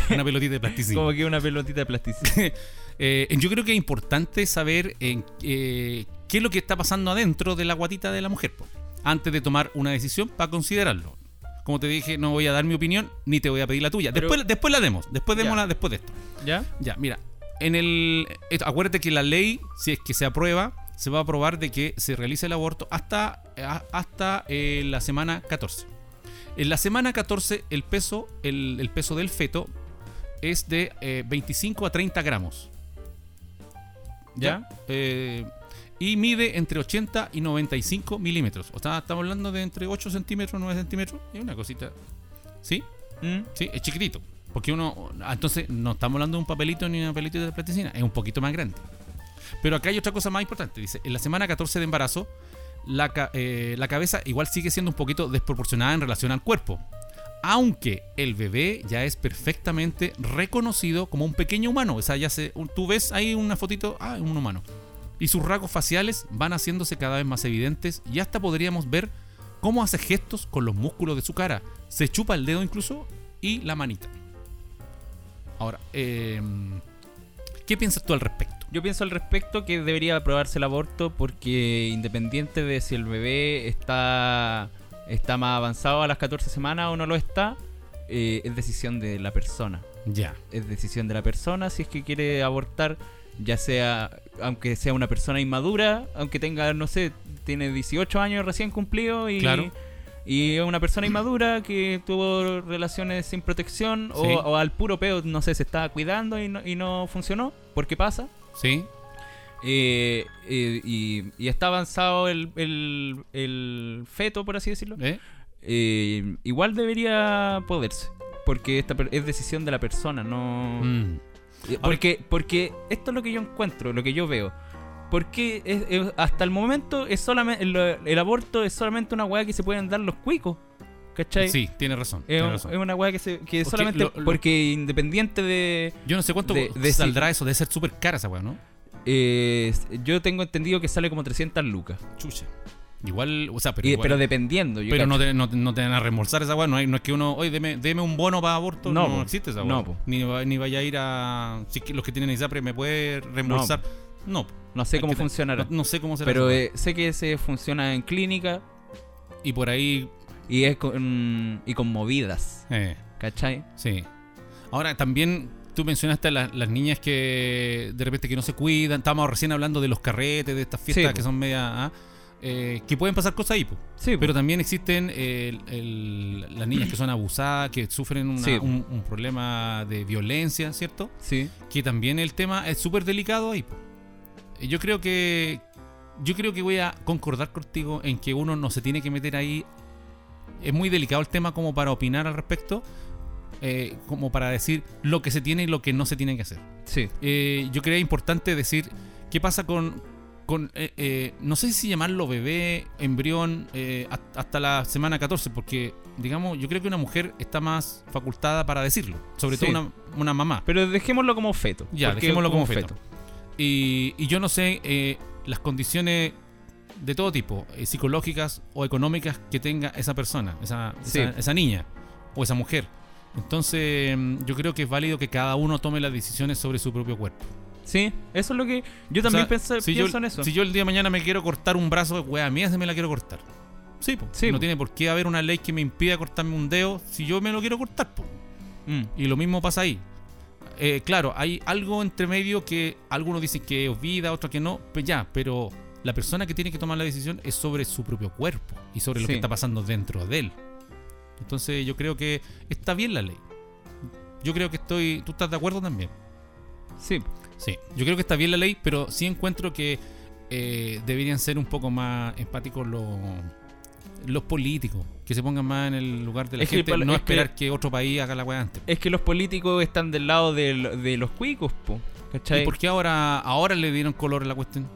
[SPEAKER 3] Una pelotita de plasticina.
[SPEAKER 1] Como que una pelotita de plasticina.
[SPEAKER 3] Eh, yo creo que es importante saber en- eh, qué es lo que está pasando adentro de la guatita de la mujer, po, antes de tomar una decisión para considerarlo. Como te dije, no voy a dar mi opinión ni te voy a pedir la tuya.
[SPEAKER 1] Pero-
[SPEAKER 3] Después, después la demos, después
[SPEAKER 1] Ya.
[SPEAKER 3] démosla después de esto.
[SPEAKER 1] ¿Ya?
[SPEAKER 3] Ya, mira, en el esto, acuérdate que la ley, si es que se aprueba, se va a aprobar de que se realice el aborto hasta, a- hasta eh, la semana 14. En la semana 14 el peso, el, el peso del feto es de eh, 25 a 30 gramos.
[SPEAKER 1] ¿Ya?
[SPEAKER 3] Eh, y mide entre 80 y 95 milímetros. O sea, estamos hablando de entre 8 centímetros, 9 centímetros. Es una cosita. ¿Sí?
[SPEAKER 1] ¿Mm?
[SPEAKER 3] Sí, es chiquitito. Porque uno. ah, Entonces, no estamos hablando de un papelito ni una pelita de plasticina, es un poquito más grande. Pero acá hay otra cosa más importante. Dice: en la semana 14 de embarazo, la, ca- eh, la cabeza igual sigue siendo un poquito desproporcionada en relación al cuerpo. Aunque el bebé ya es perfectamente reconocido como un pequeño humano. O sea, ya se, un- tú ves ahí una fotito, ah, un humano. Y sus rasgos faciales van haciéndose cada vez más evidentes y hasta podríamos ver cómo hace gestos con los músculos de su cara. Se chupa el dedo incluso y la manita. Ahora, eh, ¿qué piensas tú al respecto?
[SPEAKER 1] Yo pienso al respecto que debería aprobarse el aborto porque independiente de si el bebé está, está más avanzado a las 14 semanas o no lo está, eh, es decisión de la persona.
[SPEAKER 3] Ya.
[SPEAKER 1] Es decisión de la persona si es que quiere abortar, ya sea, aunque sea una persona inmadura, aunque tenga, no sé, tiene 18 años recién cumplido y...
[SPEAKER 3] Claro.
[SPEAKER 1] Y es una persona inmadura que tuvo relaciones sin protección o,
[SPEAKER 3] Sí.
[SPEAKER 1] o al puro peo, no sé, se estaba cuidando y no, y no funcionó, porque pasa.
[SPEAKER 3] ¿Sí?
[SPEAKER 1] Eh, eh, y, y está avanzado el, el- el feto, por así decirlo.
[SPEAKER 3] ¿Eh?
[SPEAKER 1] Eh, igual debería poderse. Porque esta per- es decisión de la persona, no.
[SPEAKER 3] Mm.
[SPEAKER 1] Eh, Porque, porque esto es lo que yo encuentro, lo que yo veo. Porque es- es- hasta el momento es solamente el, el aborto es solamente una weá que se pueden dar los cuicos. ¿Cachai?
[SPEAKER 3] Sí, tienes razón.
[SPEAKER 1] Es,
[SPEAKER 3] tienes
[SPEAKER 1] un-
[SPEAKER 3] razón.
[SPEAKER 1] es una weá que, se, que solamente.
[SPEAKER 3] lo- lo-
[SPEAKER 1] Porque independiente de.
[SPEAKER 3] Yo no sé cuánto
[SPEAKER 1] de- de-
[SPEAKER 3] saldrá eso, debe ser súper cara esa weá, ¿no?
[SPEAKER 1] eh, yo tengo entendido que sale como 300 lucas.
[SPEAKER 3] Chucha. Igual, o sea, pero,
[SPEAKER 1] Y-
[SPEAKER 3] igual-
[SPEAKER 1] pero dependiendo. yo
[SPEAKER 3] pero
[SPEAKER 1] cacho.
[SPEAKER 3] no, te, no, te- no te van a reembolsar esa weá, no, hay- no es que uno, oye, deme, deme un bono para aborto,
[SPEAKER 1] No,
[SPEAKER 3] no,
[SPEAKER 1] po.
[SPEAKER 3] existe esa weá.
[SPEAKER 1] No, po.
[SPEAKER 3] ni, va- ni vaya a ir a... Si es que los que tienen ISAPRE me puede reembolsar. No, po.
[SPEAKER 1] No sé
[SPEAKER 3] Hay
[SPEAKER 1] cómo
[SPEAKER 3] que te-
[SPEAKER 1] funcionará.
[SPEAKER 3] no, no sé cómo será.
[SPEAKER 1] pero
[SPEAKER 3] esa weá.
[SPEAKER 1] eh, sé que se funciona en clínica
[SPEAKER 3] y por ahí...
[SPEAKER 1] y es con, y con movidas.
[SPEAKER 3] eh.
[SPEAKER 1] ¿Cachai?
[SPEAKER 3] Sí. Ahora también tú mencionaste a la- las niñas que de repente que no se cuidan. Estábamos recién hablando de los carretes, de estas fiestas
[SPEAKER 1] Sí,
[SPEAKER 3] que
[SPEAKER 1] po.
[SPEAKER 3] son media... ah, eh, que pueden pasar cosas ahí, po.
[SPEAKER 1] Sí,
[SPEAKER 3] pero también existen eh, el- el- las niñas que son abusadas, que sufren una-
[SPEAKER 1] Sí, po.
[SPEAKER 3] un, un problema de violencia, ¿cierto?
[SPEAKER 1] sí.
[SPEAKER 3] Que también el tema es súper delicado ahí. po. Y Yo creo que yo creo que voy a concordar contigo en que uno no se tiene que meter ahí. Es muy delicado el tema como para opinar al respecto, eh, como para decir lo que se tiene y lo que no se tiene que hacer.
[SPEAKER 1] Sí.
[SPEAKER 3] Eh, yo creo importante decir qué pasa con, con eh, eh, no sé si llamarlo bebé, embrión, eh, hasta- hasta la semana 14, porque digamos, yo creo que una mujer está más facultada para decirlo, sobre
[SPEAKER 1] Sí.
[SPEAKER 3] todo una, una mamá.
[SPEAKER 1] Pero dejémoslo como feto.
[SPEAKER 3] Ya,
[SPEAKER 1] porque
[SPEAKER 3] dejémoslo como feto. Y, y yo no sé eh, las condiciones de todo tipo, eh, psicológicas o económicas que tenga esa persona, esa,
[SPEAKER 1] Sí.
[SPEAKER 3] esa, esa niña o esa mujer. Entonces, mm, yo creo que es válido que cada uno tome las decisiones sobre su propio cuerpo.
[SPEAKER 1] Sí, eso es lo que. Yo también
[SPEAKER 3] O sea,
[SPEAKER 1] pensé-
[SPEAKER 3] si yo-
[SPEAKER 1] pienso en eso.
[SPEAKER 3] Si yo el día de mañana me quiero cortar un brazo, weá, mía se me la quiero cortar. Sí, po.
[SPEAKER 1] Sí,
[SPEAKER 3] no
[SPEAKER 1] po.
[SPEAKER 3] tiene por qué haber una ley que me impida cortarme un dedo si yo me lo quiero cortar, po.
[SPEAKER 1] Mm,
[SPEAKER 3] Y lo mismo pasa ahí. Eh, claro, hay algo entre medio que algunos dicen que es vida, otros que no, pues ya, pero la persona que tiene que tomar la decisión es sobre su propio cuerpo y sobre lo
[SPEAKER 1] Sí.
[SPEAKER 3] que está pasando dentro de él. Entonces yo creo que está bien la ley. Yo creo que estoy... ¿Tú estás de acuerdo también?
[SPEAKER 1] sí.
[SPEAKER 3] Sí, yo creo que está bien la ley, pero sí encuentro que eh, deberían ser un poco más empáticos los, los políticos, que se pongan más en el lugar de la
[SPEAKER 1] Es que el
[SPEAKER 3] gente,
[SPEAKER 1] palo-
[SPEAKER 3] no
[SPEAKER 1] es que-
[SPEAKER 3] esperar que... otro país haga la weá antes.
[SPEAKER 1] Es que los políticos están del lado del- de los cuicos, po. ¿Cachai?
[SPEAKER 3] ¿Y por qué ahora, ahora le dieron color a la cuestión?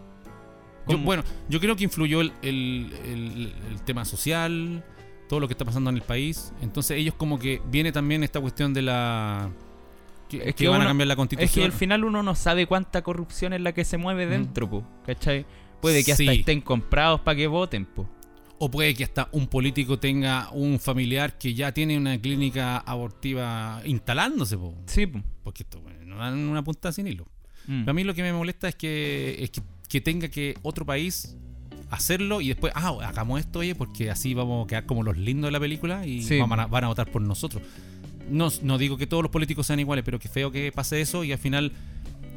[SPEAKER 3] Yo-
[SPEAKER 1] ¿Cómo?
[SPEAKER 3] bueno, yo creo que influyó el, el- el- el tema social, todo lo que está pasando en el país. Entonces ellos como que viene también esta cuestión de la... Que,
[SPEAKER 1] Es
[SPEAKER 3] que
[SPEAKER 1] que
[SPEAKER 3] van
[SPEAKER 1] uno-
[SPEAKER 3] a cambiar la
[SPEAKER 1] Es que
[SPEAKER 3] constitución.
[SPEAKER 1] al final uno no sabe cuánta corrupción es la que se mueve dentro, po. ¿Cachai? Puede que hasta
[SPEAKER 3] Sí.
[SPEAKER 1] estén comprados para que voten, po.
[SPEAKER 3] O puede que hasta un político tenga un familiar que ya tiene una clínica abortiva instalándose, po.
[SPEAKER 1] Sí, po.
[SPEAKER 3] porque esto, bueno, no dan una punta sin hilo.
[SPEAKER 1] Mm.
[SPEAKER 3] Pero a mí lo que me molesta es que, es que, que tenga que otro país hacerlo y después, ah, hagamos esto, oye, porque así vamos a quedar como los lindos de la película y
[SPEAKER 1] Sí.
[SPEAKER 3] van, a, van a votar por nosotros. No, no digo que todos los políticos sean iguales, pero que feo que pase eso y al final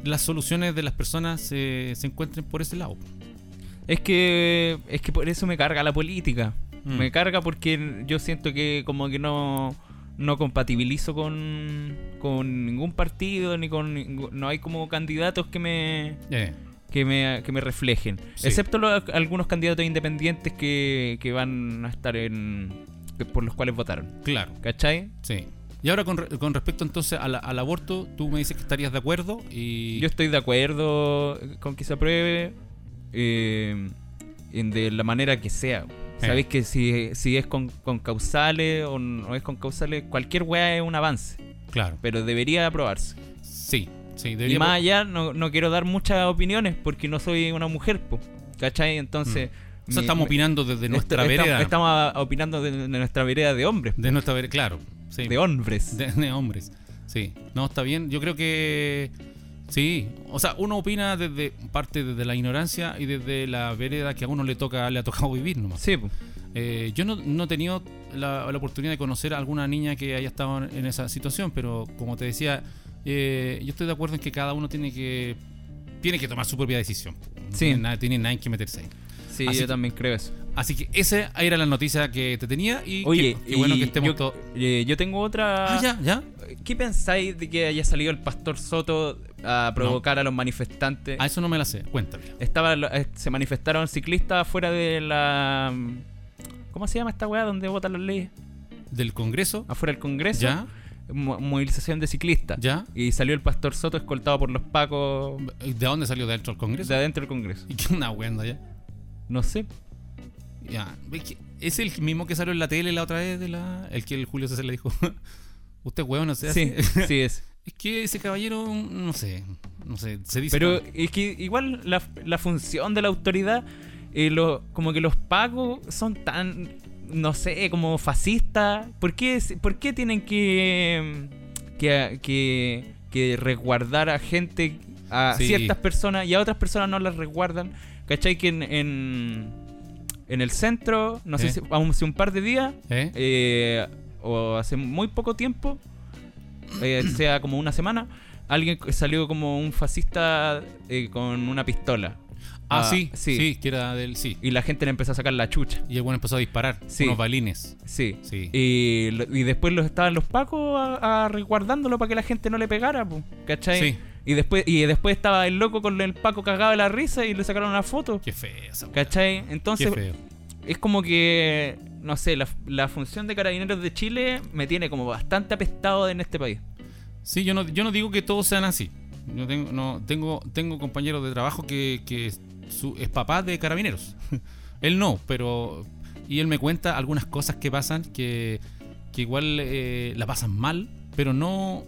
[SPEAKER 3] las soluciones de las personas se, se encuentren por ese lado.
[SPEAKER 1] Es que es que por eso me carga la política.
[SPEAKER 3] Mm.
[SPEAKER 1] Me carga porque yo siento que como que no no compatibilizo con, con ningún partido ni con ningú- no hay como candidatos que me
[SPEAKER 3] Eh,
[SPEAKER 1] que me, que me reflejen,
[SPEAKER 3] Sí.
[SPEAKER 1] excepto los- algunos candidatos independientes que, que van a estar en que- por los cuales votaron,
[SPEAKER 3] claro.
[SPEAKER 1] ¿cachai?
[SPEAKER 3] Sí. Y ahora con, re- con respecto entonces a la- al aborto, tú me dices que estarías de acuerdo y...
[SPEAKER 1] Yo estoy de acuerdo con que se apruebe eh, en de la manera que sea. Sabéis que si, si es con, con causales o no es con causales, cualquier weá es un avance,
[SPEAKER 3] Claro.
[SPEAKER 1] pero debería aprobarse.
[SPEAKER 3] Sí, sí,
[SPEAKER 1] Y más
[SPEAKER 3] deberíamos...
[SPEAKER 1] allá, no, no quiero dar muchas opiniones porque no soy una mujer, po, ¿cachai? Entonces.
[SPEAKER 3] O sea,
[SPEAKER 1] mi-
[SPEAKER 3] Mm. estamos
[SPEAKER 1] mi-
[SPEAKER 3] opinando desde nuestra
[SPEAKER 1] esta- esta-
[SPEAKER 3] vereda.
[SPEAKER 1] Estamos a- opinando de, de nuestra vereda de hombres,
[SPEAKER 3] De nuestra vereda, claro. Sí.
[SPEAKER 1] de hombres.
[SPEAKER 3] De, de hombres. Sí. No, está bien. Yo creo que. Sí. O sea, uno opina desde parte desde la ignorancia y desde la vereda que a uno le toca, le ha tocado vivir nomás.
[SPEAKER 1] Sí, po.
[SPEAKER 3] Eh, yo no, no he tenido la, la oportunidad de conocer a alguna niña que haya estado en, en esa situación, pero como te decía, eh, yo estoy de acuerdo en que cada uno tiene que. Tiene que tomar su propia decisión. No
[SPEAKER 1] Sí.
[SPEAKER 3] Tiene nada, tiene nadie que meterse ahí.
[SPEAKER 1] sí
[SPEAKER 3] Así
[SPEAKER 1] yo
[SPEAKER 3] que-
[SPEAKER 1] también creo eso.
[SPEAKER 3] Así que esa era la noticia que te tenía y
[SPEAKER 1] Oye,
[SPEAKER 3] qué, qué bueno
[SPEAKER 1] y
[SPEAKER 3] que estemos
[SPEAKER 1] yo,
[SPEAKER 3] todos.
[SPEAKER 1] eh, yo tengo otra.
[SPEAKER 3] Ah, ya, ya.
[SPEAKER 1] ¿Qué pensáis de que haya salido el pastor Soto a provocar a los manifestantes?
[SPEAKER 3] A Ah, eso no me la sé. Cuéntame.
[SPEAKER 1] Estaba, lo- eh, se manifestaron ciclistas afuera de la. mm, ¿Cómo se llama esta weá donde votan las leyes?
[SPEAKER 3] Del Congreso.
[SPEAKER 1] Afuera del Congreso.
[SPEAKER 3] Ya.
[SPEAKER 1] Mo- movilización de ciclistas.
[SPEAKER 3] ¿Ya?
[SPEAKER 1] Y salió el pastor Soto escoltado por los pacos
[SPEAKER 3] ¿De dónde salió dentro del
[SPEAKER 1] de
[SPEAKER 3] Congreso?
[SPEAKER 1] adentro del Congreso.
[SPEAKER 3] Y que una wenda ya.
[SPEAKER 1] No sé.
[SPEAKER 3] Ya. Es que es el mismo que salió en la tele la otra vez de la. El que el Julio César le dijo. Usted hueón, no sé.
[SPEAKER 1] Sí, sí es.
[SPEAKER 3] Es que ese caballero, no sé. No sé. Se dice.
[SPEAKER 1] Pero
[SPEAKER 3] que-
[SPEAKER 1] es que igual la, la función de la autoridad, eh, lo- como que los pagos son tan, no sé, como fascistas. ¿Por qué, es- por qué tienen que, que, que, que resguardar a gente, a
[SPEAKER 3] Sí.
[SPEAKER 1] ciertas personas, y a otras personas no las resguardan? ¿Cachai? Que en, en, en el centro, no sé
[SPEAKER 3] Eh.
[SPEAKER 1] si hace un par de días,
[SPEAKER 3] ¿Eh?
[SPEAKER 1] eh, o hace muy poco tiempo, eh, sea como una semana, alguien que salió como un fascista eh, con una pistola.
[SPEAKER 3] ah,
[SPEAKER 1] ah,
[SPEAKER 3] sí,
[SPEAKER 1] sí.
[SPEAKER 3] sí. que era del. Sí.
[SPEAKER 1] Y la gente le empezó a sacar la chucha.
[SPEAKER 3] Y el bueno empezó a disparar.
[SPEAKER 1] Sí.
[SPEAKER 3] Unos balines.
[SPEAKER 1] Sí.
[SPEAKER 3] Sí.
[SPEAKER 1] Y, lo- y después los estaban los pacos a, a resguardándolo para que la gente no le pegara, po, ¿cachai?
[SPEAKER 3] Sí.
[SPEAKER 1] Y después, y después estaba el loco con el paco cagado de la risa y le sacaron una foto.
[SPEAKER 3] Qué feo esa wea.
[SPEAKER 1] ¿Cachai?
[SPEAKER 3] Qué
[SPEAKER 1] Entonces,
[SPEAKER 3] feo.
[SPEAKER 1] es como que, no sé, la, la función de carabineros de Chile me tiene como bastante apestado en este país.
[SPEAKER 3] Sí, yo no, yo no digo que todos sean así. Yo tengo, no, tengo, tengo compañeros de trabajo que, que su- es papá de carabineros. él no, pero. Y él me cuenta algunas cosas que pasan que, que igual eh, la pasan mal, pero no.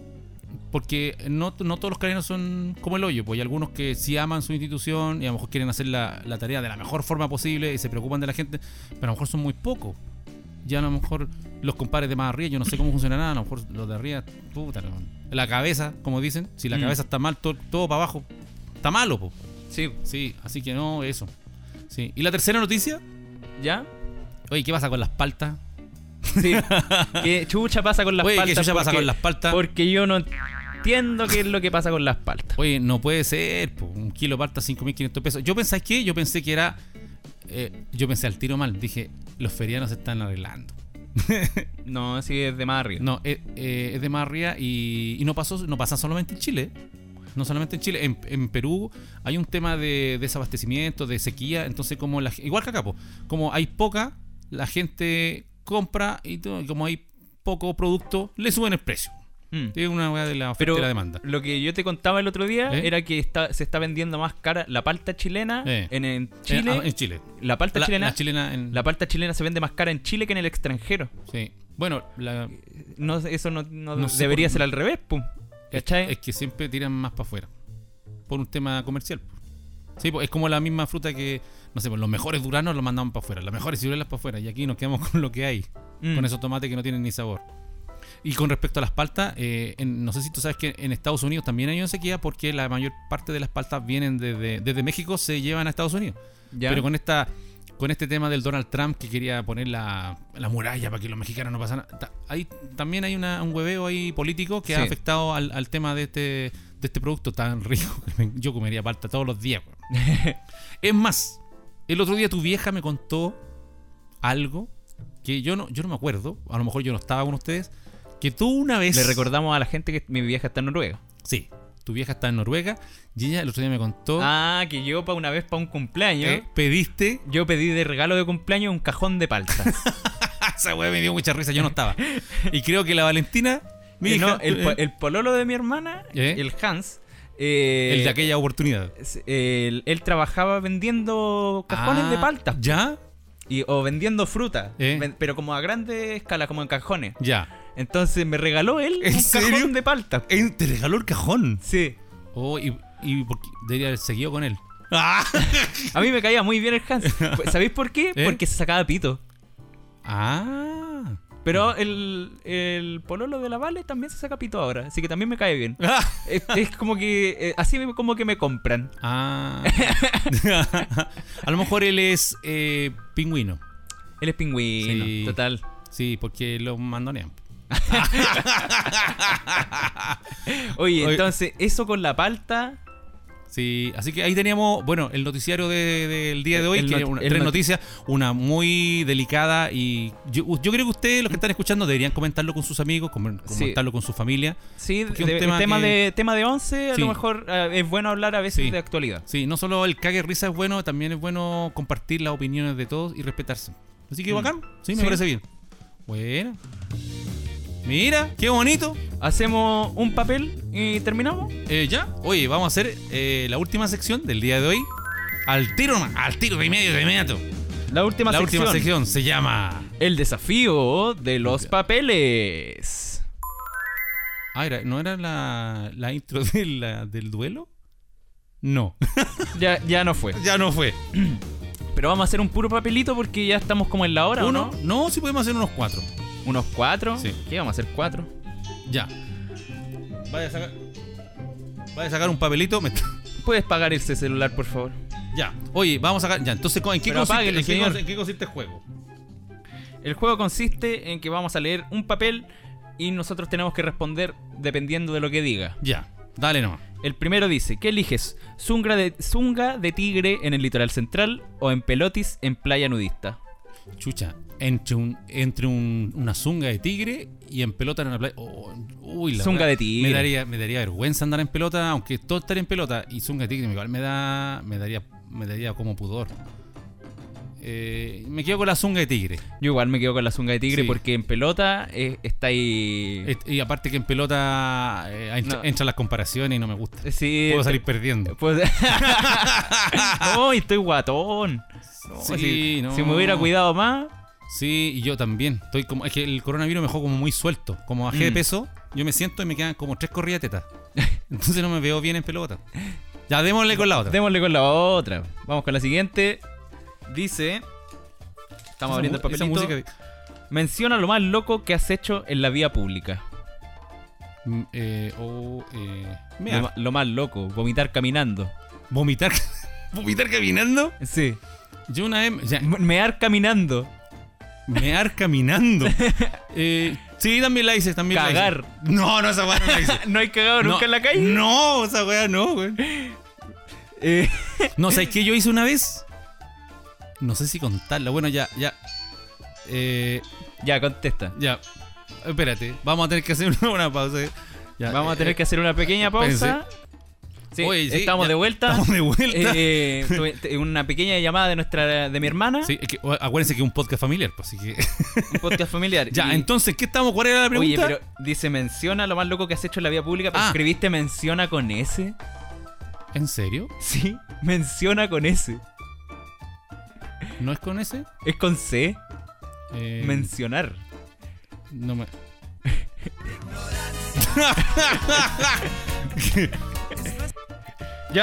[SPEAKER 3] Porque no, no todos los carabineros son como el hoyo, pues hay algunos que sí aman su institución y a lo mejor quieren hacer la, la tarea de la mejor forma posible y se preocupan de la gente, pero a lo mejor son muy pocos. Ya a lo mejor los compares de más arriba, yo no sé cómo funcionará, a lo mejor los de arriba, puta, no. la cabeza, como dicen, si la
[SPEAKER 1] Mm.
[SPEAKER 3] cabeza está mal, to- todo para abajo está malo, po.
[SPEAKER 1] Sí.
[SPEAKER 3] Sí, así que no, eso. Sí. ¿Y la tercera noticia?
[SPEAKER 1] ¿Ya?
[SPEAKER 3] Oye, ¿qué pasa con las paltas?
[SPEAKER 1] Sí. ¿Qué chucha pasa con las
[SPEAKER 3] Oye, ¿qué
[SPEAKER 1] paltas?
[SPEAKER 3] chucha pasa
[SPEAKER 1] Porque-
[SPEAKER 3] con las paltas?
[SPEAKER 1] Porque yo no entiendo qué es lo que pasa con las paltas.
[SPEAKER 3] Oye, no puede ser, po. un kilo de palta, 5.500 pesos. Yo pensé que, yo pensé que era, eh, yo pensé al tiro mal, dije, los ferianos se están arreglando.
[SPEAKER 1] No, sí, es de más arriba.
[SPEAKER 3] No, eh, eh, es de más arriba y, y no pasó, no pasa solamente en Chile. no solamente en Chile, en, en Perú hay un tema de desabastecimiento, de sequía, entonces como la, igual que acá, po, como hay poca, la gente compra y todo, y como hay poco producto, le suben el precio.
[SPEAKER 1] Mm.
[SPEAKER 3] Es una weá de la oferta
[SPEAKER 1] Pero
[SPEAKER 3] y la demanda.
[SPEAKER 1] lo que yo te contaba el otro día
[SPEAKER 3] ¿Eh?
[SPEAKER 1] era que está, se está vendiendo más cara la palta chilena
[SPEAKER 3] Eh.
[SPEAKER 1] en, en
[SPEAKER 3] Eh, ah,
[SPEAKER 1] Chile.
[SPEAKER 3] En, Chile.
[SPEAKER 1] la palta
[SPEAKER 3] La-
[SPEAKER 1] chilena.
[SPEAKER 3] la chilena en-
[SPEAKER 1] la palta chilena se vende más cara en Chile que en el extranjero.
[SPEAKER 3] Sí. Bueno, la,
[SPEAKER 1] No, eso no, no
[SPEAKER 3] No sé
[SPEAKER 1] debería
[SPEAKER 3] por-
[SPEAKER 1] ser al revés, pum. ¿Cachai?
[SPEAKER 3] Es que siempre tiran más para afuera. Por un tema comercial. po. Sí, po, es como la misma fruta que, no sé, po, los mejores duranos los mandaban para afuera, las mejores ciruelas para afuera. Y aquí nos quedamos con lo que hay.
[SPEAKER 1] Mm.
[SPEAKER 3] Con esos tomates que no tienen ni sabor. Y con respecto a las paltas, eh, en- no sé si tú sabes que en Estados Unidos también hay una sequía porque la mayor parte de las paltas vienen desde, desde México, se llevan a Estados Unidos.
[SPEAKER 1] Ya.
[SPEAKER 3] Pero con esta con este tema del Donald Trump que quería poner la, la muralla para que los mexicanos no pasaran. ta- Ahí también hay una- un hueveo ahí político que ha
[SPEAKER 1] Sí.
[SPEAKER 3] afectado al, al tema de este, de este producto tan rico que me- yo comería palta todos los días. weón. es más, el otro día tu vieja me contó algo que yo no, yo no me acuerdo, a lo mejor yo no estaba con ustedes, que tú una vez...
[SPEAKER 1] Le recordamos a la gente que mi vieja está en Noruega.
[SPEAKER 3] Sí, tu vieja está en Noruega y ella el otro día me contó
[SPEAKER 1] Ah, que yo para una vez para un cumpleaños.
[SPEAKER 3] que pediste
[SPEAKER 1] Yo pedí de regalo de cumpleaños un cajón de palta.
[SPEAKER 3] Esa weá me dio mucha risa, yo no estaba. Y creo que la Valentina, mi
[SPEAKER 1] Eh, no,
[SPEAKER 3] hija,
[SPEAKER 1] el,
[SPEAKER 3] eh,
[SPEAKER 1] po- el pololo de mi hermana,
[SPEAKER 3] ¿Eh?
[SPEAKER 1] el Hans, eh,
[SPEAKER 3] el de aquella oportunidad.
[SPEAKER 1] s- él, él trabajaba vendiendo cajones
[SPEAKER 3] Ah,
[SPEAKER 1] de palta
[SPEAKER 3] ¿Ya?
[SPEAKER 1] y, o vendiendo fruta,
[SPEAKER 3] ¿Eh?
[SPEAKER 1] ven- pero como a grande escala, como en cajones.
[SPEAKER 3] Ya.
[SPEAKER 1] Entonces me regaló él
[SPEAKER 3] ¿En
[SPEAKER 1] un
[SPEAKER 3] serio?
[SPEAKER 1] cajón de palta.
[SPEAKER 3] Eh, Te regaló el cajón.
[SPEAKER 1] Sí.
[SPEAKER 3] Oh, y, y por qué debería haber seguido con él.
[SPEAKER 1] A mí me caía muy bien el Hans. Pues, ¿Sabéis por qué?
[SPEAKER 3] ¿Eh?
[SPEAKER 1] Porque se sacaba pito.
[SPEAKER 3] Ah.
[SPEAKER 1] Pero el, el pololo de la Vale también se saca pito ahora, así que también me cae bien.
[SPEAKER 3] Ah.
[SPEAKER 1] es, es como que, eh, así me- como que me compran.
[SPEAKER 3] Ah. A lo mejor él es eh, pingüino.
[SPEAKER 1] Él es pingüino,
[SPEAKER 3] Sí.
[SPEAKER 1] total.
[SPEAKER 3] Sí, porque lo mandonean.
[SPEAKER 1] Oye,
[SPEAKER 3] Oye.
[SPEAKER 1] entonces, eso con la palta.
[SPEAKER 3] Sí, así que ahí teníamos, bueno, el noticiario de- del día de hoy,
[SPEAKER 1] El
[SPEAKER 3] que
[SPEAKER 1] not-
[SPEAKER 3] era una-
[SPEAKER 1] el
[SPEAKER 3] tres
[SPEAKER 1] not-
[SPEAKER 3] noticias, una muy delicada y yo, yo creo que ustedes, los que están escuchando, deberían comentarlo con sus amigos, comen-
[SPEAKER 1] Sí.
[SPEAKER 3] comentarlo con su familia.
[SPEAKER 1] Sí,
[SPEAKER 3] Porque un
[SPEAKER 1] de-
[SPEAKER 3] tema
[SPEAKER 1] el tema,
[SPEAKER 3] que-
[SPEAKER 1] de, tema de 11, a
[SPEAKER 3] Sí.
[SPEAKER 1] lo mejor eh, es bueno hablar a veces
[SPEAKER 3] Sí.
[SPEAKER 1] de actualidad.
[SPEAKER 3] Sí, no solo el cague risa es bueno, también es bueno compartir las opiniones de todos y respetarse. Así que bacán, sí, me
[SPEAKER 1] Mm. Sí.
[SPEAKER 3] parece bien. Bueno. Mira, qué bonito.
[SPEAKER 1] Hacemos un papel y terminamos.
[SPEAKER 3] Eh, ya, oye, vamos a hacer eh, la última sección del día de hoy. Al tiro, nomás, al tiro de medio, de inmediato.
[SPEAKER 1] La última,
[SPEAKER 3] la
[SPEAKER 1] sección.
[SPEAKER 3] última sección se llama...
[SPEAKER 1] El desafío de los papeles.
[SPEAKER 3] Ah, era- ¿no era la, la intro de la- del duelo? No,
[SPEAKER 1] Ya, ya no fue.
[SPEAKER 3] ya no fue.
[SPEAKER 1] Pero vamos a hacer un puro papelito porque ya estamos como en la hora, ¿o
[SPEAKER 3] ¿Uno?
[SPEAKER 1] no?
[SPEAKER 3] No, sí podemos hacer unos cuatro.
[SPEAKER 1] ¿Unos cuatro?
[SPEAKER 3] Sí.
[SPEAKER 1] ¿Qué vamos a hacer? ¿Cuatro?
[SPEAKER 3] Ya. Vaya a sacar. Vaya a sacar un papelito. me está-
[SPEAKER 1] ¿Puedes pagar ese celular, por favor?
[SPEAKER 3] Ya. Oye, vamos a sacar. Ya, entonces, ¿en qué,
[SPEAKER 1] Pero
[SPEAKER 3] consiste,
[SPEAKER 1] apáguele,
[SPEAKER 3] en qué
[SPEAKER 1] señor.
[SPEAKER 3] cons- en qué consiste el juego?
[SPEAKER 1] El juego consiste en que vamos a leer un papel y nosotros tenemos que responder dependiendo de lo que diga.
[SPEAKER 3] Ya. Dale nomás.
[SPEAKER 1] El primero dice, ¿qué eliges? ¿Zunga de, zunga de tigre en el litoral central o en pelotis en playa nudista?
[SPEAKER 3] Chucha. Entre, un, entre un- una zunga de tigre y en pelota en una playa. Oh, uy, la
[SPEAKER 1] Zunga
[SPEAKER 3] wea.
[SPEAKER 1] de tigre.
[SPEAKER 3] Me daría, me daría vergüenza andar en pelota, aunque todo estar en pelota. Y zunga de tigre igual me da. Me daría. Me daría como pudor. Eh, me quedo con la zunga de tigre.
[SPEAKER 1] Yo igual me quedo con la zunga de tigre
[SPEAKER 3] Sí.
[SPEAKER 1] porque en pelota eh, está ahí...
[SPEAKER 3] Et- Y aparte que en pelota eh, entra-
[SPEAKER 1] No.
[SPEAKER 3] entran las comparaciones y no me gusta.
[SPEAKER 1] sí,
[SPEAKER 3] Puedo salir perdiendo.
[SPEAKER 1] pues- ¡Ay, estoy guatón! No,
[SPEAKER 3] Sí,
[SPEAKER 1] si,
[SPEAKER 3] no.
[SPEAKER 1] si me hubiera cuidado más...
[SPEAKER 3] Sí, y yo también. Estoy como, es que el coronavirus me dejó como muy suelto. Como bajé de
[SPEAKER 1] Mm.
[SPEAKER 3] peso, yo me siento y me quedan como tres corridas de teta. Entonces no me veo bien en pelota. Ya démosle con la otra.
[SPEAKER 1] Démosle con la otra. Vamos con la siguiente. Dice... Estamos
[SPEAKER 3] Esa
[SPEAKER 1] abriendo el
[SPEAKER 3] mu- esa
[SPEAKER 1] papelito.
[SPEAKER 3] música-
[SPEAKER 1] Menciona lo más loco que has hecho en la vía pública.
[SPEAKER 3] Mm, eh, o, eh,
[SPEAKER 1] Lo,
[SPEAKER 3] mea.
[SPEAKER 1] ma- lo más loco, vomitar caminando.
[SPEAKER 3] vomitar. vomitar caminando.
[SPEAKER 1] Sí.
[SPEAKER 3] Yo una vez. ya,
[SPEAKER 1] M- Mear caminando.
[SPEAKER 3] mear caminando. Eh, sí, también la hice. También la hice.
[SPEAKER 1] Cagar.
[SPEAKER 3] No, no, esa weá no la hice.
[SPEAKER 1] ¿No hay cagado nunca
[SPEAKER 3] No,
[SPEAKER 1] en la calle?
[SPEAKER 3] No, esa weá no, weón.
[SPEAKER 1] Eh,
[SPEAKER 3] No, ¿sabes qué yo hice una vez? No sé si contarla. Bueno, ya, ya. Eh,
[SPEAKER 1] ya, contesta.
[SPEAKER 3] ya. Espérate, vamos a tener que hacer una, una pausa. Ya,
[SPEAKER 1] Vamos a
[SPEAKER 3] eh,
[SPEAKER 1] tener que hacer una pequeña pausa. Sí,
[SPEAKER 3] Oye, sí,
[SPEAKER 1] estamos
[SPEAKER 3] ya-
[SPEAKER 1] de vuelta.
[SPEAKER 3] estamos de vuelta.
[SPEAKER 1] Eh, tuve- te- una pequeña llamada de nuestra de mi hermana.
[SPEAKER 3] Sí, es que, o- acuérdense que es un podcast familiar, pues, así que.
[SPEAKER 1] Un podcast familiar.
[SPEAKER 3] ya,
[SPEAKER 1] Y-
[SPEAKER 3] entonces, ¿qué estamos? ¿Cuál era la
[SPEAKER 1] Oye,
[SPEAKER 3] pregunta?
[SPEAKER 1] pero dice menciona lo más loco que has hecho en la vida pública, pero
[SPEAKER 3] Ah.
[SPEAKER 1] escribiste menciona con S.
[SPEAKER 3] ¿En serio?
[SPEAKER 1] Sí, menciona con S.
[SPEAKER 3] ¿No es con ese?
[SPEAKER 1] Es con C,
[SPEAKER 3] Eh,
[SPEAKER 1] mencionar.
[SPEAKER 3] no me.
[SPEAKER 1] Ya.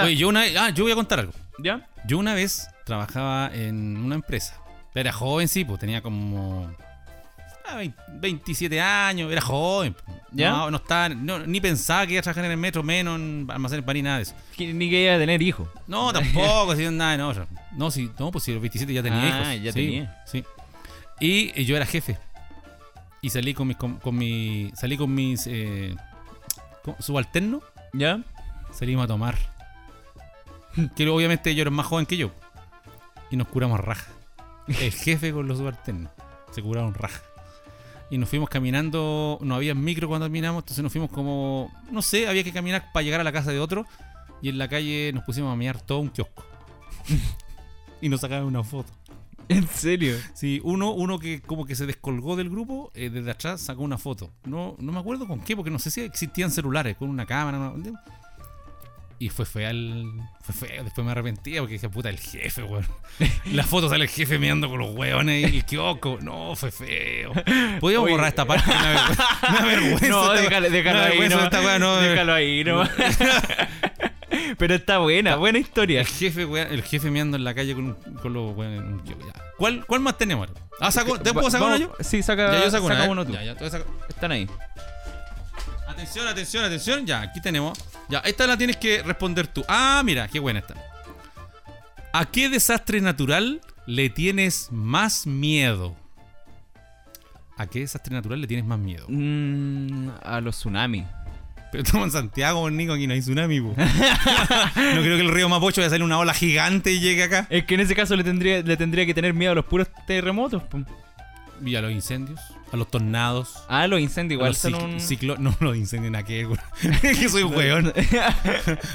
[SPEAKER 3] Oye, yo una vez- Ah, yo voy a contar algo.
[SPEAKER 1] ¿Ya?
[SPEAKER 3] Yo una vez trabajaba en una empresa. Era joven, sí, pues tenía como. ah, vein- 27 años, era joven. po.
[SPEAKER 1] ¿Ya?
[SPEAKER 3] No, no estaba, no, ni pensaba que iba a trabajar en el metro, menos en almacenes para ni nada de eso.
[SPEAKER 1] Que Ni que iba a tener hijo.
[SPEAKER 3] No, tampoco, si nada, no. yo- No, si, no, pues si a los 27 ya tenía
[SPEAKER 1] Ah,
[SPEAKER 3] hijos.
[SPEAKER 1] ya
[SPEAKER 3] sí,
[SPEAKER 1] tenía.
[SPEAKER 3] Sí. Y eh, yo era jefe. Y salí con mis. Con, con mi, salí con mis. Eh, ¿cómo? subalternos.
[SPEAKER 1] ¿Ya?
[SPEAKER 3] Salimos a tomar. Que obviamente ellos eran más joven que yo. Y nos curamos raja. El jefe con los subalternos. Se curaron raja. Y nos fuimos caminando. No había micro cuando caminamos. Entonces nos fuimos como. No sé, había que caminar para llegar a la casa de otro. Y en la calle nos pusimos a mear todo un kiosco. y nos sacaron una foto.
[SPEAKER 1] ¿En serio?
[SPEAKER 3] Sí, uno, uno que como que se descolgó del grupo, eh, desde atrás sacó una foto. No, no me acuerdo con qué, porque no sé si existían celulares, con una cámara. no- Y fue feo, fue feo. Después me arrepentía porque dije, puta, el jefe, weón. La foto sale el jefe meando con los hueones y el kiosco. No, fue feo. Podíamos
[SPEAKER 1] Oye.
[SPEAKER 3] borrar esta parte. Me avergüenza. Me avergüenza
[SPEAKER 1] No,
[SPEAKER 3] esta-
[SPEAKER 1] déjalo,
[SPEAKER 3] me
[SPEAKER 1] déjalo ahí.
[SPEAKER 3] avergüenza
[SPEAKER 1] No,
[SPEAKER 3] esta weá, no,
[SPEAKER 1] déjalo ahí, no. Pero está buena, buena historia.
[SPEAKER 3] El jefe, weón, el jefe meando en la calle con, un- con los weones en un kiosco. Ya. ¿Cuál, ¿Cuál más tenemos? Ah, saco, ¿Te puedo sacar
[SPEAKER 1] Va-
[SPEAKER 3] una yo?
[SPEAKER 1] vamos- Sí, saca,
[SPEAKER 3] Ya, yo saco una,
[SPEAKER 1] saca
[SPEAKER 3] ¿eh?
[SPEAKER 1] uno tú.
[SPEAKER 3] Ya, ya, tú saca-
[SPEAKER 1] Están ahí.
[SPEAKER 3] Atención, atención, atención. Ya, aquí tenemos. Ya, esta la tienes que responder tú. Ah, mira, qué buena esta. ¿A qué desastre natural le tienes más miedo? ¿A qué desastre natural le tienes más miedo?
[SPEAKER 1] Mm, a los tsunamis.
[SPEAKER 3] Pero estamos en Santiago, Nico, aquí no hay tsunami, po. no creo que el río Mapocho vaya a salir una ola gigante y llegue acá.
[SPEAKER 1] Es que en ese caso le tendría, le tendría que tener miedo a los puros terremotos. po.
[SPEAKER 3] Y a los incendios, a los tornados.
[SPEAKER 1] Ah, los incendios igual
[SPEAKER 3] a los
[SPEAKER 1] son
[SPEAKER 3] ciclo-
[SPEAKER 1] un...
[SPEAKER 3] ciclo- No, los incendios, ¿a qué? que soy un weón.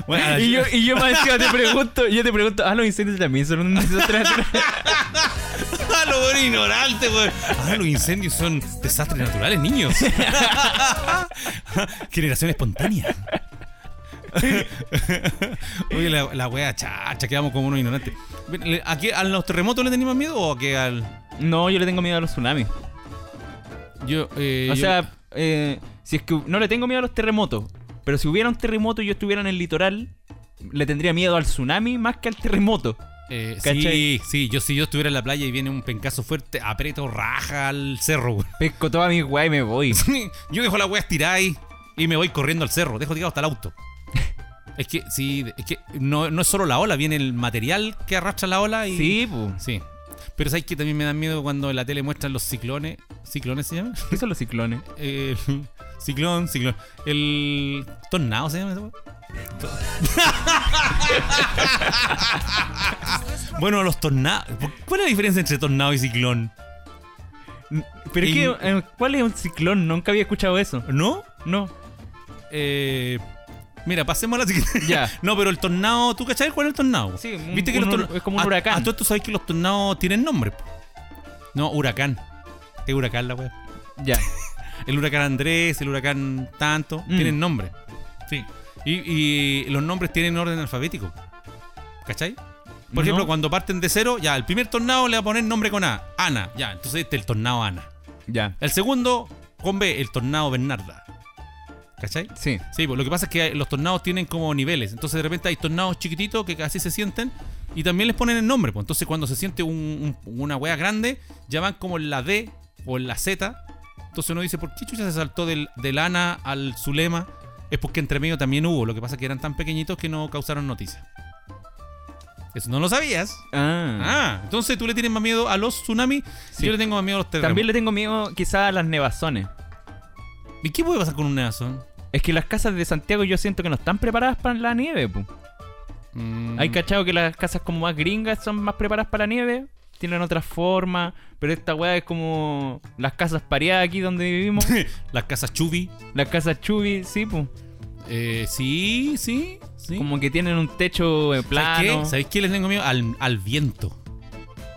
[SPEAKER 3] Bueno, a la-
[SPEAKER 1] y, yo, y yo más encima te pregunto, yo te pregunto, ah, los incendios también son un desastre natural.
[SPEAKER 3] Ah, lo bueno ignorante, güey. Ah, los incendios son desastres naturales, niños. Generación espontánea. Oye, la, la wea chacha, quedamos como unos ignorantes. Le- ¿A, qué- a los terremotos le tenemos miedo o a qué al.?
[SPEAKER 1] No, yo le tengo miedo a los tsunamis.
[SPEAKER 3] Yo, eh,
[SPEAKER 1] O
[SPEAKER 3] yo-
[SPEAKER 1] sea, eh, si es que no le tengo miedo a los terremotos, pero si hubiera un terremoto y yo estuviera en el litoral, le tendría miedo al tsunami más que al terremoto.
[SPEAKER 3] eh,
[SPEAKER 1] ¿cachai?
[SPEAKER 3] sí, sí, yo si yo estuviera en la playa y viene un pencazo fuerte, aprieto raja al cerro, güey.
[SPEAKER 1] Pesco toda mi weá y me voy.
[SPEAKER 3] Yo dejo la wea estirada ahí y me voy corriendo al cerro. Dejo tirado hasta el auto. Es que, sí, es que no, no es solo la ola, viene el material que arrastra la ola y.
[SPEAKER 1] Sí, pu.
[SPEAKER 3] Sí. Pero sabes que también me dan miedo cuando en la tele muestran los ciclones. ¿Ciclones se llaman?
[SPEAKER 1] ¿Qué son los ciclones?
[SPEAKER 3] Eh, ciclón, ciclón. El. Tornado se llama esa wea? To- Bueno, los tornados. ¿Cuál es la diferencia entre tornado y ciclón?
[SPEAKER 1] ¿Pero
[SPEAKER 3] Y-
[SPEAKER 1] qué, eh, cuál es un ciclón? Nunca había escuchado eso.
[SPEAKER 3] ¿No?
[SPEAKER 1] No.
[SPEAKER 3] Eh, mira, pasemos a la siguiente.
[SPEAKER 1] Ya.
[SPEAKER 3] no, pero el tornado, ¿tú cachai cuál es el tornado?
[SPEAKER 1] Sí, un-
[SPEAKER 3] ¿Viste que
[SPEAKER 1] un
[SPEAKER 3] los
[SPEAKER 1] hur-
[SPEAKER 3] torna-
[SPEAKER 1] es como un
[SPEAKER 3] a-
[SPEAKER 1] huracán.
[SPEAKER 3] A todos tú sabes que los tornados tienen nombre. po. No, huracán. Es huracán la wea.
[SPEAKER 1] Ya.
[SPEAKER 3] El huracán Andrés, el huracán tanto,
[SPEAKER 1] Mm.
[SPEAKER 3] tienen nombre. Sí. Y, y los nombres tienen orden alfabético. ¿Cachai? Por ejemplo,
[SPEAKER 1] No.
[SPEAKER 3] cuando parten de cero, ya, el primer tornado le va a poner nombre con A. Ana. Ya, entonces este es el tornado Ana.
[SPEAKER 1] Ya.
[SPEAKER 3] El segundo con B, el tornado Bernarda. ¿Cachai?
[SPEAKER 1] Sí.
[SPEAKER 3] Sí, pues lo que pasa es que los tornados tienen como niveles. Entonces de repente hay tornados chiquititos que así se sienten y también les ponen el nombre. Pues. Entonces cuando se siente un- un- una wea grande, ya van como en la D o en la Z. Entonces uno dice, ¿por qué chucha se saltó del, del ANA al Zulema? Es porque entre medio también hubo. Lo que pasa es que eran tan pequeñitos que no causaron noticia. Eso no lo sabías.
[SPEAKER 1] Ah.
[SPEAKER 3] Ah, entonces tú le tienes más miedo a los tsunamis.
[SPEAKER 1] Sí.
[SPEAKER 3] Yo le tengo más miedo a los terremotos.
[SPEAKER 1] También le tengo miedo quizás a las nevazones.
[SPEAKER 3] ¿Y qué puede pasar con un nevazón?
[SPEAKER 1] Es que las casas de Santiago yo siento que no están preparadas para la nieve, pu.
[SPEAKER 3] Mm,
[SPEAKER 1] Hay cachado que las casas como más gringas son más preparadas para la nieve, tienen otras formas, pero esta weá es como las casas pareadas aquí donde vivimos,
[SPEAKER 3] Las casas chubi.
[SPEAKER 1] las casas chubi, sí, pues.
[SPEAKER 3] Eh, sí, sí, sí.
[SPEAKER 1] Como que tienen un techo eh,
[SPEAKER 3] ¿Sabéis
[SPEAKER 1] plano,
[SPEAKER 3] qué? ¿Sabéis qué les tengo miedo? Al, al viento.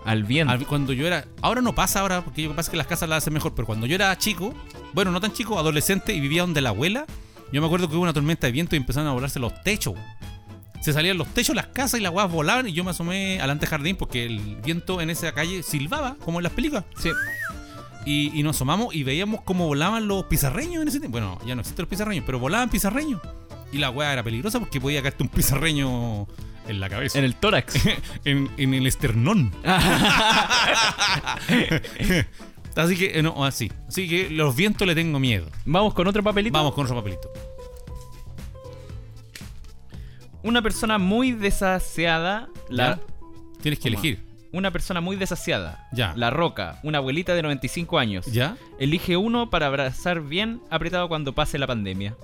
[SPEAKER 1] al viento.
[SPEAKER 3] Al- cuando yo era. Ahora no pasa ahora, porque yo pasa que las casas las hacen mejor, pero cuando yo era chico, bueno, no tan chico, adolescente y vivía donde la abuela, yo me acuerdo que hubo una tormenta de viento y empezaron a volarse los techos. Se salían los techos, las casas y las guas volaban y yo me asomé al antejardín porque el viento en esa calle silbaba, como en las películas.
[SPEAKER 1] Sí.
[SPEAKER 3] Y, y nos asomamos y veíamos cómo volaban los pizarreños en ese tiempo. Bueno, ya no existen los pizarreños, pero volaban pizarreños. Y la weá era peligrosa porque podía caerte un pizarreño en la cabeza.
[SPEAKER 1] En el tórax.
[SPEAKER 3] en, en el esternón. así que, eh, no, así. Así que los vientos le tengo miedo.
[SPEAKER 1] Vamos con otro papelito.
[SPEAKER 3] Vamos con otro papelito.
[SPEAKER 1] Una persona muy desaseada. La...
[SPEAKER 3] Ya. Tienes que elegir.
[SPEAKER 1] Una persona muy desaseada.
[SPEAKER 3] Ya.
[SPEAKER 1] La Roca, una abuelita de 95 años.
[SPEAKER 3] ¿Ya?
[SPEAKER 1] Elige uno para abrazar bien apretado cuando pase la pandemia.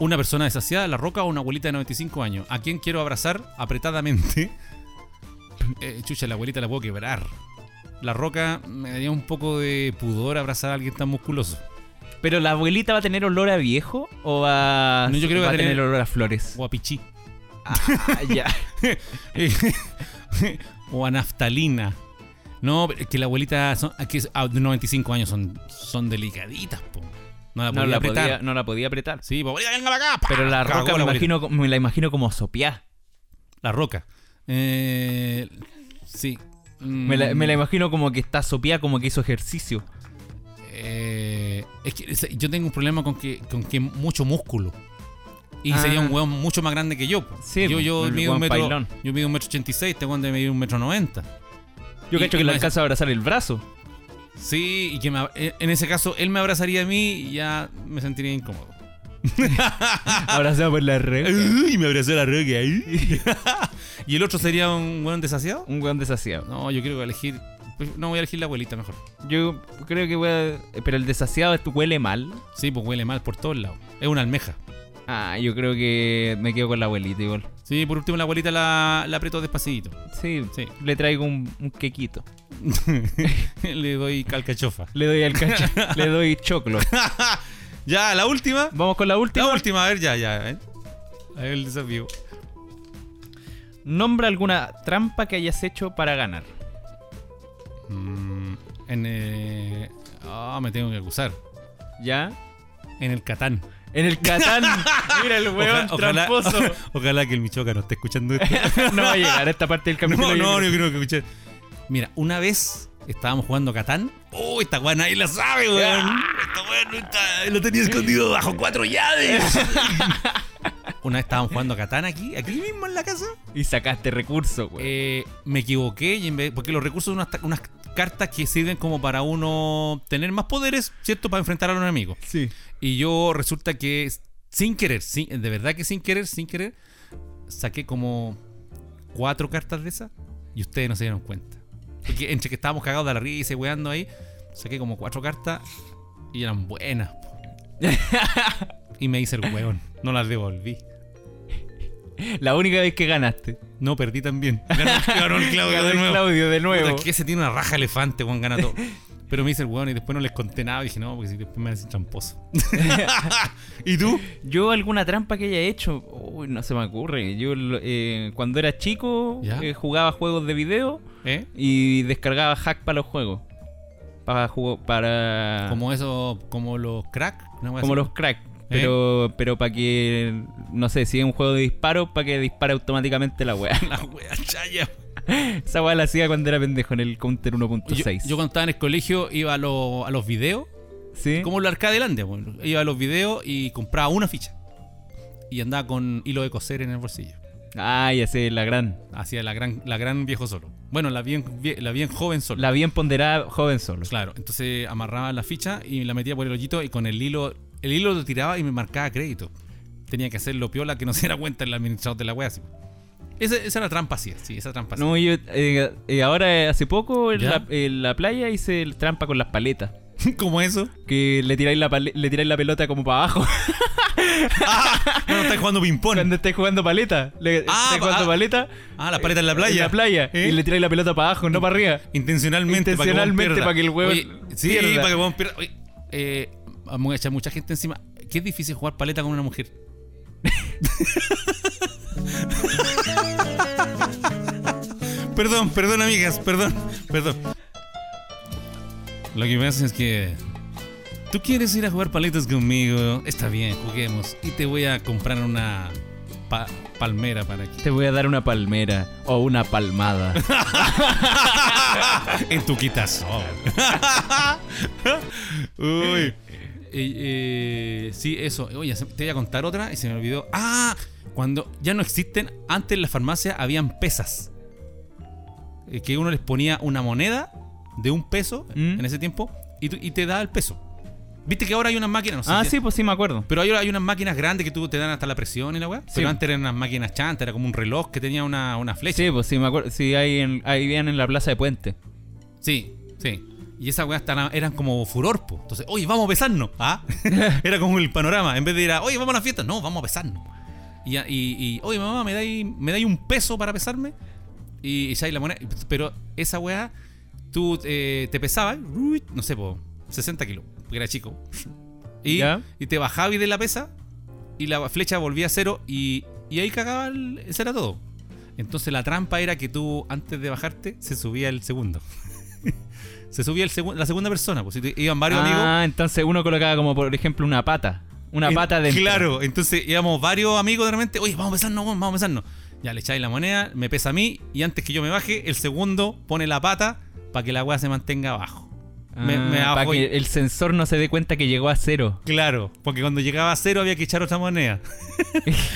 [SPEAKER 3] Una persona desasiada, la roca o una abuelita de 95 años. ¿A quién quiero abrazar apretadamente? Eh, chucha, la abuelita la puedo quebrar. La roca me daría un poco de pudor abrazar a alguien tan musculoso.
[SPEAKER 1] ¿Pero la abuelita va a tener olor a viejo o va,
[SPEAKER 3] No, yo creo
[SPEAKER 1] va
[SPEAKER 3] que va
[SPEAKER 1] a
[SPEAKER 3] a
[SPEAKER 1] tener...
[SPEAKER 3] tener-
[SPEAKER 1] olor a flores?
[SPEAKER 3] O a pichí.
[SPEAKER 1] Ah, ya.
[SPEAKER 3] o a naftalina. No, pero es que la abuelita son, es que es- ah, de 95 años son, son delicaditas, po. No la podía
[SPEAKER 1] No la,
[SPEAKER 3] apretar.
[SPEAKER 1] podía, no la podía apretar.
[SPEAKER 3] Sí, po, "Abuelita, venga para acá. pa".
[SPEAKER 1] Pero la
[SPEAKER 3] Cagó
[SPEAKER 1] roca me,
[SPEAKER 3] abuelita.
[SPEAKER 1] imagino, me la imagino como sopiá.
[SPEAKER 3] La roca. Eh, sí.
[SPEAKER 1] Me la, me la imagino como que está sopiá, como que hizo ejercicio.
[SPEAKER 3] Mm, Eh, es que es- yo tengo un problema con que, con que mucho músculo. Y
[SPEAKER 1] Ah.
[SPEAKER 3] sería un weón mucho más grande que yo. po.
[SPEAKER 1] Sí,
[SPEAKER 3] yo, yo,
[SPEAKER 1] el
[SPEAKER 3] mido
[SPEAKER 1] weón
[SPEAKER 3] un metro,
[SPEAKER 1] pailón.
[SPEAKER 3] yo mido un metro ochenta y seis, este weón debe medir un metro noventa.
[SPEAKER 1] Yo
[SPEAKER 3] Y-
[SPEAKER 1] cacho que le
[SPEAKER 3] y más-
[SPEAKER 1] alcanza a abrazar el brazo.
[SPEAKER 3] Sí, y que me ab- e-, en en ese caso él me abrazaría a mí y ya me sentiría incómodo.
[SPEAKER 1] Abrazado por la red.
[SPEAKER 3] Y me abrazó la roca. y el otro sería un weón desasiado.
[SPEAKER 1] Un weón desasiado.
[SPEAKER 3] No, yo creo que voy a elegir. pues, No, voy a elegir la abuelita mejor.
[SPEAKER 1] Yo creo que voy a... Pero el desasiado esto huele mal.
[SPEAKER 3] Sí, pues huele mal por todos lados. Es una almeja.
[SPEAKER 1] Ah, yo creo que me quedo con la abuelita igual.
[SPEAKER 3] Sí, por último la abuelita la, la aprieto despacito.
[SPEAKER 1] Sí,
[SPEAKER 3] Sí.
[SPEAKER 1] le traigo un, un quequito.
[SPEAKER 3] Le doy calcachofa.
[SPEAKER 1] Le doy al cacho, le doy choclo.
[SPEAKER 3] ya, la última.
[SPEAKER 1] Vamos con la última.
[SPEAKER 3] La última, a ver, ya, ya. ¿eh? A ver el desafío.
[SPEAKER 1] Nombra alguna trampa que hayas hecho para ganar.
[SPEAKER 3] Mm, en eh, Ah, me tengo que acusar.
[SPEAKER 1] ¿Ya?
[SPEAKER 3] En el Catán.
[SPEAKER 1] En el Catán. Mira el weón
[SPEAKER 3] Ojalá-
[SPEAKER 1] tramposo.
[SPEAKER 3] ojalá que el Michoacán no esté escuchando esto.
[SPEAKER 1] no va a llegar a esta parte del capítulo.
[SPEAKER 3] No,
[SPEAKER 1] yo
[SPEAKER 3] no,
[SPEAKER 1] creo.
[SPEAKER 3] yo creo que escuché. Mira, una vez estábamos jugando a Catán. ¡Oh, esta weá nadie la sabe, weón! Esta weá no está- lo tenía escondido bajo cuatro llaves. una vez estábamos jugando a Catán aquí, aquí mismo en la casa.
[SPEAKER 1] Y sacaste recursos, weón.
[SPEAKER 3] Eh, me equivoqué y en vez- porque los recursos son unas, ta- unas cartas que sirven como para uno tener más poderes, ¿cierto? Para enfrentar a un enemigo.
[SPEAKER 1] sí.
[SPEAKER 3] Y yo resulta que s- sin querer, sin- de verdad que sin querer, sin querer, saqué como cuatro cartas de esas y ustedes no se dieron cuenta. Porque entre que estábamos cagados de la risa y weando ahí, saqué como cuatro cartas y eran buenas. po. y me hice el hueón, no las devolví.
[SPEAKER 1] La única vez que ganaste.
[SPEAKER 3] No perdí también. Ganó, ganó el Claudio
[SPEAKER 1] Ganó
[SPEAKER 3] de
[SPEAKER 1] el
[SPEAKER 3] nuevo.
[SPEAKER 1] Claudio de
[SPEAKER 3] Puta,
[SPEAKER 1] nuevo.
[SPEAKER 3] es que ese tiene una raja elefante, weón, gana todo. Pero me hice el weón y después no les conté nada. Dije, no, porque si después me hacen tramposo. ¿Y tú?
[SPEAKER 1] Yo alguna trampa que haya hecho, uy, no se me ocurre. Yo lo- eh, cuando era chico
[SPEAKER 3] ¿Ya?
[SPEAKER 1] eh, jugaba juegos de video
[SPEAKER 3] ¿Eh?
[SPEAKER 1] y descargaba hack para los juegos. Para jugo- para
[SPEAKER 3] Como eso, como los crack. una wea
[SPEAKER 1] Ah. como
[SPEAKER 3] así. ¿Eh?
[SPEAKER 1] los crack, pero pero para que no sé, si es un juego de disparos, para que dispare automáticamente la wea.
[SPEAKER 3] La wea chaya.
[SPEAKER 1] Esa wea la hacía cuando era pendejo en el Counter
[SPEAKER 3] Yo,
[SPEAKER 1] 1.6.
[SPEAKER 3] yo cuando estaba en el colegio iba a, los- a los videos,
[SPEAKER 1] ¿Sí?
[SPEAKER 3] como los arcade delante, weón. iba a los videos y compraba una ficha. Y andaba con hilo de coser en el bolsillo.
[SPEAKER 1] Ah, ya sé, la gran.
[SPEAKER 3] Hacía la gran, la gran viejo solo. Bueno, la bien, vie- la bien joven solo.
[SPEAKER 1] La bien ponderada joven solo.
[SPEAKER 3] Claro, entonces amarraba la ficha y la metía por el hoyito y con el hilo, el hilo lo tiraba y me marcaba crédito. Tenía que hacerlo piola que no se diera cuenta el administrador de la wea. así. Esa, esa era trampa, sí, sí, esa trampa. sí.
[SPEAKER 1] No, yo eh, eh, ahora eh, hace poco en
[SPEAKER 3] ¿Ya?
[SPEAKER 1] la, en la playa hice el trampa con las paletas.
[SPEAKER 3] ¿Cómo eso?
[SPEAKER 1] Que le tiráis la, pale- le tiráis la pelota como para abajo.
[SPEAKER 3] Bueno, estás jugando ping-pong.
[SPEAKER 1] Cuando estáis jugando paleta. Le,
[SPEAKER 3] Ah,
[SPEAKER 1] estáis jugando
[SPEAKER 3] ah,
[SPEAKER 1] paleta.
[SPEAKER 3] Ah, la paleta en la playa.
[SPEAKER 1] En la playa.
[SPEAKER 3] ¿Eh?
[SPEAKER 1] Y le tiráis la pelota para abajo, no para arriba.
[SPEAKER 3] Intencionalmente,
[SPEAKER 1] Intencionalmente para que el huevo
[SPEAKER 3] huevo Sí,
[SPEAKER 1] pierda.
[SPEAKER 3] para que el huevo pierda. Oye, eh, vamos a echar mucha gente encima. Qué difícil jugar paleta con una mujer. Perdón, perdón, amigas, perdón, perdón. Lo que pasa es que. Tú quieres ir a jugar paletas conmigo. Está bien, juguemos. Y te voy a comprar una pa- palmera para que.
[SPEAKER 1] Te voy a dar una palmera o una palmada.
[SPEAKER 3] en tu quitazón. Uy. Eh, eh, sí, eso. Oye, se- te voy a contar otra y se me olvidó. Ah, cuando ya no existen, antes en las farmacias habían pesas. Eh, que uno les ponía una moneda de un peso
[SPEAKER 1] ¿Mm?
[SPEAKER 3] en ese tiempo y, tú- y te da el peso. Viste que ahora hay unas máquinas, no sé
[SPEAKER 1] ah,
[SPEAKER 3] si-
[SPEAKER 1] sí, pues sí, me acuerdo.
[SPEAKER 3] Pero hay, hay unas máquinas grandes que tú te dan hasta la presión y la weá. Pero antes eran unas máquinas chantas, era como un reloj que tenía una, una flecha.
[SPEAKER 1] Sí, pues sí, me acuerdo. Sí, ahí, en, ahí bien en la plaza de Puente.
[SPEAKER 3] Sí, sí. Y esas weas estaban- eran como furor, po. Entonces, oye, vamos a besarnos. ¿Ah? Era como el panorama. En vez de ir a, oye, vamos a una fiesta. No, vamos a besarnos. Y, a- y- y, oye, mamá, ¿me dais, me dais un peso para pesarme? Y, y ya hay la moneda. Pero esa wea, tú eh, te pesabas, uy, no sé, po, 60 kilos, porque era chico. Y,
[SPEAKER 1] Ya.
[SPEAKER 3] y te bajabas de la pesa y la flecha volvía a cero y, y ahí cagaba, el, eso era todo. Entonces la trampa era que tú, antes de bajarte, se subía el segundo. se subía el segun- la segunda persona, pues si te- iban varios amigos.
[SPEAKER 1] ah, entonces uno colocaba como, por ejemplo, una pata. Una
[SPEAKER 3] En-
[SPEAKER 1] pata de.
[SPEAKER 3] Claro, entonces íbamos varios amigos de repente, oye, vamos a pesarnos, weón, vamos a pesarnos. Ya le echáis la moneda, me pesa a mí, y antes que yo me baje, el segundo pone la pata para que la weá se mantenga abajo. Me- me
[SPEAKER 1] para
[SPEAKER 3] bajo
[SPEAKER 1] Ah, que
[SPEAKER 3] y-
[SPEAKER 1] el sensor no se dé cuenta que llegó a cero.
[SPEAKER 3] Claro, porque cuando llegaba a cero había que echar otra moneda.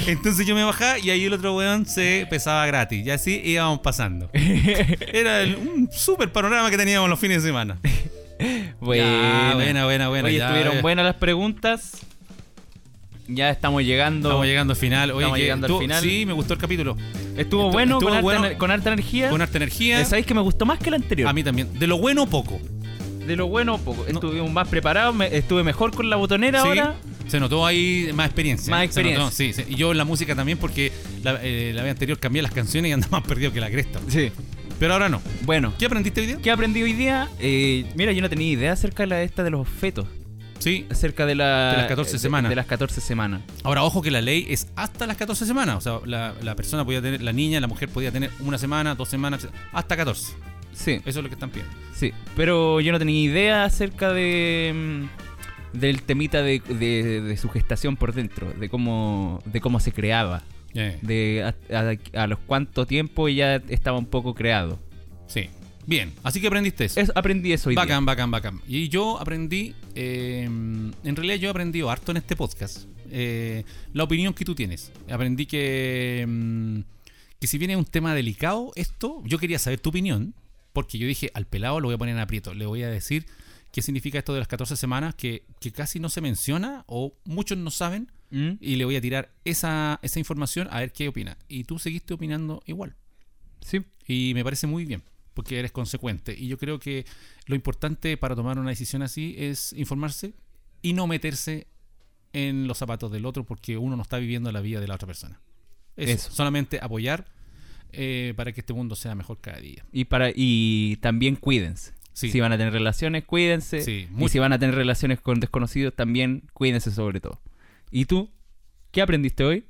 [SPEAKER 3] Entonces yo me bajaba y ahí el otro weón se pesaba gratis. Y así íbamos pasando. Era el- un super panorama que teníamos los fines de semana.
[SPEAKER 1] Buena,
[SPEAKER 3] buena, buena, buena,
[SPEAKER 1] Oye,
[SPEAKER 3] ya,
[SPEAKER 1] estuvieron
[SPEAKER 3] ya.
[SPEAKER 1] buenas las preguntas. Ya estamos llegando.
[SPEAKER 3] Estamos llegando al final. Oye,
[SPEAKER 1] Estamos
[SPEAKER 3] que
[SPEAKER 1] llegando al
[SPEAKER 3] estuvo-
[SPEAKER 1] final.
[SPEAKER 3] Sí, me gustó el capítulo.
[SPEAKER 1] Estuvo
[SPEAKER 3] Estu-
[SPEAKER 1] bueno,
[SPEAKER 3] estuvo
[SPEAKER 1] con,
[SPEAKER 3] bueno.
[SPEAKER 1] Harta, ener- con harta energía.
[SPEAKER 3] Con harta energía.
[SPEAKER 1] Eh, Sabéis que me gustó más que la anterior.
[SPEAKER 3] A mí también. De lo bueno, poco.
[SPEAKER 1] De lo bueno, poco.
[SPEAKER 3] No.
[SPEAKER 1] Estuvimos más preparados, me- estuve mejor con la botonera
[SPEAKER 3] Sí,
[SPEAKER 1] ahora.
[SPEAKER 3] Se notó ahí más experiencia.
[SPEAKER 1] Más
[SPEAKER 3] Se
[SPEAKER 1] experiencia.
[SPEAKER 3] notó, sí, sí. Y yo en la música también, porque la, eh, la vez anterior cambié las canciones y andaba más perdido que la cresta.
[SPEAKER 1] Sí.
[SPEAKER 3] Pero ahora no.
[SPEAKER 1] Bueno,
[SPEAKER 3] ¿Qué aprendiste hoy día?
[SPEAKER 1] ¿qué aprendí hoy día? Eh, mira, yo no tenía idea acerca de la esta de los fetos.
[SPEAKER 3] Sí.
[SPEAKER 1] Acerca de, la, eh,
[SPEAKER 3] De las 14
[SPEAKER 1] de-
[SPEAKER 3] semanas.
[SPEAKER 1] De, las 14 semanas.
[SPEAKER 3] Ahora, ojo que la ley es hasta las 14 semanas. O sea, la, la persona podía tener, la niña, la mujer podía tener una semana, dos semanas, hasta 14.
[SPEAKER 1] Sí,
[SPEAKER 3] Eso es lo que están pidiendo.
[SPEAKER 1] sí. Pero yo no tenía idea acerca de. mm, del temita de, de- de su gestación por dentro, de cómo, de cómo se creaba,
[SPEAKER 3] Eh,
[SPEAKER 1] de a, a- a los cuánto tiempo ya estaba un poco creado.
[SPEAKER 3] Sí. Bien, así que aprendiste eso.
[SPEAKER 1] Es- aprendí eso hoy día.
[SPEAKER 3] Bacán, bacán, bacán. Y yo aprendí, eh, en realidad yo he aprendido harto en este podcast, eh, la opinión que tú tienes. Aprendí que, mm, que si bien es un tema delicado, esto, yo quería saber tu opinión, porque yo dije, al pelado lo voy a poner en aprieto, le voy a decir qué significa esto de las 14 semanas, que, que casi no se menciona o muchos no saben,
[SPEAKER 1] ¿Mm?
[SPEAKER 3] y le voy a tirar esa, esa información a ver qué opina. Y tú seguiste opinando igual.
[SPEAKER 1] Sí.
[SPEAKER 3] Y me parece muy bien, porque eres consecuente. Y yo creo que lo importante para tomar una decisión así es informarse y no meterse en los zapatos del otro, porque uno no está viviendo la vida de la otra persona. Eso.
[SPEAKER 1] Eso.
[SPEAKER 3] Solamente apoyar eh, para que este mundo sea mejor cada día.
[SPEAKER 1] Y para y también cuídense.
[SPEAKER 3] Sí.
[SPEAKER 1] Si van a tener relaciones, cuídense.
[SPEAKER 3] Sí,
[SPEAKER 1] y
[SPEAKER 3] muy-
[SPEAKER 1] si van a tener relaciones con desconocidos, también cuídense sobre todo. ¿Y tú? ¿Qué aprendiste hoy?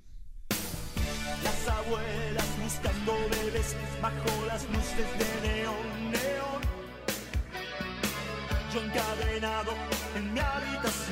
[SPEAKER 2] Las abuelas buscando bebés bajo las luces de neón, neón. Yo encadenado en mi habitación.